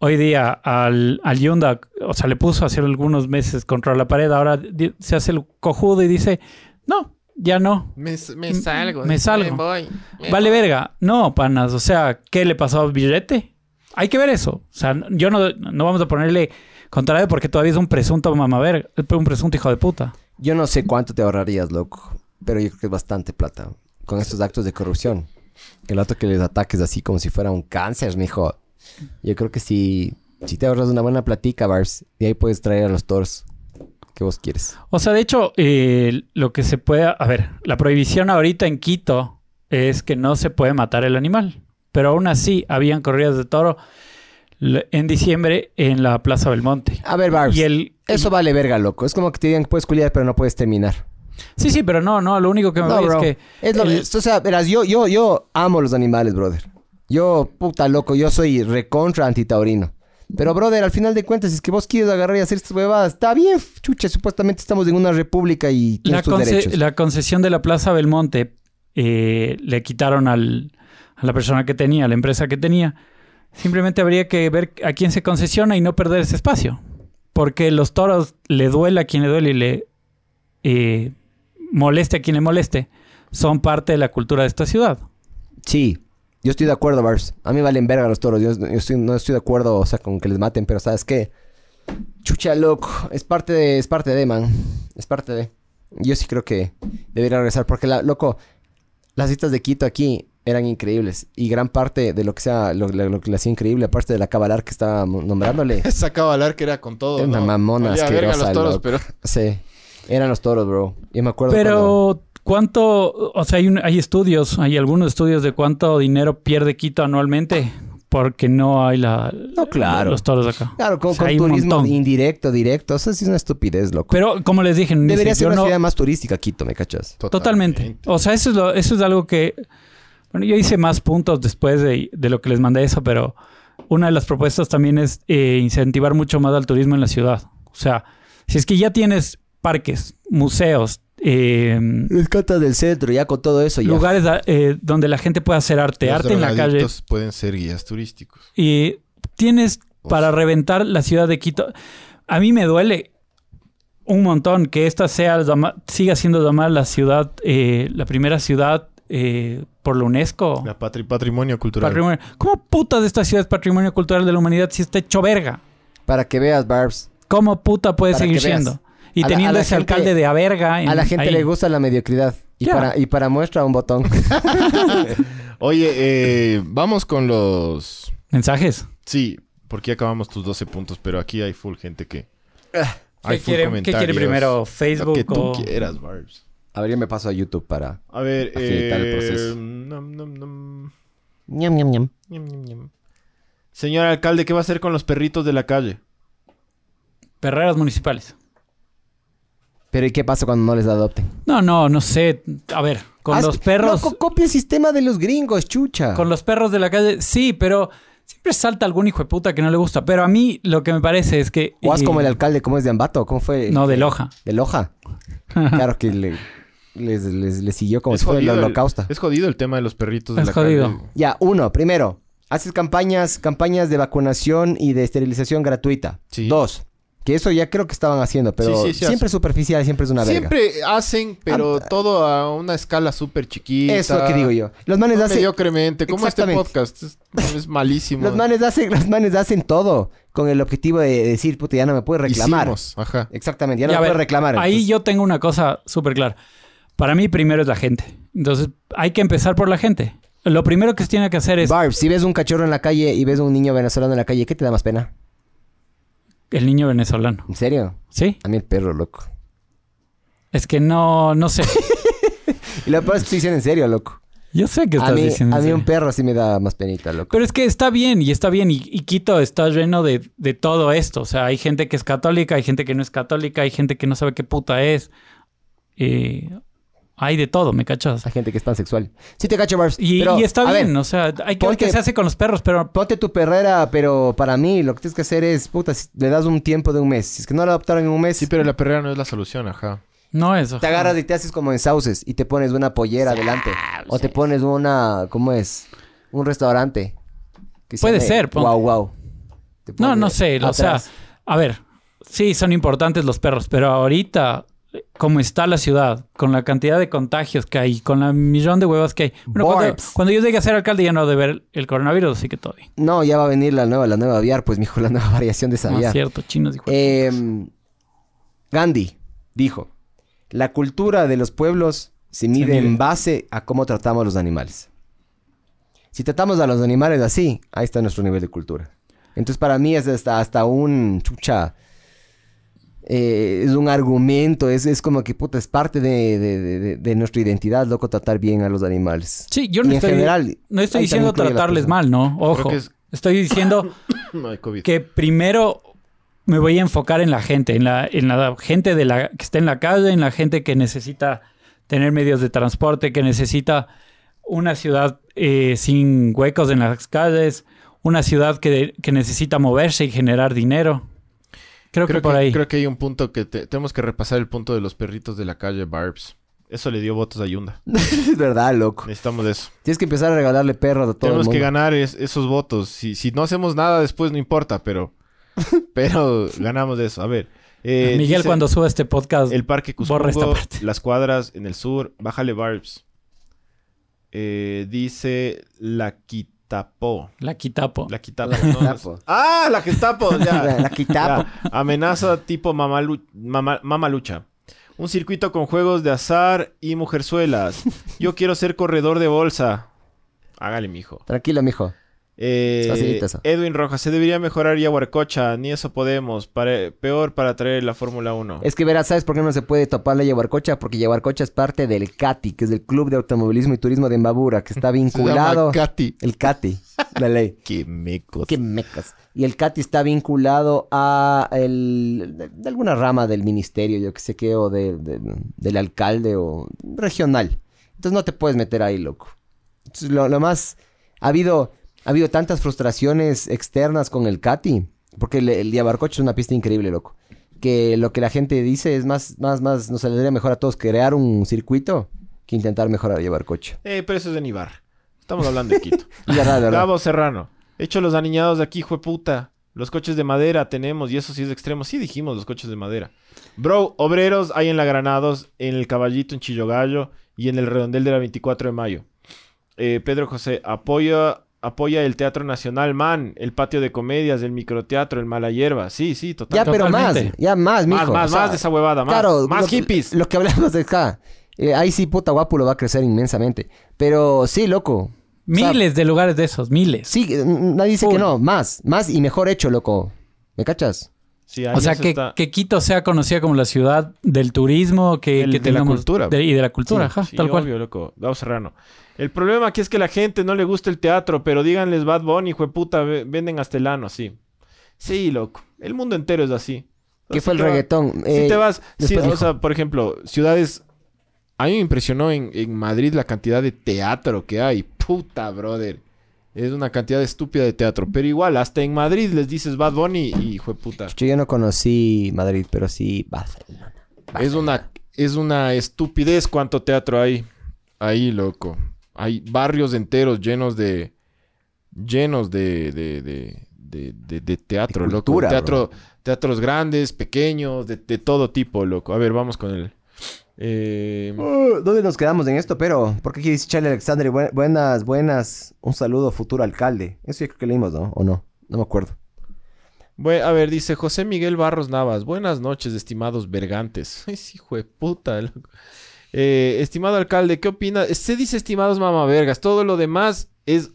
Speaker 4: hoy día al, al Yunda, o sea, le puso hace algunos meses contra la pared, ahora di- se hace el cojudo y dice, no, ya no.
Speaker 3: Me,
Speaker 2: Mm,
Speaker 4: M- Me salgo.
Speaker 3: voy.
Speaker 4: Vale verga. No, panas. O sea, ¿qué le pasó a Billete? Hay que ver eso. O sea, yo no, no vamos a ponerle contrario porque todavía es un presunto mamaverga. Un presunto hijo de puta.
Speaker 2: Yo no sé cuánto te ahorrarías, loco, pero yo creo que es bastante plata con estos actos de corrupción. El acto que les ataques así como si fuera un cáncer, mijo. Yo creo que si, si te ahorras una buena platica, Bars, de ahí puedes traer a los toros que vos quieres.
Speaker 4: O sea, de hecho, eh, lo que se puede... A ver, la prohibición ahorita en Quito es que no se puede matar el animal. Pero aún así, habían corridas de toro l- en diciembre en la Plaza Belmonte.
Speaker 2: A ver, Ah, Bars,
Speaker 4: Y el...
Speaker 2: eso vale verga, loco. Es como que te digan que puedes culiar, pero no puedes terminar.
Speaker 4: Sí, sí, pero no, no. Lo único que me
Speaker 2: No,
Speaker 4: voy
Speaker 2: bro.
Speaker 4: es que...
Speaker 2: Es lo-
Speaker 4: el-
Speaker 2: es- o sea, verás, yo, yo, yo amo los animales, brother. Yo, puta loco, yo soy recontra antitaurino. Pero, brother, al final de cuentas, si es que vos quieres agarrar y hacer estas huevadas, está bien, chucha, supuestamente estamos en una república y
Speaker 4: La,
Speaker 2: tienes tus
Speaker 4: conce-
Speaker 2: derechos.
Speaker 4: la concesión de la Plaza Belmonte eh, le quitaron al, a la persona que tenía, a la empresa que tenía. Simplemente habría que ver a quién se concesiona y no perder ese espacio. Porque los toros le duele a quien le duele y le eh, moleste a quien le moleste. Son parte de la cultura de esta ciudad.
Speaker 2: Sí, yo estoy de acuerdo, Bars. A mí valen verga los toros. Yo, yo estoy- no estoy de acuerdo, o sea, con que les maten, pero ¿sabes qué? Chucha, loco. Es parte de, es parte de, man. Es parte de. Yo sí creo que debería regresar porque, la, loco, las citas de Quito aquí eran increíbles. Y gran parte de lo que sea, lo, lo- lo que le hacía increíble, aparte de la cabalar que estaba nombrándole, [LAUGHS]
Speaker 3: Sacaba al que era con todo.
Speaker 2: Es una
Speaker 3: ¿no?
Speaker 2: mamona
Speaker 3: Olía a verga
Speaker 2: asquerosa,
Speaker 3: los toros,
Speaker 2: loco.
Speaker 3: pero
Speaker 2: sí, eran los toros, bro. Yo me acuerdo cuando-
Speaker 4: Pero, ¿cuánto? O sea, hay, un- hay estudios, hay algunos estudios de cuánto dinero pierde Quito anualmente porque no hay la,
Speaker 2: No, claro.
Speaker 4: los toros acá.
Speaker 2: Claro, con,
Speaker 4: O sea,
Speaker 2: con
Speaker 4: hay un
Speaker 2: turismo
Speaker 4: montón.
Speaker 2: indirecto, directo. Eso sí es una estupidez, loco.
Speaker 4: Pero como les dije, en
Speaker 2: Debería
Speaker 4: inicio,
Speaker 2: ser
Speaker 4: yo
Speaker 2: una
Speaker 4: no-
Speaker 2: ciudad más turística, Quito, ¿me cachas?
Speaker 4: totalmente. O sea, eso es, lo- eso es algo que... Bueno, yo hice más puntos después de, de lo que les mandé eso, pero una de las propuestas también es eh, incentivar mucho más al turismo en la ciudad. O sea, si es que ya tienes parques, museos, eh,
Speaker 2: Las catas del centro, ya con todo eso, ya.
Speaker 4: lugares a- eh, donde la gente puede hacer arte,
Speaker 3: Los
Speaker 4: arte en la calle,
Speaker 3: drogadictos pueden ser guías turísticos.
Speaker 4: y tienes para reventar la ciudad de Quito. A mí me duele un montón que esta sea llama- siga siendo llamada la ciudad, eh, la primera ciudad eh, por la UNESCO.
Speaker 3: La patri- patrimonio cultural.
Speaker 4: Patrimonio. ¿Cómo putas esta ciudad es patrimonio cultural de la humanidad si está hecho verga?
Speaker 2: Para que veas, Barbs.
Speaker 4: ¿Cómo puta puede
Speaker 2: Para
Speaker 4: seguir
Speaker 2: que veas.
Speaker 4: siendo? Y
Speaker 2: A la-
Speaker 4: teniendo
Speaker 2: a la
Speaker 4: ese
Speaker 2: gente-
Speaker 4: alcalde de a verga. en-
Speaker 2: A la gente
Speaker 4: ahí.
Speaker 2: le gusta la mediocridad. Y,
Speaker 4: Ya.
Speaker 2: para, y para muestra un botón.
Speaker 3: Oye, eh, vamos con los...
Speaker 4: Mensajes.
Speaker 3: Sí, porque ya acabamos tus 12 puntos, pero aquí hay full gente que...
Speaker 4: ¿Qué
Speaker 3: full
Speaker 4: quiere,
Speaker 3: comentarios.
Speaker 4: primero?
Speaker 3: Lo
Speaker 4: ¿Facebook
Speaker 3: que tú
Speaker 4: o...?
Speaker 3: quieras, Barbs.
Speaker 2: [LAUGHS] A ver, yo me paso a YouTube para...
Speaker 3: A ver,
Speaker 2: Agilitar el
Speaker 3: eh,
Speaker 2: proceso.
Speaker 3: nom, nom, nom.
Speaker 2: Ñam, ñam, ñam.
Speaker 3: Ñam, ñam, ñam. Señor alcalde, ¿qué va a hacer con los perritos de la calle?
Speaker 4: Perreras municipales.
Speaker 2: Pero ¿y qué pasa cuando no les adopten?
Speaker 4: No, no, no sé. A ver, con
Speaker 2: Haz-
Speaker 4: los perros.
Speaker 2: Ah, Loco, copia el sistema de los gringos, chucha.
Speaker 4: Con los perros de la calle, sí, pero siempre salta algún hijo de puta que no le gusta. Pero a mí lo que me parece es que.
Speaker 2: O haz
Speaker 4: eh,
Speaker 2: como el alcalde, ¿cómo es de Ambato? ¿Cómo fue?
Speaker 4: No, de Loja.
Speaker 2: De Loja.
Speaker 4: [LAUGHS]
Speaker 2: Claro que le, les, les- les siguió como si fuera el
Speaker 3: jodido el-
Speaker 2: holocausto.
Speaker 3: es jodido el tema de los perritos de
Speaker 4: Es
Speaker 3: la
Speaker 4: jodido.
Speaker 3: calle.
Speaker 2: Ya, uno, primero, haces campañas, campañas de vacunación y de esterilización gratuita.
Speaker 3: Sí.
Speaker 2: Dos, que eso ya creo que estaban haciendo, pero
Speaker 3: Sí, sí, sí,
Speaker 2: siempre
Speaker 3: hace-
Speaker 2: es superficial, siempre es una verga.
Speaker 3: Siempre hacen, pero todo a una escala súper chiquita.
Speaker 2: Eso es lo que digo yo. Los manes
Speaker 3: No
Speaker 2: hacen.
Speaker 3: mediocremente, como este
Speaker 2: Exactamente.
Speaker 3: podcast. Es, es malísimo.
Speaker 2: Los manes hacen, los manes hacen todo con el objetivo de decir, puta, ya no me puedes reclamar.
Speaker 3: Hicimos, Ajá.
Speaker 2: Exactamente, ya no
Speaker 4: Ya, a
Speaker 2: me
Speaker 4: ver,
Speaker 2: puedes reclamar.
Speaker 4: Ahí
Speaker 2: entonces.
Speaker 4: yo tengo una cosa súper clara. Para mí primero es la gente. Entonces hay que empezar por la gente. Lo primero que se tiene que hacer es
Speaker 2: Barb, si ves un cachorro en la calle y ves un niño venezolano en la calle, ¿qué te da más pena?
Speaker 4: el niño venezolano.
Speaker 2: ¿En serio?
Speaker 4: ¿Sí?
Speaker 2: A mí el perro, loco.
Speaker 4: Es que no,
Speaker 2: [LAUGHS]
Speaker 4: no sé.
Speaker 2: Y lo peor es que estoy diciendo en serio, loco.
Speaker 4: Yo sé que
Speaker 2: A
Speaker 4: estás
Speaker 2: mí,
Speaker 4: diciendo.
Speaker 2: a mí
Speaker 4: eso.
Speaker 2: un perro sí me da más penita, loco.
Speaker 4: Pero es que está bien, y está bien, y, y Quito está lleno de, de todo esto. O sea, hay gente que es católica, hay gente que no es católica, hay gente que no sabe qué puta es. Eh, hay de todo, ¿me cachas?
Speaker 2: Hay gente que es pansexual. Sí te cacho, Barbs.
Speaker 4: Y,
Speaker 2: pero,
Speaker 4: y está
Speaker 2: a ver,
Speaker 4: bien, o sea, hay que ver
Speaker 2: ponte-
Speaker 4: qué se hace con los perros, pero
Speaker 2: Ponte tu perrera, pero para mí lo que tienes que hacer es, puta, si le das un tiempo de un mes. Si es que no lo adoptaron en un mes,
Speaker 3: Sí, pero la perrera no es la solución, ajá.
Speaker 4: no eso.
Speaker 2: te agarras y te haces como en sauces y te pones una pollera adelante. O te pones una, ¿cómo es? Un restaurante. que se
Speaker 4: Puede
Speaker 2: llame
Speaker 4: ser, ponte.
Speaker 2: Wow, wow. Te
Speaker 4: No,
Speaker 2: pones
Speaker 4: no sé, o sea,
Speaker 2: atrás.
Speaker 4: a ver, sí, son importantes los perros, pero ahorita, como está la ciudad, con la cantidad de contagios que hay, con la millón de huevas que hay. Bueno, cuando,
Speaker 2: Barbs.
Speaker 4: cuando yo llegue a ser alcalde ya no de ver el coronavirus, así que todo bien.
Speaker 2: No, ya va a venir la nueva, la nueva aviar, pues, mijo, la nueva [LAUGHS] variación de esa
Speaker 4: No es
Speaker 2: aviar.
Speaker 4: cierto, chinos y
Speaker 2: Em, Gandhi dijo, la cultura de los pueblos se mide,
Speaker 4: mide.
Speaker 2: en base a cómo tratamos a los animales. Si tratamos a los animales así, ahí está nuestro nivel de cultura. Entonces para mí es hasta, hasta un chucha, eh, es un argumento, es, es como que puta, es parte de, de- de- de- de nuestra identidad, loco, tratar bien a los
Speaker 4: [LAUGHS]
Speaker 2: animales.
Speaker 4: Sí, yo no
Speaker 2: Y en
Speaker 4: estoy,
Speaker 2: general,
Speaker 4: no estoy
Speaker 2: ahí también
Speaker 4: diciendo
Speaker 2: incluye a la
Speaker 4: tratarles
Speaker 2: persona.
Speaker 4: mal, ¿no? Ojo.
Speaker 3: que es-
Speaker 4: Estoy diciendo
Speaker 3: [LAUGHS] No hay COVID.
Speaker 4: que primero me voy a enfocar en la gente, en la, en la gente de la, que está en la calle, en la gente que necesita tener medios de transporte, que necesita una ciudad eh, sin huecos en las calles, una ciudad que, que necesita moverse y generar dinero. Creo, que, por ahí.
Speaker 3: creo que hay un punto que te- tenemos que repasar el punto de los perritos de la calle Barbs. Eso le dio votos a Yunda.
Speaker 2: es verdad, loco.
Speaker 3: Necesitamos de eso.
Speaker 2: Tienes que empezar a regalarle perros a todo el
Speaker 3: tenemos
Speaker 2: mundo.
Speaker 3: que ganar es- esos votos. Si, si no hacemos nada después no importa, pero
Speaker 2: [LAUGHS]
Speaker 3: pero ganamos de eso. A ver. eh,
Speaker 4: Miguel,
Speaker 3: dice,
Speaker 4: cuando suba este podcast,
Speaker 3: el parque
Speaker 4: borra esta
Speaker 3: Cusco,
Speaker 4: parte.
Speaker 3: las cuadras en el sur, bájale Barbs. Eh, dice la Quitapo.
Speaker 4: la quitapo.
Speaker 3: La Quitapo.
Speaker 2: La
Speaker 3: ¿no?
Speaker 2: Gestapo.
Speaker 3: Ah, la
Speaker 2: [LAUGHS]
Speaker 3: Gestapo. Ya.
Speaker 2: La- la Gestapo.
Speaker 3: [LAUGHS] Ya. Amenaza tipo mamalu- mama- mamalucha. Un circuito con juegos de azar y mujerzuelas. Yo quiero ser corredor de bolsa. Hágale, mijo.
Speaker 2: Tranquilo, mijo.
Speaker 3: Eh,
Speaker 2: Facilita eso.
Speaker 3: Edwin Rojas, se debería mejorar Yaguarcocha, ni eso podemos. Pare- peor para traer la Fórmula 1.
Speaker 2: Es que verás, ¿sabes por qué no se puede topar la Yaguarcocha? Porque Yaguarcocha es parte del CATI, que es el Club de Automovilismo y Turismo de Embabura, que está vinculado.
Speaker 3: Katy.
Speaker 2: el CATI, la ley.
Speaker 3: Qué meco.
Speaker 2: Qué mecas. Y el CATI está vinculado a el, de, de alguna rama del ministerio, yo que sé qué, o de- de- del alcalde o regional. Entonces no te puedes meter ahí, loco. Entonces, lo, lo más... Ha habido, ha habido tantas frustraciones externas con el CATI, porque el, el Yabarcocho es una pista increíble, loco. Que lo que la gente dice es más, más, más, nos saldría mejor a todos crear un circuito que intentar mejorar el Yabarcocho.
Speaker 3: Eh, pero eso es de Nibar. Estamos hablando de Quito.
Speaker 2: Y verdad, de verdad.
Speaker 3: Gabo Serrano. Hecho los aniñados de aquí, jueputa. Los coches de madera tenemos y eso sí es extremo. Sí dijimos los coches de madera. Bro, obreros hay en la Granados, en el Caballito, en Chillogallo y en el Redondel de la 24 de mayo. Eh, Pedro José, apoya, apoya el Teatro Nacional, man. El patio de comedias, el microteatro, el mala hierba. Sí, sí,
Speaker 2: Ya,
Speaker 3: total.
Speaker 2: pero más,
Speaker 4: Totalmente.
Speaker 2: ya más, mijo. O
Speaker 3: más, más,
Speaker 2: sea,
Speaker 3: más de esa huevada, más.
Speaker 2: claro,
Speaker 3: más
Speaker 2: lo, que-
Speaker 3: hippies.
Speaker 2: Lo que hablamos de acá. eh, ahí sí, puta guapo, lo va a crecer inmensamente. Pero sí, loco.
Speaker 4: Miles de lugares de esos, miles.
Speaker 2: Sí, eh, n- nadie dice
Speaker 4: Full.
Speaker 2: que no. Más, más y mejor hecho, loco. ¿Me cachas?
Speaker 3: Sí,
Speaker 4: O sea,
Speaker 3: Arias
Speaker 4: que,
Speaker 3: está-
Speaker 4: que Quito sea conocida como la ciudad del turismo, que,
Speaker 3: Del-
Speaker 4: que
Speaker 3: de la
Speaker 4: tengamos-
Speaker 3: cultura.
Speaker 4: de- y de la
Speaker 3: Sí,
Speaker 4: cultura, ajá,
Speaker 3: sí,
Speaker 4: tal cual.
Speaker 3: obvio, loco. Gabo Serrano. El problema aquí es que la gente no le gusta el teatro, pero díganles Bad Bunny, jueputa, ve- venden hasta el ano, sí. Sí, loco. El mundo entero es así.
Speaker 2: ¿Qué
Speaker 3: Entonces,
Speaker 2: fue el
Speaker 3: Pues te va-
Speaker 2: reggaetón?
Speaker 3: si
Speaker 2: Eh,
Speaker 3: te vas, si-
Speaker 2: después
Speaker 3: o
Speaker 2: dijo.
Speaker 3: sea, por ejemplo, ciudades. A mí me impresionó en, en Madrid la cantidad de teatro que hay. Puta, brother. Es una cantidad estúpida de teatro. Pero igual, hasta en Madrid les dices Bad Bunny y jueputa.
Speaker 2: Chucho, yo no conocí Madrid, pero sí Barcelona.
Speaker 3: Es una, es una estupidez cuánto teatro hay. Ahí, loco. Hay barrios enteros llenos de. llenos de. de, de, de- de- de teatro,
Speaker 2: De cultura,
Speaker 3: loco. Teatro, teatros grandes, pequeños, de, de todo tipo, loco. A ver, vamos con el. eh,
Speaker 2: Uh, ¿Dónde nos quedamos en esto? Pero, ¿por qué aquí dice Charlie Alexander? Bu- buenas, buenas. Un saludo, futuro alcalde. Eso yo creo que leímos, ¿no? ¿O no? No me acuerdo.
Speaker 3: bue- a ver, dice José Miguel Barros Navas. Buenas noches, estimados vergantes. [LAUGHS] Ay, sí, hijo de puta, loco. Eh, estimado alcalde, ¿qué opina? Se dice estimados mamavergas. Todo lo demás es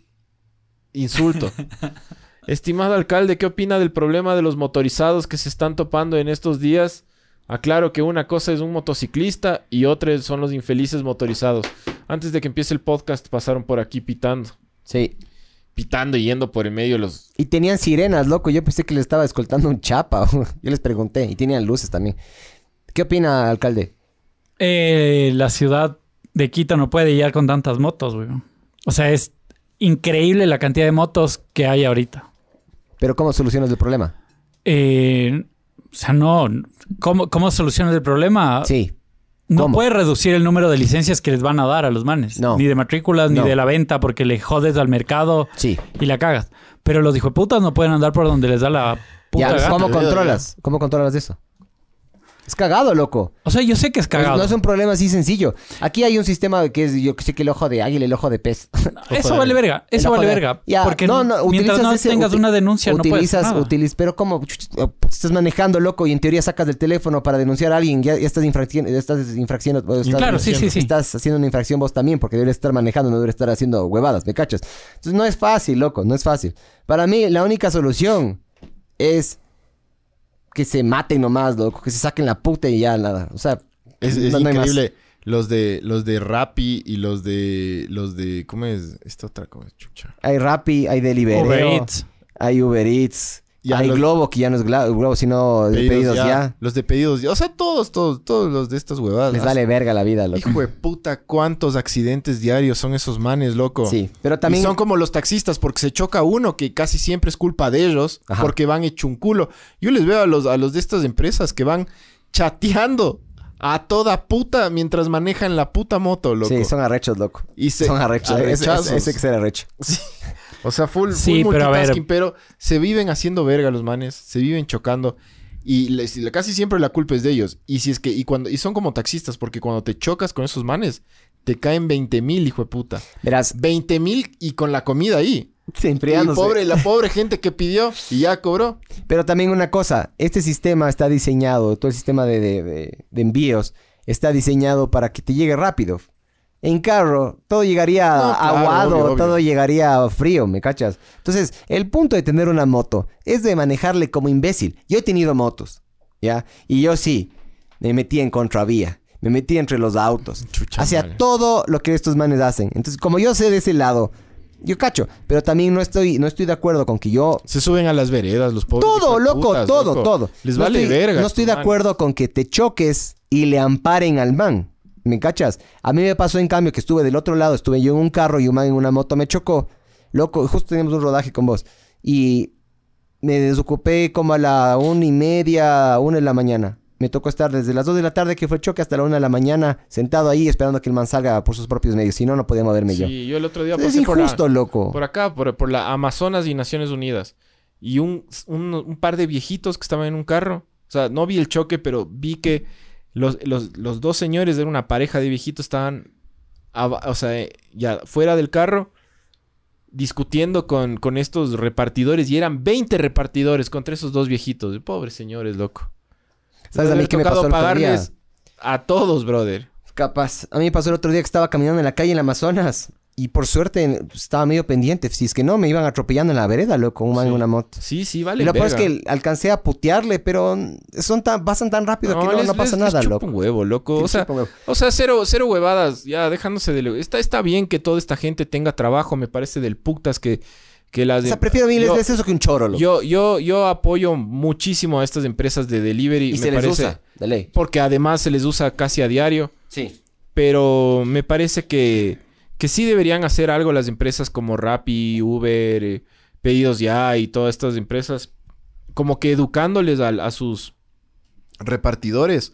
Speaker 3: insulto. Estimado alcalde, ¿qué opina del problema de los motorizados que se están topando en estos días? Aclaro que una cosa es un motociclista y otra son los infelices motorizados. Antes de que empiece el podcast pasaron por aquí pitando.
Speaker 2: Sí.
Speaker 3: Pitando y yendo por el medio de los...
Speaker 2: Y tenían sirenas, loco. Yo pensé que le estaba escoltando un chapa. [LAUGHS] Yo les pregunté. Y tenían luces también. ¿Qué opina, alcalde?
Speaker 4: Eh, la ciudad de Quito no puede llegar con tantas motos, güey. O sea, es increíble la cantidad de motos que hay ahorita.
Speaker 2: ¿Pero cómo solucionas el problema?
Speaker 4: Eh, o sea, no. ¿Cómo, cómo solucionas el problema?
Speaker 2: Sí.
Speaker 4: no
Speaker 2: ¿cómo?
Speaker 4: puedes reducir el número de licencias que les van a dar a los manes.
Speaker 2: No.
Speaker 4: Ni de matrículas,
Speaker 2: No.
Speaker 4: ni de la venta, porque le jodes al mercado
Speaker 2: Sí.
Speaker 4: y la cagas. Pero los hijueputas no pueden andar por donde les da la puta
Speaker 2: Ya,
Speaker 4: gana.
Speaker 2: ¿cómo
Speaker 1: gata.
Speaker 2: controlas? ¿Cómo controlas eso? Es cagado, loco.
Speaker 4: O sea, yo sé que es
Speaker 2: Pues
Speaker 4: cagado.
Speaker 2: No es un problema así sencillo. Aquí hay un sistema que es, yo que sé que el ojo de águila, el ojo de pez.
Speaker 4: Eso vale verga,
Speaker 2: El
Speaker 4: eso
Speaker 2: ojo
Speaker 4: vale
Speaker 2: de-
Speaker 4: verga.
Speaker 2: Ya,
Speaker 4: Porque
Speaker 2: no, no,
Speaker 4: mientras
Speaker 2: utilizas
Speaker 4: no
Speaker 2: ese-
Speaker 4: tengas
Speaker 2: uti-
Speaker 4: una denuncia, no puedes
Speaker 2: utilizas,
Speaker 4: hacer nada.
Speaker 2: utiliz- pero como estás manejando, loco, y en teoría sacas del teléfono para denunciar a alguien, ya, ya estás infraccionando, estás infraccionando, o estás,
Speaker 4: Claro, sí, sí, sí.
Speaker 2: estás haciendo una infracción vos también, porque deberías estar manejando, no deberías estar haciendo huevadas, ¿me cachas? Entonces no es fácil, loco, no es fácil. Para mí, la única solución es que se maten nomás, loco, que se saquen la puta y ya nada. O sea,
Speaker 1: Es, es
Speaker 2: no- no hay más.
Speaker 1: increíble. Los de los de Rappi y los de los de ¿cómo es esta otra cómo es chucha?
Speaker 2: Hay Rappi, hay Deliveroo,
Speaker 4: Uber Eats.
Speaker 2: hay Uber Eats,
Speaker 1: Ya
Speaker 2: hay
Speaker 1: los-
Speaker 2: Globo, que ya no es Gla- Globo, sino de pedidos ya.
Speaker 1: Los de pedidos ya. O sea, todos, todos, todos los de estas huevadas.
Speaker 2: Les vale verga la vida, loco.
Speaker 1: Hijo de puta, cuántos accidentes diarios son esos manes, loco.
Speaker 2: Sí, pero también
Speaker 1: Y son como los taxistas, porque se choca uno que casi siempre es culpa de ellos,
Speaker 2: Ajá.
Speaker 1: porque van hecho un culo. Yo les veo a los, a los de estas empresas que van chateando a toda puta mientras manejan la puta moto, loco.
Speaker 2: Sí, son arrechos, loco.
Speaker 1: Y se-
Speaker 2: son arrechos. Ese- ese-
Speaker 1: arrechazos.
Speaker 2: Ese que ser arrecho.
Speaker 1: O sea, full, full
Speaker 4: Sí, pero a ver.
Speaker 1: multitasking, pero se viven haciendo verga los manes, se viven chocando. Y les- y casi siempre la culpa es de ellos. Y si es que, y cuando, y son como taxistas, porque cuando te chocas con esos manes, te caen 20 mil, hijo de puta.
Speaker 2: Verás,
Speaker 1: 20 mil y con la comida ahí.
Speaker 2: se
Speaker 1: Y pobre, la pobre gente que pidió y ya cobró.
Speaker 2: Pero también una cosa, este sistema está diseñado, todo el sistema de, de- de- de envíos está diseñado para que te llegue rápido. En carro, todo llegaría
Speaker 1: No, claro,
Speaker 2: aguado,
Speaker 1: obvio, obvio.
Speaker 2: todo llegaría frío, ¿me cachas? Entonces, el punto de tener una moto es de manejarle como imbécil. Yo he tenido motos, ¿ya? Y yo sí, me metí en contravía, me metí entre los autos,
Speaker 1: Chucha
Speaker 2: hacia
Speaker 1: madre.
Speaker 2: todo lo que estos manes hacen. Entonces, como yo sé de ese lado, yo cacho, pero también no estoy, no estoy de acuerdo con que yo
Speaker 1: Se suben a las veredas los pobres.
Speaker 2: todo,
Speaker 1: hijueputas,
Speaker 2: loco, todo,
Speaker 1: loco.
Speaker 2: todo.
Speaker 1: Les
Speaker 2: No
Speaker 1: vale
Speaker 2: estoy-
Speaker 1: verga.
Speaker 2: No estoy de
Speaker 3: man.
Speaker 2: acuerdo con que te choques y le amparen al man. ¿Me cachas? A mí me pasó en cambio que estuve del otro lado, estuve yo en un carro y un man en una moto me chocó. Loco, justo teníamos un rodaje con vos. Y me desocupé como a la una y media, una de la mañana. Me tocó estar desde las dos de la tarde que fue el choque hasta la una de la mañana, sentado ahí esperando que el man salga por sus propios medios. Si no, no podía moverme yo.
Speaker 3: Sí, yo el otro día
Speaker 2: Es
Speaker 3: pasé por la-
Speaker 2: injusto, loco.
Speaker 3: Por acá, por, por la Amazonas y Naciones Unidas. Y un, un- un par de viejitos que estaban en un carro. O sea, no vi el choque, pero vi que los, los- los dos señores de una pareja de viejitos estaban, aba- o sea, eh, ya fuera del carro, discutiendo con, con estos repartidores. Y eran 20 repartidores contra esos dos viejitos. Pobres señores, loco.
Speaker 2: ¿Sabes a mí
Speaker 3: Haber
Speaker 2: qué me
Speaker 3: tocado
Speaker 2: pasó el otro día?
Speaker 3: pagarles a todos, brother.
Speaker 2: Capaz. A mí me pasó el otro día que estaba caminando en la calle en el Amazonas Y por suerte en- estaba medio pendiente. Si es que no, me iban atropellando en la vereda, loco, un man en
Speaker 5: Sí.
Speaker 2: una moto.
Speaker 5: Sí, sí,
Speaker 2: y
Speaker 5: vale.
Speaker 2: lo peor es que alcancé a putearle, pero son tan, pasan tan rápido que no, no pasa nada, loco.
Speaker 5: Un huevo, loco.
Speaker 2: Sí,
Speaker 5: O
Speaker 2: les
Speaker 5: sea,
Speaker 2: chupa un huevo.
Speaker 5: O sea, cero, cero huevadas, ya dejándose de... lo- Está, está bien que toda esta gente tenga trabajo, me parece del putas que, que las...
Speaker 2: O sea, prefiero miles
Speaker 5: yo,
Speaker 2: veces eso que un choro, loco.
Speaker 5: Yo, yo, yo apoyo muchísimo a estas empresas de delivery.
Speaker 2: y
Speaker 5: me
Speaker 2: se les
Speaker 5: parece,
Speaker 2: usa, de ley.
Speaker 5: Porque además se les usa casi a diario.
Speaker 2: Sí.
Speaker 5: Pero me parece que, que sí deberían hacer algo las empresas como Rappi, Uber, eh, Pedidos Ya y todas estas empresas. Como que educándoles al- a, sus...
Speaker 3: repartidores.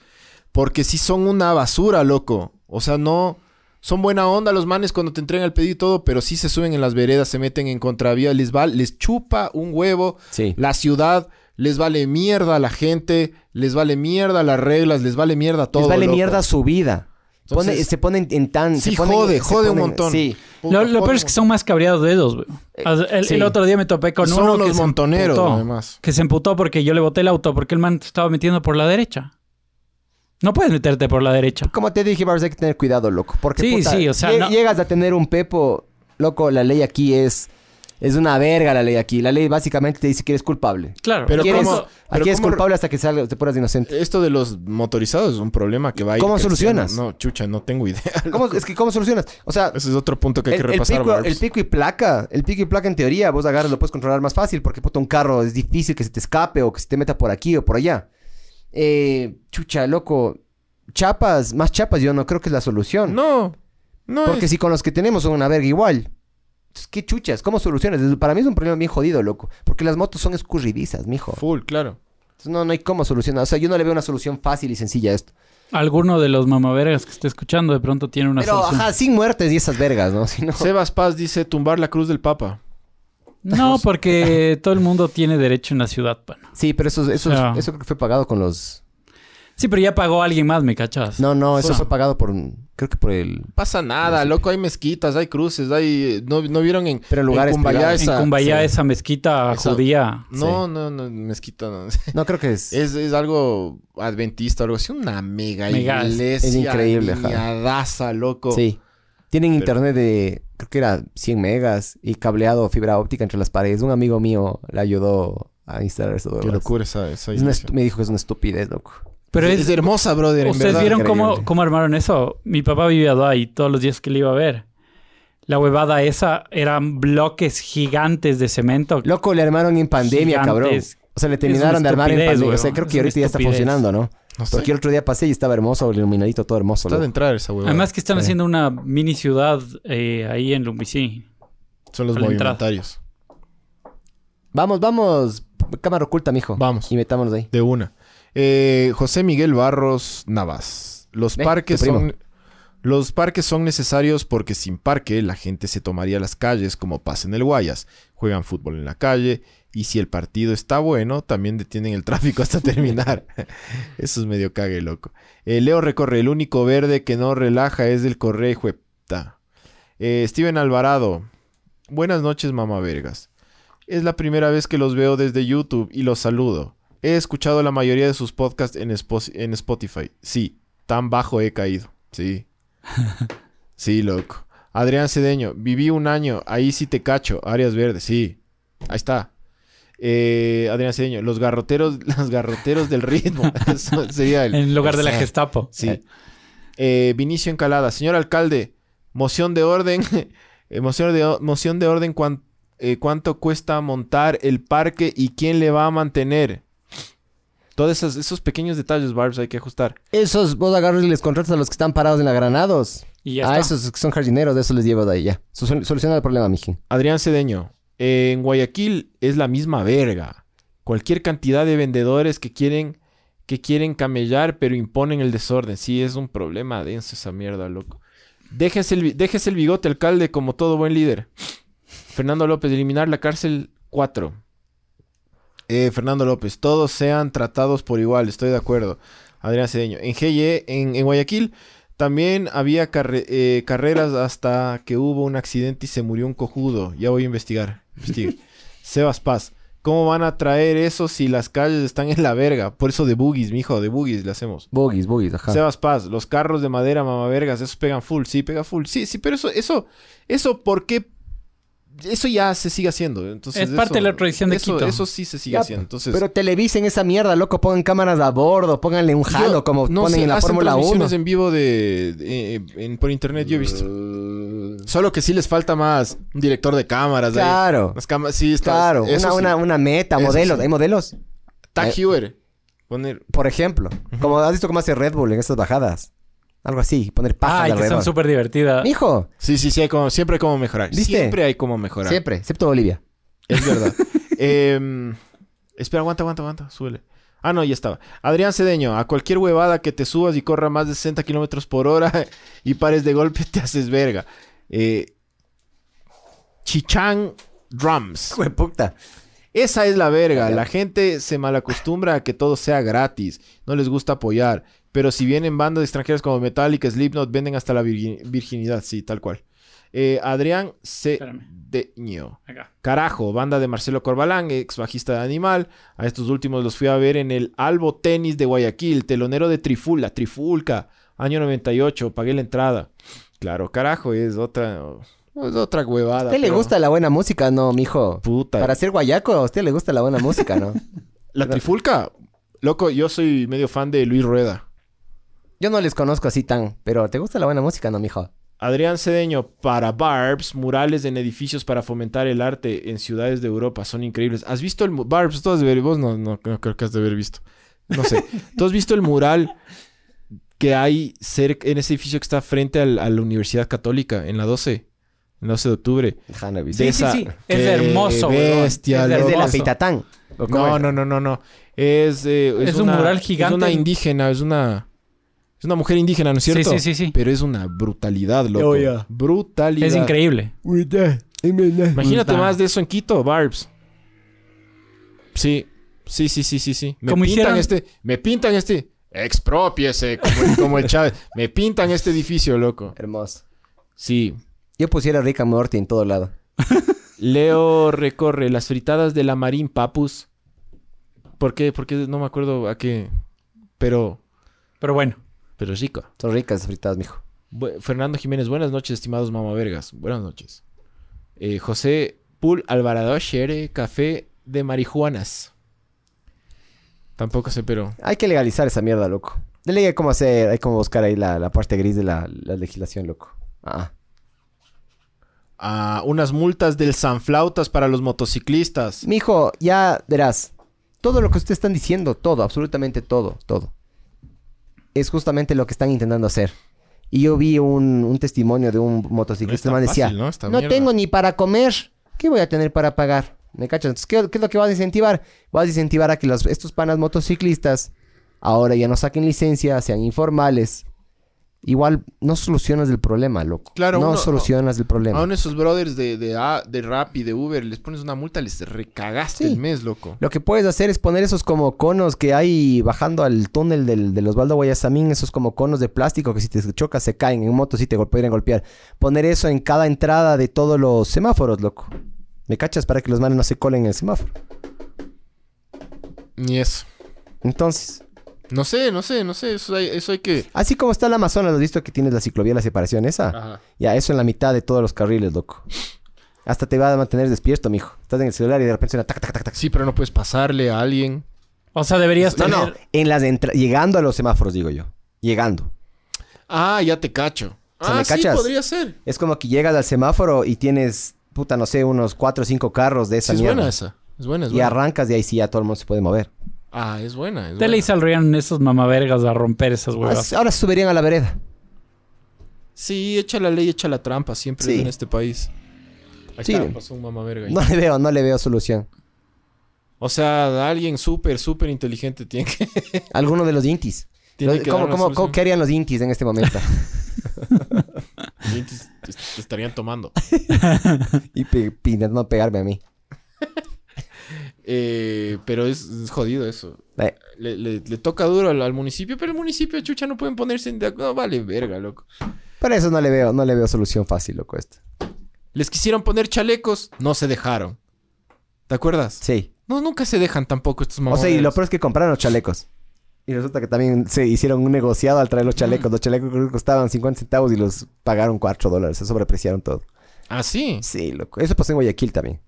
Speaker 3: Porque si son una basura, loco. O sea, no. Son buena onda los manes cuando te entregan el pedido y todo, pero sí se suben en las veredas, se meten en contravía, les va, les chupa un huevo
Speaker 2: Sí.
Speaker 3: la ciudad, les vale mierda la gente, les vale mierda las reglas, les vale mierda todo.
Speaker 2: les vale
Speaker 3: loco.
Speaker 2: mierda su vida. Pone-
Speaker 3: Entonces-
Speaker 2: se ponen en tan...
Speaker 3: Sí,
Speaker 2: se ponen-
Speaker 3: jode,
Speaker 2: se
Speaker 3: jode un
Speaker 2: ponen-
Speaker 3: montón.
Speaker 2: Sí.
Speaker 3: Puta,
Speaker 4: lo lo
Speaker 3: joder,
Speaker 4: peor es que son más cabreados dedos, güey.
Speaker 2: Eh,
Speaker 4: O sea, El,
Speaker 2: sí.
Speaker 4: el otro día me topé con
Speaker 3: Son
Speaker 4: uno
Speaker 3: unos
Speaker 4: que se
Speaker 3: montoneros,
Speaker 4: emputó.
Speaker 3: además.
Speaker 4: Que se emputó porque yo le boté el auto porque el man se estaba metiendo por la derecha. No puedes meterte por la derecha.
Speaker 2: Como te dije, Barbs, hay que tener cuidado, loco. Porque
Speaker 4: Sí,
Speaker 2: puta,
Speaker 4: sí, o sea,
Speaker 2: lle-
Speaker 4: no-
Speaker 2: llegas a tener un pepo, loco, la ley aquí es. Es una verga la ley aquí. La ley básicamente te dice que eres culpable.
Speaker 4: Claro.
Speaker 3: Pero
Speaker 4: y
Speaker 2: ¿Quieres-
Speaker 3: ¿cómo?
Speaker 4: eso-
Speaker 2: aquí
Speaker 3: pero
Speaker 2: eres
Speaker 3: cómo-
Speaker 2: culpable hasta que salga, te pones inocente.
Speaker 3: Esto de los motorizados es un problema que va a ir
Speaker 2: ¿Cómo
Speaker 3: creciendo.
Speaker 2: solucionas?
Speaker 3: No, chucha, no tengo idea. [LAUGHS]
Speaker 2: ¿Cómo, es que, ¿cómo solucionas? O sea,
Speaker 3: Ese Eh, es otro punto que hay que
Speaker 2: el, el
Speaker 3: repasar,
Speaker 2: pico,
Speaker 3: Barbs.
Speaker 2: el pico y placa, el pico y placa en teoría, vos agarras, lo puedes controlar más fácil porque puta un carro es difícil que se te escape o que se te meta por aquí o por allá. Eh, chucha, loco. Chapas, más chapas, yo no creo que es la solución.
Speaker 5: No, no
Speaker 2: Porque
Speaker 5: es-
Speaker 2: si con los que tenemos son una verga igual. Entonces, ¿qué chuchas? ¿Cómo soluciones? Es- Para mí es un problema bien jodido, loco. Porque las motos son escurridizas, mijo.
Speaker 5: Full,
Speaker 3: [LAUGHS]
Speaker 5: claro.
Speaker 2: Entonces, no, no hay cómo solucionar. O sea, yo no le veo una solución fácil y sencilla a esto.
Speaker 4: Alguno de los mamavergas que esté escuchando de pronto tiene una
Speaker 2: Pero,
Speaker 4: solución.
Speaker 2: ajá, sin muertes y esas vergas, ¿no? [LAUGHS] Si no-
Speaker 5: Sebas Paz dice tumbar la cruz del Papa.
Speaker 4: No, porque todo el mundo tiene derecho en la ciudad, pana.
Speaker 2: Sí, pero eso, eso,
Speaker 4: No.
Speaker 2: eso creo que fue pagado con los...
Speaker 4: Sí, pero ya pagó alguien más, ¿me cachas?
Speaker 2: No, no, eso
Speaker 4: Sí.
Speaker 2: fue pagado por... un- Creo que por el...
Speaker 3: Pasa nada, loco, hay mezquitas, hay cruces, hay... ¿No, no vieron en,
Speaker 2: Pero
Speaker 3: en
Speaker 2: lugares
Speaker 3: Cumbayá
Speaker 2: privados.
Speaker 4: en
Speaker 3: esa-
Speaker 4: Cumbayá,
Speaker 3: sí.
Speaker 4: esa mezquita
Speaker 3: Esa-
Speaker 4: judía.
Speaker 3: No, no, no, mezquita no. [LAUGHS] Es,
Speaker 2: No, creo que es...
Speaker 3: es algo adventista, algo así. Una mega,
Speaker 4: Mega, es-
Speaker 3: iglesia.
Speaker 2: es increíble, ajá.
Speaker 3: alineadaza, loco.
Speaker 2: Sí. Tienen
Speaker 3: Pero-
Speaker 2: internet de... Creo que era 100 megas y cableado fibra óptica entre las paredes. Un amigo mío le ayudó a instalar eso.
Speaker 3: Qué locura esa, esa
Speaker 2: Es una
Speaker 3: iglesia.
Speaker 2: estu- me dijo que es una estupidez, loco.
Speaker 4: Pero es,
Speaker 3: hermosa, brother, en
Speaker 4: ¿Ustedes
Speaker 3: verdad.
Speaker 4: vieron cómo,
Speaker 2: increíble.
Speaker 4: cómo armaron eso? Mi papá vivía allá y todos los días que le iba a ver. La huevada esa eran bloques gigantes de cemento.
Speaker 2: Loco, le armaron en pandemia,
Speaker 4: Gigantes.
Speaker 2: cabrón. O sea, le
Speaker 4: Es
Speaker 2: terminaron
Speaker 4: una
Speaker 2: de armar en
Speaker 4: estupidez,
Speaker 2: pandemia. O sea,
Speaker 4: weón.
Speaker 2: creo
Speaker 4: Es
Speaker 2: que
Speaker 4: una
Speaker 2: ahorita ya está
Speaker 4: estupidez.
Speaker 2: funcionando, ¿no?
Speaker 3: No sé,
Speaker 2: Porque el otro día pasé y estaba hermoso, iluminadito, todo hermoso.
Speaker 3: está de
Speaker 2: loco.
Speaker 3: entrar esa huevada.
Speaker 4: Además que están haciendo una mini ciudad eh, ahí en Lumbicí.
Speaker 3: Son los
Speaker 4: a la entrada.
Speaker 3: movimentarios.
Speaker 2: Vamos, vamos. Cámara oculta, mijo.
Speaker 3: Vamos.
Speaker 2: Y metámonos ahí.
Speaker 3: De una. Eh, José Miguel Barros Navas. Los
Speaker 2: Ve,
Speaker 3: parques
Speaker 2: Eh, tu primo.
Speaker 3: son. Los parques son necesarios porque sin parque la gente se tomaría las calles como pasa en el Guayas. Juegan fútbol en la calle y si el partido está bueno, también detienen el [LAUGHS] tráfico hasta terminar. [LAUGHS] Eso es medio cague, loco. Eh, Leo Recorre, el único verde que no relaja es del Correjo. Steven Alvarado, buenas noches, mamá vergas. Es la primera vez que los veo desde YouTube y los saludo. He escuchado la mayoría de sus podcasts en, Spo- en Spotify. Sí, tan bajo he caído.
Speaker 4: [LAUGHS]
Speaker 3: Sí. Sí, loco. Adrián Cedeño, viví un año, ahí sí te cacho, Áreas Verdes, sí. Ahí está. Eh, Adrián Cedeño, los garroteros, [LAUGHS] los garroteros del ritmo. [LAUGHS] Eso sería el
Speaker 4: En lugar de la
Speaker 3: tercer.
Speaker 4: Gestapo.
Speaker 3: Sí. Eh, Vinicio Encalada, señor alcalde, moción de orden, [LAUGHS] eh, moción de, o- moción de orden, cuan- eh, ¿cuánto cuesta montar el parque y quién le va a mantener? Todos esos, esos pequeños detalles, Barbs, hay que ajustar.
Speaker 2: Esos vos agarras y les contratas a los que están parados en la Granados.
Speaker 4: Y ya
Speaker 2: a
Speaker 3: Ah,
Speaker 4: está.
Speaker 2: esos que son jardineros, de esos les llevas de ahí ya. Sol- Soluciona el problema, mijín.
Speaker 3: Adrián Cedeño, eh, en Guayaquil es la misma verga. Cualquier cantidad de vendedores que quieren, que quieren camellar, pero imponen el desorden. Sí, es un problema denso esa mierda, loco. Déjese el, bi- déjese el bigote, alcalde, como todo buen líder. Fernando López, eliminar la cárcel 4. Eh, Fernando López, todos sean tratados por igual, estoy de acuerdo. Adrián Cedeño, en GY, en, en Guayaquil, también había carre- eh, carreras
Speaker 4: [LAUGHS]
Speaker 3: hasta que hubo un accidente y se murió un cojudo. Ya voy a investigar. investigue. Sebas Paz, ¿Cómo van a traer eso si las calles están en la verga? Por eso de boogies, mijo, de boogies le hacemos.
Speaker 2: Bogies, bogies, ajá.
Speaker 3: Sebas Paz, los carros de madera, mamavergas, esos pegan full, sí, pega full. Sí, sí, pero eso, eso, eso, ¿por qué? Eso ya se sigue haciendo. Entonces,
Speaker 4: Es parte
Speaker 3: eso-
Speaker 4: de la tradición de
Speaker 3: eso-
Speaker 4: Quito.
Speaker 3: Eso sí se sigue
Speaker 2: Ya,
Speaker 3: haciendo. Entonces,
Speaker 2: Pero televisen esa mierda, loco. Pongan cámaras a bordo, pónganle un
Speaker 3: yo-
Speaker 2: jalo como
Speaker 3: no
Speaker 2: ponen
Speaker 3: sé,
Speaker 2: en la
Speaker 3: hacen
Speaker 2: Fórmula 1.
Speaker 3: transmisiones en vivo de, de- eh, en- por internet, yo he visto. Solo que sí les falta más un director de cámaras. de ahí.
Speaker 2: Uh. Claro.
Speaker 3: Las cámaras, sí, está-
Speaker 2: Claro, una,
Speaker 3: eso sí.
Speaker 2: una, una meta,
Speaker 3: Eso
Speaker 2: modelos.
Speaker 3: sí.
Speaker 2: ¿Hay modelos?
Speaker 3: Tag
Speaker 2: eh.
Speaker 3: Heuer. Poner.
Speaker 2: Por ejemplo. Como has visto cómo hace Red Bull en estas bajadas. Algo así, poner paja de
Speaker 4: Ay, Ah, que son
Speaker 2: alrededor.
Speaker 4: súper divertidas.
Speaker 2: Hijo,
Speaker 3: Sí, sí, sí, hay como, siempre hay como mejorar.
Speaker 2: ¿Viste?
Speaker 3: Siempre hay como mejorar.
Speaker 2: siempre, excepto Bolivia.
Speaker 3: Es verdad. [LAUGHS] Em, espera, aguanta, aguanta, aguanta. Súbele. Ah, no, ya estaba. Adrián Cedeño, a cualquier huevada que te subas y corra más de 60 kilómetros por hora [LAUGHS] y pares de golpe, te haces verga. Eh, Chichang Drums.
Speaker 2: Hijo de puta.
Speaker 3: Esa es la verga. La gente se malacostumbra a que todo sea gratis. No les gusta apoyar. Pero si vienen bandas extranjeras como Metallica, Slipknot, venden hasta la virgi- virginidad. Sí, tal cual. Eh, Adrián
Speaker 4: Espérame.
Speaker 3: Cedeño.
Speaker 4: Acá.
Speaker 3: Carajo, banda de Marcelo Corbalán, ex bajista de Animal. A estos últimos los fui a ver en el Albo Tenis de Guayaquil, telonero de Trifula, Trifulca, año 98, pagué la entrada. Claro, carajo, es otra es otra
Speaker 2: ¿A
Speaker 3: huevada.
Speaker 2: usted le
Speaker 3: pero-
Speaker 2: gusta la buena música, no, mijo?
Speaker 3: puta.
Speaker 2: Para ser guayaco, a usted le gusta la buena música, ¿no?
Speaker 3: La Trifulca, loco, yo soy medio fan de Luis Rueda.
Speaker 2: Yo no les conozco así tan, pero ¿te gusta la buena música, no, mijo?
Speaker 3: Adrián Cedeño, para Barbs, murales en edificios para fomentar el arte en ciudades de Europa son increíbles. ¿Has visto el mu- Barbs? Tú has de ver, vos no, no, no creo que has de haber visto. No sé. ¿Tú has visto el mural que hay cerca en ese edificio que está frente al- a la Universidad Católica, en la 12? En la 12 de octubre.
Speaker 2: Déjame
Speaker 3: De
Speaker 2: avisar.
Speaker 4: Sí, sí,
Speaker 3: esa-
Speaker 4: sí. Es
Speaker 3: ¡Qué
Speaker 4: hermoso, huevón!
Speaker 3: bestia,
Speaker 4: Es de
Speaker 2: Es de la
Speaker 4: hermoso.
Speaker 2: Peitatán. ¿O cómo
Speaker 3: No,
Speaker 2: es?
Speaker 3: no, no, no, no. Es, eh,
Speaker 4: Es un
Speaker 3: una-
Speaker 4: mural gigante.
Speaker 3: Es una indígena, es una. Es una mujer indígena, ¿no es
Speaker 4: Sí,
Speaker 3: cierto?
Speaker 4: sí, sí, sí.
Speaker 3: Pero es una brutalidad, loco.
Speaker 2: Oh, yeah.
Speaker 3: Brutalidad.
Speaker 4: Es increíble.
Speaker 3: Imagínate
Speaker 4: Brutal.
Speaker 3: más de eso en Quito, Barbs. Sí, sí, sí, sí, sí, sí. Me
Speaker 4: Como
Speaker 3: pintan
Speaker 4: hicieron-
Speaker 3: este, me pintan este. Expropiese, como, el- como
Speaker 4: [LAUGHS]
Speaker 3: el Chávez. Me pintan este edificio, loco.
Speaker 2: Hermoso.
Speaker 3: Sí.
Speaker 2: Yo pusiera Rick and Morty en todo lado.
Speaker 3: Leo recorre las fritadas de la Marín Papus. ¿Por qué? Porque no me acuerdo a qué. Pero,
Speaker 4: Pero bueno.
Speaker 3: pero rico.
Speaker 2: Son ricas las fritadas, mijo.
Speaker 3: Bu- Fernando Jiménez, buenas noches, estimados mamavergas. Buenas noches. Eh, José Pul Alvarado Shere, café de marihuanas. Tampoco sé, pero.
Speaker 2: Hay que legalizar esa mierda, loco. De ley hay cómo hacer, hay cómo buscar ahí la, la parte gris de la, la legislación, loco. Ah.
Speaker 3: Ah, unas multas del Sanflautas para los motociclistas.
Speaker 2: Mijo, ya verás. Todo lo que ustedes están diciendo, todo, absolutamente todo, todo. Es justamente lo que están intentando hacer. Y yo vi un, un testimonio de un motociclista.
Speaker 3: No
Speaker 2: el este man
Speaker 3: es tan
Speaker 2: decía,
Speaker 3: fácil, ¿no? Esta
Speaker 2: no
Speaker 3: mierda".
Speaker 2: tengo ni para comer. ¿Qué voy a tener para pagar? ¿Me cachas? Entonces, ¿qué, qué es lo que vas a incentivar? Vas a incentivar a que los- estos panas motociclistas ahora ya no saquen licencia, sean informales. Igual no solucionas el problema, loco.
Speaker 3: Claro,
Speaker 2: no
Speaker 3: uno-
Speaker 2: solucionas el problema.
Speaker 3: Aún esos brothers de, de,
Speaker 5: ah,
Speaker 3: A- de Rap y de Uber, les pones una multa, les recagaste
Speaker 2: Sí.
Speaker 3: el mes, loco.
Speaker 2: Lo que puedes hacer es poner esos como conos que hay bajando al túnel del, del Osvaldo Guayasamín, esos como conos de plástico que si te chocas se caen en moto, si te gol- podrían golpear. Poner eso en cada entrada de todos los semáforos, loco. ¿Me cachas? Para que los manes no se colen en el semáforo.
Speaker 3: Ni eso.
Speaker 2: Entonces,
Speaker 3: No sé, no sé, no sé. Eso hay, eso hay que.
Speaker 2: así como está el Amazonas, ¿has visto que tienes la ciclovía, la separación esa?
Speaker 3: Ajá.
Speaker 2: Ya, eso en la mitad de todos los carriles, loco. Hasta te va a mantener despierto, mijo. Estás en el celular y de repente suena tac, tac, tac, tac.
Speaker 3: Sí, pero no puedes pasarle a alguien.
Speaker 4: O sea, deberías
Speaker 2: No,
Speaker 4: tener...
Speaker 2: no. En las entra- llegando a los semáforos, digo yo. Llegando.
Speaker 3: Ah, ya te cacho.
Speaker 2: O sea,
Speaker 3: ah,
Speaker 2: ¿me
Speaker 3: sí,
Speaker 2: cachas?
Speaker 3: podría ser.
Speaker 2: Es como que llegas al semáforo y tienes, puta, no sé, unos cuatro o cinco carros de esa
Speaker 3: Sí, es
Speaker 2: mierda.
Speaker 3: buena esa. Es buena, es
Speaker 2: y
Speaker 3: buena.
Speaker 2: arrancas de ahí sí ya todo el mundo se puede mover.
Speaker 3: Ah, es buena. Es
Speaker 4: Te le
Speaker 3: buena.
Speaker 4: saldrían esos mamavergas a romper esas
Speaker 2: Ahora,
Speaker 4: huevas.
Speaker 2: Ah, ahora subirían a la vereda.
Speaker 3: Sí, echa la ley, echa la trampa. Siempre
Speaker 2: Sí.
Speaker 3: en este país. Ahí
Speaker 2: Sí.
Speaker 3: está, pasó un mamaverga ahí.
Speaker 2: No le veo, no le veo solución.
Speaker 3: O sea, alguien súper, súper inteligente tiene que...
Speaker 2: Alguno de los intis.
Speaker 3: [LAUGHS] tiene que
Speaker 2: ¿Cómo,
Speaker 3: dar una
Speaker 2: cómo, cómo-
Speaker 3: solución.
Speaker 2: ¿Qué harían los intis en este
Speaker 3: [LAUGHS]
Speaker 2: momento?
Speaker 3: Y entonces te- te estarían tomando.
Speaker 2: y pe- pe- intentando pegarme a mí.
Speaker 3: Eh, pero es, es jodido eso.
Speaker 2: Eh,
Speaker 3: Le, le- le toca duro al, al municipio, pero el municipio, chucha, no pueden ponerse en... de ac- No, vale, verga, loco.
Speaker 2: Por eso no le veo, no le veo solución fácil, loco, esto.
Speaker 3: Les quisieron poner chalecos, no se dejaron. ¿Te acuerdas?
Speaker 2: Sí.
Speaker 3: No, nunca se dejan tampoco estos
Speaker 2: O
Speaker 3: mamones.
Speaker 2: sea, y lo peor es que compraron los chalecos. Y resulta que también se hicieron un negociado al traer los chalecos. Los chalecos creo que costaban 50 centavos y los pagaron 4 dólares. Se sobrepreciaron todo.
Speaker 3: Ah, sí.
Speaker 2: Sí, loco. Eso pasó en Guayaquil también.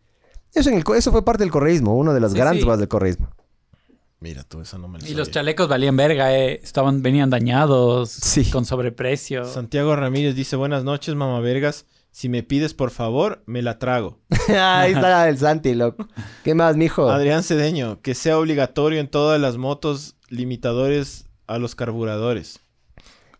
Speaker 2: Eso, en el, co- eso fue parte del correísmo, una de las
Speaker 4: Sí,
Speaker 2: grandes
Speaker 4: sí.
Speaker 2: cosas del correísmo. [LAUGHS]
Speaker 5: Mira, tú esa no me la
Speaker 4: Y los
Speaker 5: sabía.
Speaker 4: chalecos valían verga, eh. Estaban, venían dañados,
Speaker 2: Sí.
Speaker 4: con sobreprecio.
Speaker 3: Santiago Ramírez dice, buenas noches, mamá vergas. Si me pides, por favor, me la trago.
Speaker 2: Ahí está el Santi, loco. ¿Qué más, mijo?
Speaker 3: Adrián Cedeño, que sea obligatorio en todas las motos limitadores a los carburadores.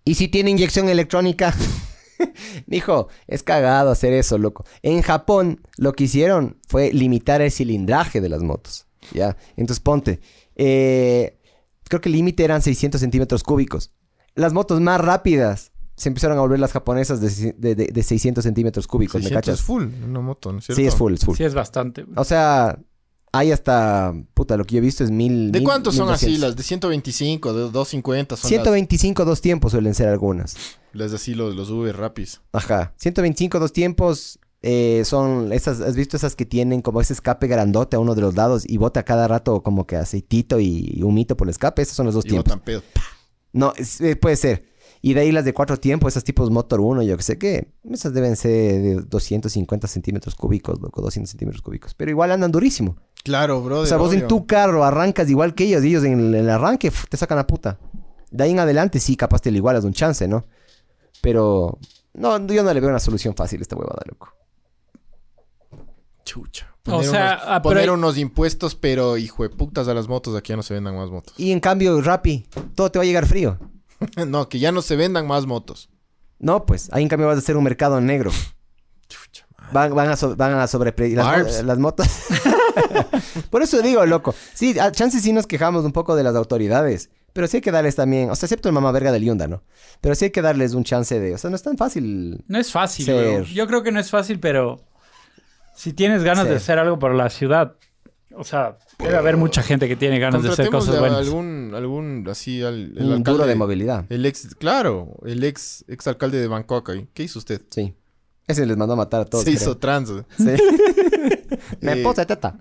Speaker 2: ¿Y si tiene inyección electrónica? [LAUGHS] Mijo, es cagado hacer eso, loco. En Japón lo que hicieron fue limitar el cilindraje de las motos. ¿Ya? Entonces ponte. eh, creo que el límite eran 600 centímetros cúbicos. Las motos más rápidas se empezaron a volver las japonesas de, si- de- de- de 600 centímetros cúbicos. ¿Me
Speaker 5: 600
Speaker 2: cachas?
Speaker 5: es full, en una moto, ¿no es cierto?
Speaker 2: Sí, es full, es full.
Speaker 4: Sí, es bastante.
Speaker 2: O sea, hay hasta... Puta, lo que yo he visto es mil...
Speaker 5: ¿De
Speaker 2: mil-
Speaker 5: cuántos son así?
Speaker 2: 1200?
Speaker 5: Las de 125, de 250 son
Speaker 2: 125 dos tiempos suelen ser algunas.
Speaker 5: las, las de así los, los Uber Rapis.
Speaker 2: Ajá. 125 dos tiempos eh, son esas, ¿has visto esas que tienen como ese escape grandote a uno de los lados y bota cada rato como que aceitito y, y humito por el escape? Esos son los dos
Speaker 5: Y
Speaker 2: tiempos.
Speaker 5: botan pedo.
Speaker 2: No, es- eh, puede ser. Y de ahí las de cuatro tiempos, esas tipos Motor 1, yo que sé qué. Esas deben ser de 250 centímetros cúbicos, loco, 200 centímetros cúbicos. Pero igual andan durísimo.
Speaker 5: Claro, brother.
Speaker 2: O sea, vos en
Speaker 5: obvio.
Speaker 2: tu carro arrancas igual que ellos y ellos en el, en el arranque pf, te sacan la puta. De ahí en adelante sí, capaz te lo igualas de un chance, ¿no? Pero no, yo no le veo una solución fácil a esta huevada, loco.
Speaker 5: Chucha.
Speaker 4: O
Speaker 5: Poner
Speaker 4: sea,
Speaker 5: unos,
Speaker 4: ah, pero
Speaker 5: poner
Speaker 4: hay-
Speaker 5: unos impuestos, pero hijo de putas a las motos, aquí ya no se vendan más motos.
Speaker 2: Y en cambio, Rappi, todo te va a llegar frío.
Speaker 5: no, que ya no se vendan más motos.
Speaker 2: No, pues, ahí en cambio vas a hacer un mercado negro.
Speaker 5: Chucha.
Speaker 2: Van, van a, so- van a sobrepre- las,
Speaker 5: Barbs.
Speaker 2: mo- las motos. [LAUGHS] Por eso digo, loco. Sí, a chances sí nos quejamos un poco de las autoridades. Pero sí hay que darles también, o sea, excepto el mamá verga del Yunda, ¿no? Pero sí hay que darles un chance de, o sea, no es tan fácil
Speaker 4: No es fácil,
Speaker 2: Ser.
Speaker 4: weón. Yo creo que no es fácil, pero si tienes ganas
Speaker 2: Ser.
Speaker 4: de hacer algo por la ciudad, o sea, debe haber mucha gente que tiene ganas de hacer
Speaker 5: Contratemos
Speaker 4: cosas
Speaker 5: a
Speaker 4: buenas.
Speaker 5: algún, algún, así, al, el
Speaker 2: un duro
Speaker 5: alcalde-
Speaker 2: de movilidad.
Speaker 5: El ex, claro, el ex, ex alcalde de Bangkok ahí. ¿Qué hizo usted?
Speaker 2: Sí. Ese les mandó a matar a todos.
Speaker 5: se
Speaker 2: creo.
Speaker 5: hizo trans.
Speaker 2: Sí.
Speaker 5: [LAUGHS]
Speaker 2: [LAUGHS] Me
Speaker 5: Eh,
Speaker 2: puse teta.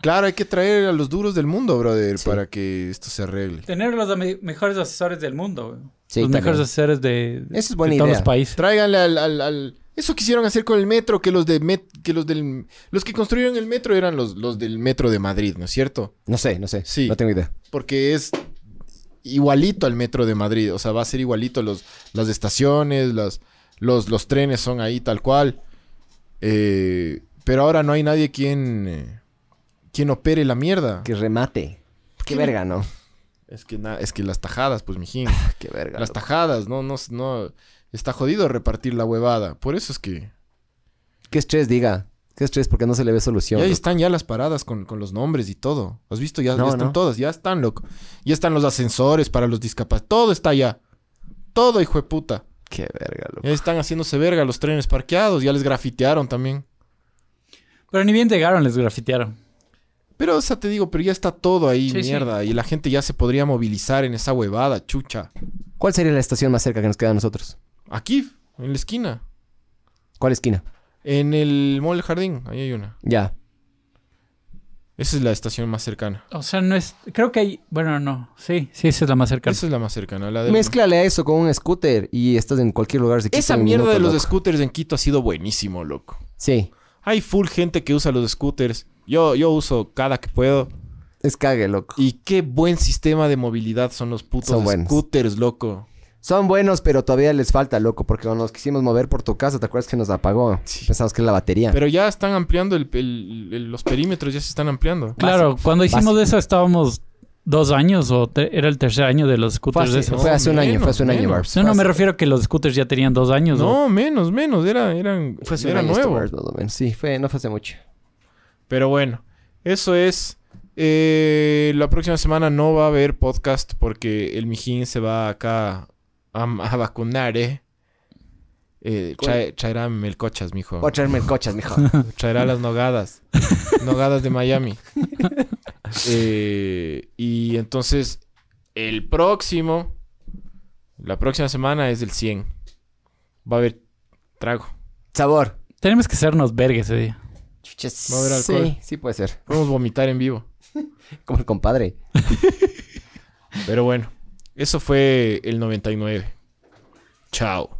Speaker 5: Claro, hay que traer a los duros del mundo, brother, para que esto se arregle.
Speaker 4: Tener los ame- mejores asesores del mundo, weón.
Speaker 2: Sí,
Speaker 4: los
Speaker 2: también.
Speaker 4: mejores asesores de,
Speaker 2: Eso es buena
Speaker 4: de todos
Speaker 2: idea.
Speaker 4: los países.
Speaker 5: Tráiganle al, al- al- Eso quisieron hacer con el metro, que los de met- que los del... Los que construyeron el metro eran los, los del metro de Madrid, ¿no es cierto?
Speaker 2: No sé, no sé.
Speaker 5: Sí.
Speaker 2: No tengo idea.
Speaker 5: Porque es igualito al metro de Madrid. O sea, va a ser igualito los, las estaciones, las, los, los trenes son ahí tal cual. Eh, pero ahora no hay nadie quien... eh, quien opere la mierda.
Speaker 2: Que remate. Qué verga, ¿no?
Speaker 5: Es que, na- es que las tajadas, pues, mijín.
Speaker 2: Qué verga.
Speaker 5: Las
Speaker 2: loco.
Speaker 5: tajadas, no, no, no. Está jodido repartir la huevada. Por eso es que.
Speaker 2: Qué estrés, diga. Qué estrés porque no se le ve
Speaker 5: Y
Speaker 2: solución.
Speaker 5: ahí
Speaker 2: loco.
Speaker 5: están ya las paradas con, con los nombres y todo. ¿Has visto? Ya, ya
Speaker 2: No,
Speaker 5: están
Speaker 2: no.
Speaker 5: todas, ya están, loco. Ya están los ascensores para los discapacitados. Todo está ya. Todo, hijo de puta.
Speaker 2: Qué verga, loco.
Speaker 5: Ya están haciéndose verga los trenes parqueados. Ya les grafitearon también.
Speaker 4: Pero ni bien llegaron, les grafitearon.
Speaker 5: Pero, o sea, te digo, pero ya está todo ahí,
Speaker 4: Sí, sí.
Speaker 5: mierda. Y la gente ya se podría movilizar en esa huevada, chucha.
Speaker 2: ¿Cuál sería la estación más cerca que nos queda a nosotros?
Speaker 5: Aquí, en la esquina.
Speaker 2: ¿Cuál esquina?
Speaker 5: En el Mall Jardín, ahí hay una.
Speaker 2: Ya.
Speaker 5: Esa es la estación más cercana.
Speaker 4: O sea, no es. Creo que hay. Bueno, no. Sí, sí, esa es la más cercana.
Speaker 5: Esa es la más cercana, la del...
Speaker 2: Mezclale a eso con un scooter y estás en cualquier lugar. se quita
Speaker 5: Esa
Speaker 2: en un
Speaker 5: mierda
Speaker 2: minuto,
Speaker 5: de los
Speaker 2: loco.
Speaker 5: scooters en Quito ha sido buenísimo, loco.
Speaker 2: Sí.
Speaker 5: Hay full gente que usa los scooters. Yo, yo uso cada que puedo.
Speaker 2: Es cague, loco.
Speaker 5: Y qué buen sistema de movilidad son los putos
Speaker 2: Son buenos.
Speaker 5: scooters, loco.
Speaker 2: Son buenos, pero todavía les falta, loco. Porque cuando nos quisimos mover por tu casa, ¿te acuerdas que nos apagó?
Speaker 5: Sí.
Speaker 2: Pensamos que era la batería.
Speaker 5: Pero ya están ampliando el- el- el- los perímetros, ya se están ampliando.
Speaker 4: Claro, cuando hicimos
Speaker 2: básico.
Speaker 4: eso estábamos dos años o te- era el tercer año de los scooters
Speaker 2: Fácil,
Speaker 4: de esos.
Speaker 2: fue hace un año, fue hace un año,
Speaker 5: menos.
Speaker 2: Barbs.
Speaker 4: Pues No, no,
Speaker 2: Fue
Speaker 4: me
Speaker 2: hace-
Speaker 4: refiero a que los scooters ya tenían dos años. ¿no?
Speaker 5: No, menos, menos. Era, eran,
Speaker 2: Fue hace
Speaker 5: era
Speaker 2: un año esto,
Speaker 5: nuevo.
Speaker 2: Barbs, más o menos. Sí, fue, no fue hace mucho.
Speaker 5: Pero bueno, eso es. Eh, la próxima semana no va a haber podcast porque el Mijín se va acá a, a vacunar, ¿eh? Eh, trae- traerá melcochas, mijo.
Speaker 2: Voy a traerme el cochas, [LAUGHS] mijo.
Speaker 5: Traerá las nogadas. nogadas de Miami. Eh, y entonces, el próximo. La próxima semana es el 100. Va a haber trago.
Speaker 2: Sabor.
Speaker 4: eh. Tenemos que hacernos verga ese día.
Speaker 2: Chucha,
Speaker 3: Va a haber alcohol.
Speaker 2: sí, sí puede ser.
Speaker 3: Podemos vomitar en vivo.
Speaker 2: Como el compadre.
Speaker 3: Pero bueno, eso fue el 99. Chao.